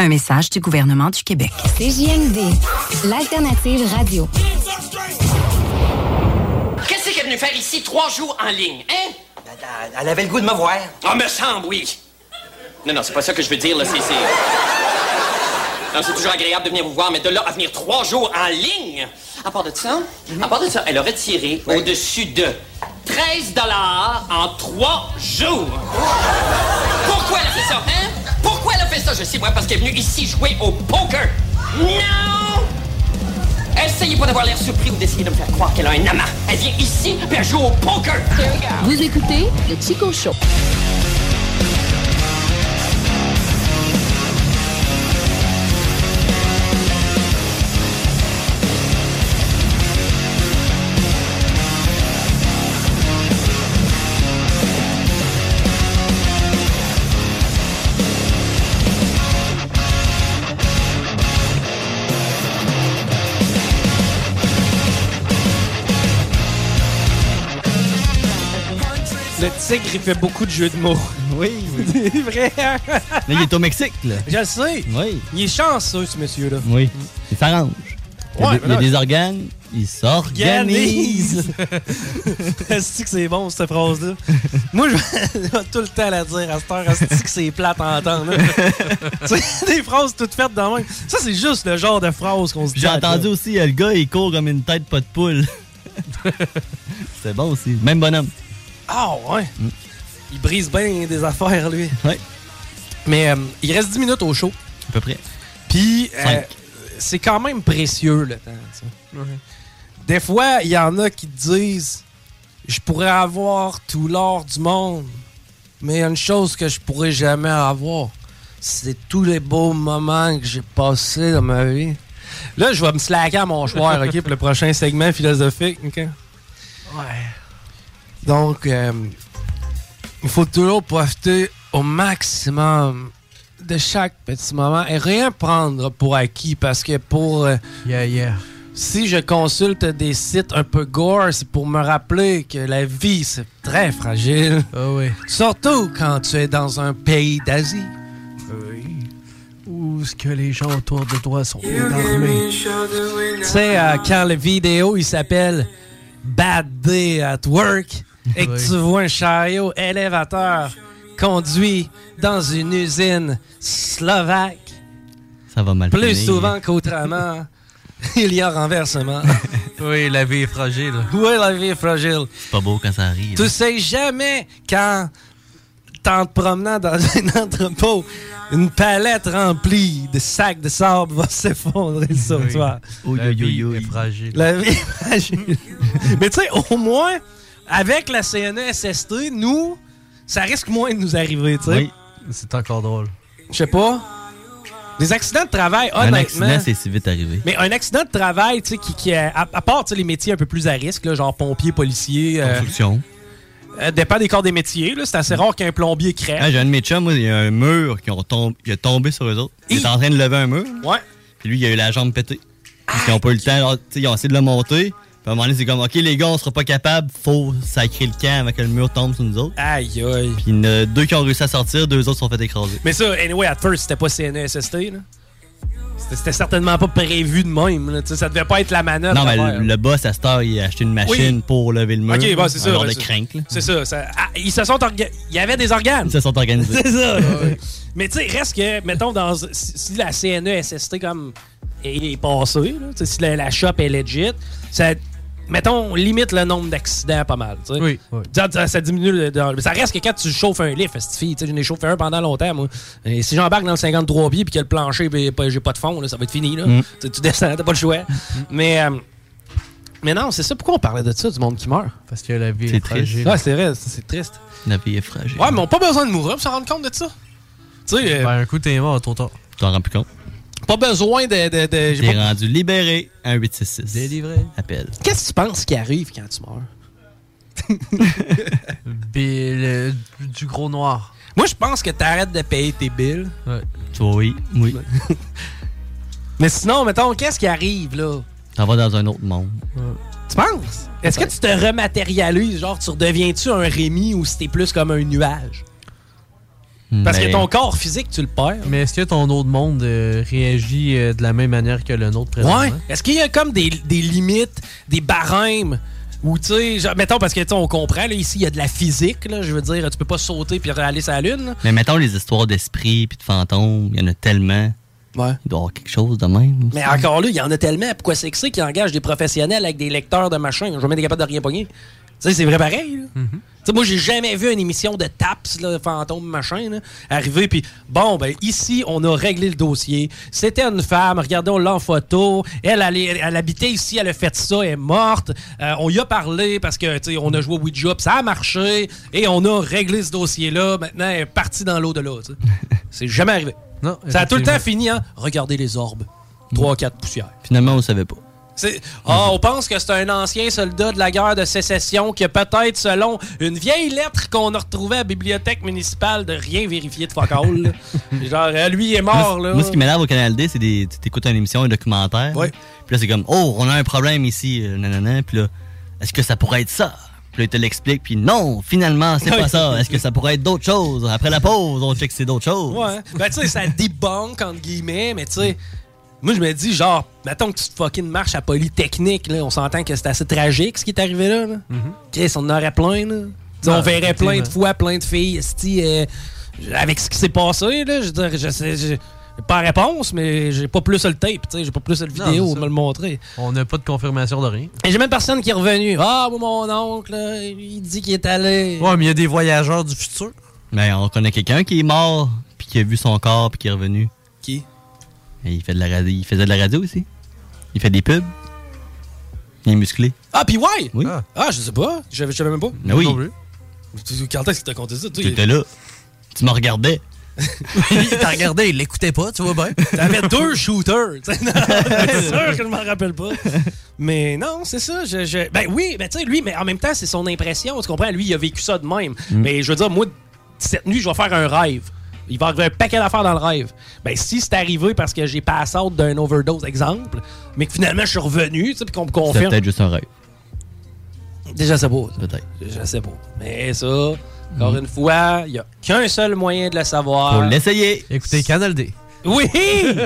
Speaker 36: Un message du gouvernement du Québec.
Speaker 18: CJMD, l'alternative radio.
Speaker 5: Qu'est-ce qu'elle est venue faire ici trois jours en ligne, hein?
Speaker 18: Elle avait le goût de me voir.
Speaker 5: Ah, me semble, oui. Non, non, c'est pas ça que je veux dire, là, c'est... c'est- Non, c'est toujours agréable de venir vous voir, mais de là à venir trois jours en ligne, à part de ça, à part de ça, elle a retiré au-dessus de 13 dollars en trois jours. Pourquoi elle a fait ça, hein? Pourquoi elle a fait ça? Je sais, moi, parce qu'elle est venue ici jouer au poker. Non! Essayez pas d'avoir l'air surpris ou d'essayer de me faire croire qu'elle a un amant. Elle vient ici, puis elle joue au poker.
Speaker 18: Vous écoutez le Chico Show.
Speaker 1: Le tigre, il fait beaucoup de jeux de mots.
Speaker 4: Oui.
Speaker 1: C'est vrai. hein?
Speaker 4: Là, il est au Mexique, là.
Speaker 1: Je le sais.
Speaker 4: Oui.
Speaker 1: Il est chanceux, ce monsieur-là.
Speaker 4: Oui. Il s'arrange. Il y a,
Speaker 1: Ouais,
Speaker 4: des- il y a
Speaker 1: voilà.
Speaker 4: des organes, il s'organise.
Speaker 1: Organise! Est-ce que c'est bon, cette phrase-là? Moi, je je vais tout le temps la dire à cette heure. Est-ce que c'est plate à entendre? là? Tu sais, des phrases toutes faites dans le même. Ça, c'est juste le genre de phrase qu'on se dit.
Speaker 4: J'ai entendu aussi, euh, le gars, il court comme une tête pas de poule. C'est bon aussi. Même bonhomme. Mm.
Speaker 1: Ah, ouais. Il brise bien des affaires, lui.
Speaker 4: Ouais.
Speaker 1: Mais euh, il reste 10 minutes au show.
Speaker 4: À peu près.
Speaker 1: Puis, euh, c'est quand même précieux, le temps. tu sais. Des fois, il y en a qui te disent Je pourrais avoir tout l'or du monde, mais il y a une chose que je pourrais jamais avoir c'est tous les beaux moments que j'ai passés dans ma vie. Là, je vais me slacker à mon choix, OK, pour le prochain segment philosophique. OK? Donc, euh, il faut toujours profiter au maximum de chaque petit moment et rien prendre pour acquis parce que pour. euh, Si je consulte des sites un peu gore, c'est pour me rappeler que la vie, c'est très fragile.
Speaker 3: Ah
Speaker 1: Surtout quand tu es dans un pays d'Asie.
Speaker 3: Où est-ce que les gens autour de toi sont
Speaker 1: Tu sais, euh, quand la vidéo, il s'appelle Bad Day at Work et que tu vois un chariot élévateur conduit dans une usine slovaque,
Speaker 4: Ça va mal
Speaker 1: plus
Speaker 4: finir.
Speaker 1: souvent qu'autrement, il y a renversement.
Speaker 2: Oui, la vie est fragile.
Speaker 1: Oui, la vie est fragile.
Speaker 4: C'est pas beau quand ça arrive.
Speaker 1: Tu sais jamais quand, en te promenant dans un entrepôt, une palette remplie de sacs de sable va s'effondrer sur toi.
Speaker 2: la vie est fragile.
Speaker 1: La vie est fragile. Mais tu sais, au moins, avec la E CNESST, nous, ça risque moins de nous arriver, tu sais.
Speaker 2: Oui, c'est encore drôle.
Speaker 1: Je sais pas. Des accidents de travail,
Speaker 4: Un
Speaker 1: honnêtement.
Speaker 4: accident, c'est si vite arrivé.
Speaker 1: Mais un accident de travail, tu sais, qui, qui, euh, à, à part tu sais, les métiers un peu plus à risque, là, genre pompier, policier. euh,
Speaker 4: Construction.
Speaker 1: euh, dépend des corps des métiers, là. C'est assez rare qu'un plombier
Speaker 4: Ah,
Speaker 1: crève.
Speaker 4: J'ai un de mes chums, moi, il y a un mur qui ont tom- qui est tombé sur eux autres. Il est en train de lever un mur.
Speaker 1: Ouais.
Speaker 4: Puis lui, il a eu la jambe pétée. Parce qu'ils n'ont pas eu le temps. alors, tu sais, ils ont essayé de le monter. Puis à un moment donné, c'est comme, OK, les gars, on sera pas capable. Faut sacrer le camp avant que le mur tombe sur nous autres.
Speaker 1: Aïe, aïe.
Speaker 4: Puis il y en a deux qui ont réussi à sortir, deux autres se sont fait écraser.
Speaker 1: Mais ça, anyway, at first, c'était pas E CNESST, là. C'était- C'était certainement pas prévu de même, là. Tu sais, ça devait pas être la manœuvre.
Speaker 4: non, mais
Speaker 1: à faire.
Speaker 4: le, le boss, à cette heure, il a acheté une machine
Speaker 1: Oui.
Speaker 4: pour lever le mur.
Speaker 1: Ok, bon, c'est
Speaker 4: Un
Speaker 1: ça.
Speaker 4: genre
Speaker 1: ouais,
Speaker 4: de
Speaker 1: c'est-
Speaker 4: crank, là.
Speaker 1: C'est ça. ça- ah, ils se sont orga- Il y avait des organes.
Speaker 4: Ils se sont organisés.
Speaker 1: C'est ça. Mais tu sais, reste que, mettons, dans, si si la E CNESST comme est, est passée, là, tu sais, si la, la shop est legit, ça, mettons, limite le nombre d'accidents pas mal. tu sais. Ça, ça- ça diminue le. dans- mais ça reste que quand tu chauffes un lift, cette fille, tu sais, j'en ai chauffé un pendant longtemps, moi. Et si j'embarque dans le 53 pieds puis que le plancher, ben, pas- j'ai pas de fond, là, ça va être fini. Là.
Speaker 4: Mm.
Speaker 1: Tu sais, tu descends, t'as pas le choix. Mais. euh, mais non, c'est ça. Pourquoi on parlait de ça, du monde qui meurt?
Speaker 2: Parce que la vie
Speaker 4: C'est est triste. fragile.
Speaker 1: Ouais, c'est vrai, c'est c'est triste.
Speaker 4: La vie est fragile.
Speaker 1: Ouais, mais on n'a pas besoin de mourir pour s'en rendre compte de ça. Tu sais, euh,
Speaker 2: Ben, un coup, t'es mort, trop tard.
Speaker 4: Tu t'en rends plus compte.
Speaker 1: pas besoin de. de, de- j'ai
Speaker 4: T'es
Speaker 1: pas-
Speaker 4: rendu libéré à un 866. Délivré. Appel.
Speaker 1: Qu'est-ce que tu penses qui arrive quand tu meurs?
Speaker 2: Bill, euh, du- du gros noir.
Speaker 1: Moi, je pense que t'arrêtes de payer tes billes.
Speaker 4: Oui, oui.
Speaker 1: Mais sinon, mettons, qu'est-ce qui arrive, là?
Speaker 4: T'en vas dans un autre monde.
Speaker 1: Tu penses? Est-ce que tu te rematérialises? Genre, tu redeviens-tu un Rémi ou si t'es plus comme un nuage? Parce que
Speaker 2: Mais-
Speaker 1: ton corps physique, tu le perds.
Speaker 2: Mais est-ce que ton autre monde euh, réagit euh, de la même manière que le nôtre présentement?
Speaker 1: Ouais. Est-ce qu'il y a comme des, des limites, des barèmes? Ou, tu sais, genre, mettons, parce que, tu sais, on comprend, là, ici, il y a de la physique, là. Je veux dire, tu peux pas sauter puis aller sur la Lune. là.
Speaker 4: Mais mettons les histoires d'esprits puis de fantômes, il y en a tellement.
Speaker 1: Ouais.
Speaker 4: Il doit y avoir quelque chose de même.
Speaker 1: Mais encore là, il y en a tellement. Pourquoi c'est que c'est qui engage des professionnels avec des lecteurs de machin? Ils n'ont jamais été capables de rien pogner. Tu sais, c'est vrai pareil. là. Tu sais, moi, j'ai jamais vu une émission de TAPS, là, fantôme machin, là, arriver. Puis, bon, ben, ici, on a réglé le dossier. C'était une femme, regardez, on l'a en photo. Elle, elle, est- elle habitait ici, elle a fait ça, elle est morte. Euh, on y a parlé parce que, tu sais, on a joué au Ouija, puis ça a marché. Et on a réglé ce dossier-là. Maintenant, elle est partie dans l'eau de là. tu sais. C'est jamais arrivé.
Speaker 2: Non,
Speaker 1: Ça a tout le
Speaker 2: effectivement.
Speaker 1: temps fini, hein? Regardez les orbes. 3-4 poussières.
Speaker 4: Finalement, on ne savait pas.
Speaker 1: C'est- Ah, on pense que c'est un ancien soldat de la guerre de sécession qui a peut-être, selon une vieille lettre qu'on a retrouvée à la bibliothèque municipale, de rien vérifier de fuck all, là. Genre, euh, lui il est mort, là.
Speaker 4: Moi, ce qui m'énerve au Canal D, c'est des. Tu écoutes une émission, un documentaire. Puis là, c'est comme, oh, on a un problème ici, euh, nanana. Puis là, est-ce que ça pourrait être ça? Puis là, il te l'explique, puis non, finalement, c'est pas ça. Est-ce que ça pourrait être d'autres choses? Après la pause, on check si c'est d'autres choses.
Speaker 1: Ouais. Ben, tu sais, ça débunk, entre guillemets, mais tu sais. Moi, je me dis, genre, mettons que tu te fucking marches à Polytechnique, là. On s'entend que c'est assez tragique, ce qui est arrivé là, là. Chris, on en aurait plein, là. Tu
Speaker 5: Mm-hmm.
Speaker 1: sais,
Speaker 5: Ouais,
Speaker 1: on verrait plein de
Speaker 5: effectivement.
Speaker 1: fois, plein de filles, esti, euh, avec ce qui s'est passé, là. Je veux dire, je sais. j'ai- Pas réponse, mais j'ai pas plus le tape, tu sais, j'ai pas plus le
Speaker 2: Non,
Speaker 1: vidéo,
Speaker 2: c'est
Speaker 1: me
Speaker 2: ça.
Speaker 1: le montrer.
Speaker 2: On n'a pas de confirmation de rien.
Speaker 1: Et j'ai même personne qui est revenu. Ah, moi, mon oncle, là, il dit qu'il est allé.
Speaker 2: Ouais, Ah, mais il y a des voyageurs du futur.
Speaker 4: Mais Ben, on connaît quelqu'un qui est mort, puis qui a vu son corps, puis qui est revenu.
Speaker 1: Qui?
Speaker 4: Et il, fait de la radio, il faisait de la radio aussi. Il fait des pubs. Il est musclé.
Speaker 1: Ah, puis ouais!
Speaker 4: Oui.
Speaker 1: Ah, je sais pas, je, je savais même pas.
Speaker 4: Mais oui.
Speaker 1: Non plus. Quand est-ce que t'as compté ça? toi?
Speaker 4: Tu étais là. Tu me regardais.
Speaker 2: il t'a regardé, il l'écoutait pas, tu vois bien.
Speaker 1: T'avais deux shooters. tu sais. Non, C'est sûr que je m'en rappelle pas. Mais non, c'est ça. Je, je- Ben oui, ben tu sais, lui, mais en même temps, c'est son impression. Tu comprends? Lui, il a vécu ça de même.
Speaker 4: Mm.
Speaker 1: Mais je veux dire, moi, cette nuit, je vais faire un rêve. Il va arriver un paquet d'affaires dans le rêve. Ben, si c'est arrivé parce que j'ai passé out d'un overdose, exemple, mais que finalement, je suis revenu, tu sais, puis qu'on me
Speaker 4: C'était
Speaker 1: confirme.
Speaker 4: peut-être juste un rêve.
Speaker 1: Déjà, c'est beau.
Speaker 4: Peut-être.
Speaker 1: Je sais pas. Mais ça, encore une fois, il n'y a qu'un seul moyen de le savoir.
Speaker 4: Faut l'essayer.
Speaker 2: Écoutez, Canal D.
Speaker 1: Oui!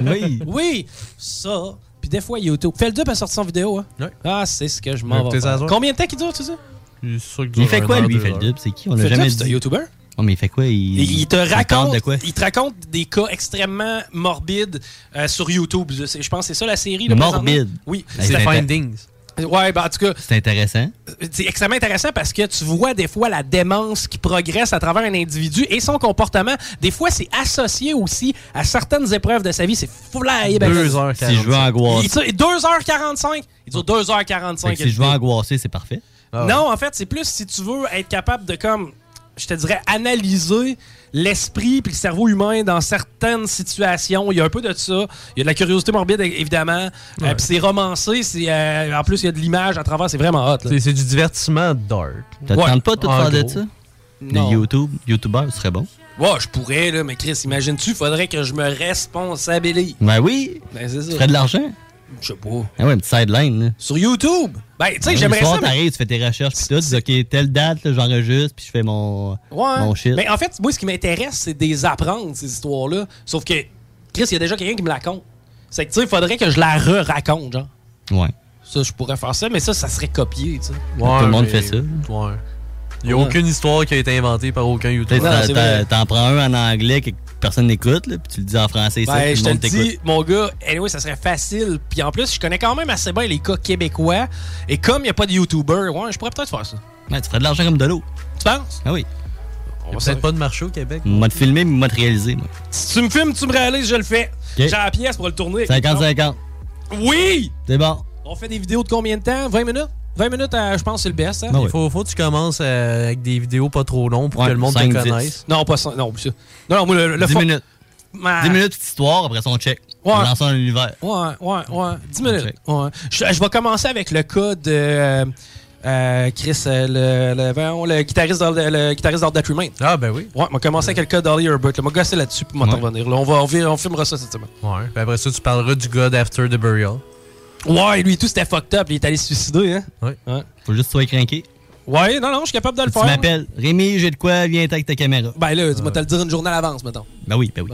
Speaker 4: Oui.
Speaker 1: Oui! Ça. Puis des fois, YouTube. Fais le dub à sortir son vidéo, hein? Ah, c'est ce que je m'en
Speaker 4: Écoutez
Speaker 1: vais.
Speaker 4: ça
Speaker 1: faire.
Speaker 4: à soir.
Speaker 1: Combien de temps qu'il dure, tout ça?
Speaker 2: Je suis sûr que
Speaker 4: Il fait quoi, lui, il fait le dub? C'est qui? On
Speaker 1: Fait
Speaker 4: l'a
Speaker 1: le
Speaker 4: jamais
Speaker 1: dub,
Speaker 4: dit.
Speaker 1: c'est un YouTuber?
Speaker 4: Non, mais il fait quoi? Il,
Speaker 1: Il, il te
Speaker 4: parle
Speaker 1: raconte,
Speaker 4: de quoi?
Speaker 1: il te raconte des cas extrêmement morbides euh, sur YouTube. Je sais- je pense que c'est ça la série. là, présentement.
Speaker 4: Morbide.
Speaker 1: Oui.
Speaker 4: Ben, C'est
Speaker 2: Findings.
Speaker 1: Ouais, ben en tout cas,
Speaker 4: C'est intéressant.
Speaker 1: c'est extrêmement intéressant parce que tu vois des fois la démence qui progresse à travers un individu et son comportement. Des fois, c'est associé aussi à certaines épreuves de sa vie. C'est
Speaker 4: Ah,
Speaker 1: fly. ben,
Speaker 4: Deux heures Si je veux angoisser.
Speaker 1: Il- ça, 2h45. Il dure 2h45.
Speaker 4: Fait que si je veux angoisser, c'est parfait.
Speaker 1: Non, en fait, c'est plus si tu veux être capable de, comme, je te dirais, analyser l'esprit puis le cerveau humain dans certaines situations. Il y a un peu de ça. Il y a de la curiosité morbide, évidemment. Euh, puis c'est romancé. c'est, euh, en plus, il y a de l'image à travers. C'est vraiment hot. là.
Speaker 2: C'est c'est du divertissement dark.
Speaker 4: T'as
Speaker 1: Ouais.
Speaker 4: tente pas de tout
Speaker 1: En
Speaker 4: faire de
Speaker 1: gros.
Speaker 4: ça?
Speaker 1: Non.
Speaker 4: Des YouTube, YouTubeurs, ce serait bon.
Speaker 1: Ouais, je pourrais, là, mais Chris, imagines-tu, faudrait que je me responsabilise.
Speaker 4: Ben oui.
Speaker 1: Ben, c'est ça.
Speaker 4: Tu ferais de l'argent?
Speaker 1: Je sais pas.
Speaker 4: Ah ouais, une petite sideline. Là.
Speaker 1: Oh. Sur YouTube? Ben, tu sais,
Speaker 4: Ouais,
Speaker 1: j'aimerais
Speaker 4: le soir,
Speaker 1: ça. mais-
Speaker 4: t'arrives, tu fais tes recherches, puis tout, tu dis, OK, telle date, là, j'enregistre, puis je fais mon,
Speaker 1: Ouais.
Speaker 4: mon shit.
Speaker 1: Mais en fait, moi, ce qui m'intéresse, c'est de les apprendre, ces histoires-là. Sauf que, Chris, il y a déjà quelqu'un qui me la compte. C'est que, tu sais, il faudrait que je la re-raconte, genre.
Speaker 4: Ouais.
Speaker 1: Ça, je pourrais faire ça, mais ça, ça serait copié, tu sais.
Speaker 4: Tout le monde fait ça.
Speaker 2: Ouais. Il n'y a
Speaker 4: Ouais.
Speaker 2: aucune histoire qui a été inventée par aucun
Speaker 4: T'sais,
Speaker 2: YouTuber.
Speaker 4: t'en- t'en- T'en prends un en anglais que personne n'écoute, là, puis tu le dis en français, ça,
Speaker 1: Ben,
Speaker 4: tout le
Speaker 1: je te le
Speaker 4: monde
Speaker 1: dis,
Speaker 4: t'écoute.
Speaker 1: mon gars, anyway, ça serait facile. Puis en plus, je connais quand même assez bien les cas québécois. Et comme il n'y a pas de YouTuber, ouais, je pourrais peut-être faire ça.
Speaker 4: Ouais, Ben, tu ferais de l'argent comme de l'eau.
Speaker 1: Tu penses?
Speaker 4: Ah oui.
Speaker 1: On va peut-être
Speaker 2: pas de marché au Québec.
Speaker 4: Moi, te filmer, moi, te réaliser. Moi.
Speaker 1: Si tu me filmes, tu me réalises, je le fais.
Speaker 4: Ok.
Speaker 1: J'ai la pièce pour le tourner.
Speaker 4: 50-50.
Speaker 1: Oui!
Speaker 4: C'est bon.
Speaker 2: Ah,
Speaker 1: On fait des vidéos de combien de temps? 20 minutes? 20 minutes, euh, je pense, c'est le best. hein?
Speaker 4: Ben
Speaker 2: Il faut, faut que tu commences euh, avec des vidéos pas trop longues pour
Speaker 4: Ouais,
Speaker 2: que le monde
Speaker 4: cinq,
Speaker 2: te
Speaker 4: dix.
Speaker 2: connaisse.
Speaker 1: Non, pas ça. Non, plus ça. Non, non, moi, le, le
Speaker 4: 10
Speaker 1: fo-
Speaker 4: minutes.
Speaker 1: Ma-
Speaker 4: 10 minutes, petite histoire, après son check.
Speaker 1: Ouais.
Speaker 4: On lance dans l'univers.
Speaker 1: Ouais, ouais, ouais. 10 minutes. Ouais. Je, je vais commencer avec le cas de. euh, euh, Chris, euh, le, le, voyons, le guitariste d'Or- le guitariste d'Or That Remain.
Speaker 2: Ah, ben oui.
Speaker 1: Ouais, m'a commencé avec le cas d'Olly Herbert. là. M'a gossé là-dessus pour m'en
Speaker 2: Ouais.
Speaker 1: revenir. là. On, va, on, vi- on filmera ça cette semaine.
Speaker 2: Ouais. Puis après ça, tu parleras du God After the Burial.
Speaker 1: Ouais, lui, tout c'était fucked up. Il est allé se suicider, hein?
Speaker 2: Ouais.
Speaker 4: Faut juste que tu sois craqué.
Speaker 1: Ouais, non, non, je suis capable de le
Speaker 4: Tu
Speaker 1: faire.
Speaker 4: m'appelles. Rémi, j'ai de quoi, viens avec ta caméra.
Speaker 1: Ben là, tu m'as te le dire une journée à l'avance, mettons.
Speaker 4: Ben oui, ben oui.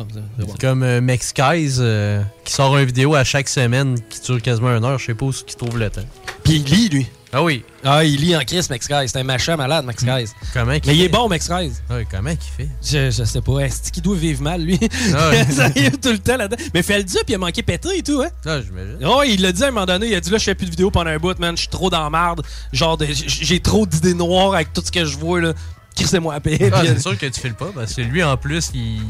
Speaker 2: Comme euh, Mex Skies, euh, qui sort une vidéo à chaque semaine qui dure quasiment une heure. Je sais pas où il trouve le temps.
Speaker 1: Puis il lit, lui.
Speaker 2: Ah oui.
Speaker 1: Ah, il lit en Chris, Max Guys. C'est un machin malade, Max
Speaker 4: Hmm.
Speaker 1: Guys.
Speaker 2: Comment
Speaker 1: Mais il est bon, Max Guys.
Speaker 2: Ouais, comment qu'il fait?
Speaker 1: Je, je sais pas. Est-ce qu'il doit vivre mal, lui?
Speaker 2: Ah ouais.
Speaker 1: ça y est tout le temps là-dedans. Mais fais le dire, puis il a manqué pété et tout, hein?
Speaker 2: Ah, j'imagine.
Speaker 1: Oh, il l'a dit à un moment donné. Il a dit là, je fais plus de vidéos pendant un bout, man. Je suis trop dans la marde. Genre, de- j- j'ai trop d'idées noires avec tout ce que je vois, là. Crissez-moi à paix.
Speaker 2: Ah,
Speaker 1: Puis,
Speaker 2: c'est sûr que tu files pas, parce que lui, en plus, il,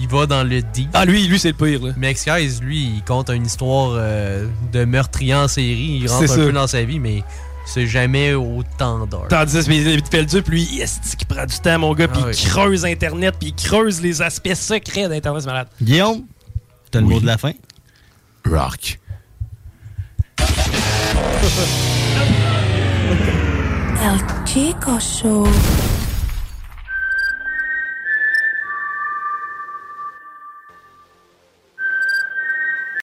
Speaker 2: il va dans le deep.
Speaker 1: Ah, lui, lui c'est le pire, là.
Speaker 2: Max Skies, lui, il compte une histoire euh, de meurtrier en série. Il rentre un
Speaker 1: C'est ça.
Speaker 2: peu dans sa vie, mais c'est jamais autant d'heures.
Speaker 1: Tandis que Peldup, lui, il qui prend du temps, mon gars, puis
Speaker 2: Ah oui.
Speaker 1: il creuse Internet, puis il creuse les aspects secrets d'Internet, c'est malade.
Speaker 4: Guillaume, t'as le mot de la fin?
Speaker 37: Rock.
Speaker 5: El Chico Show.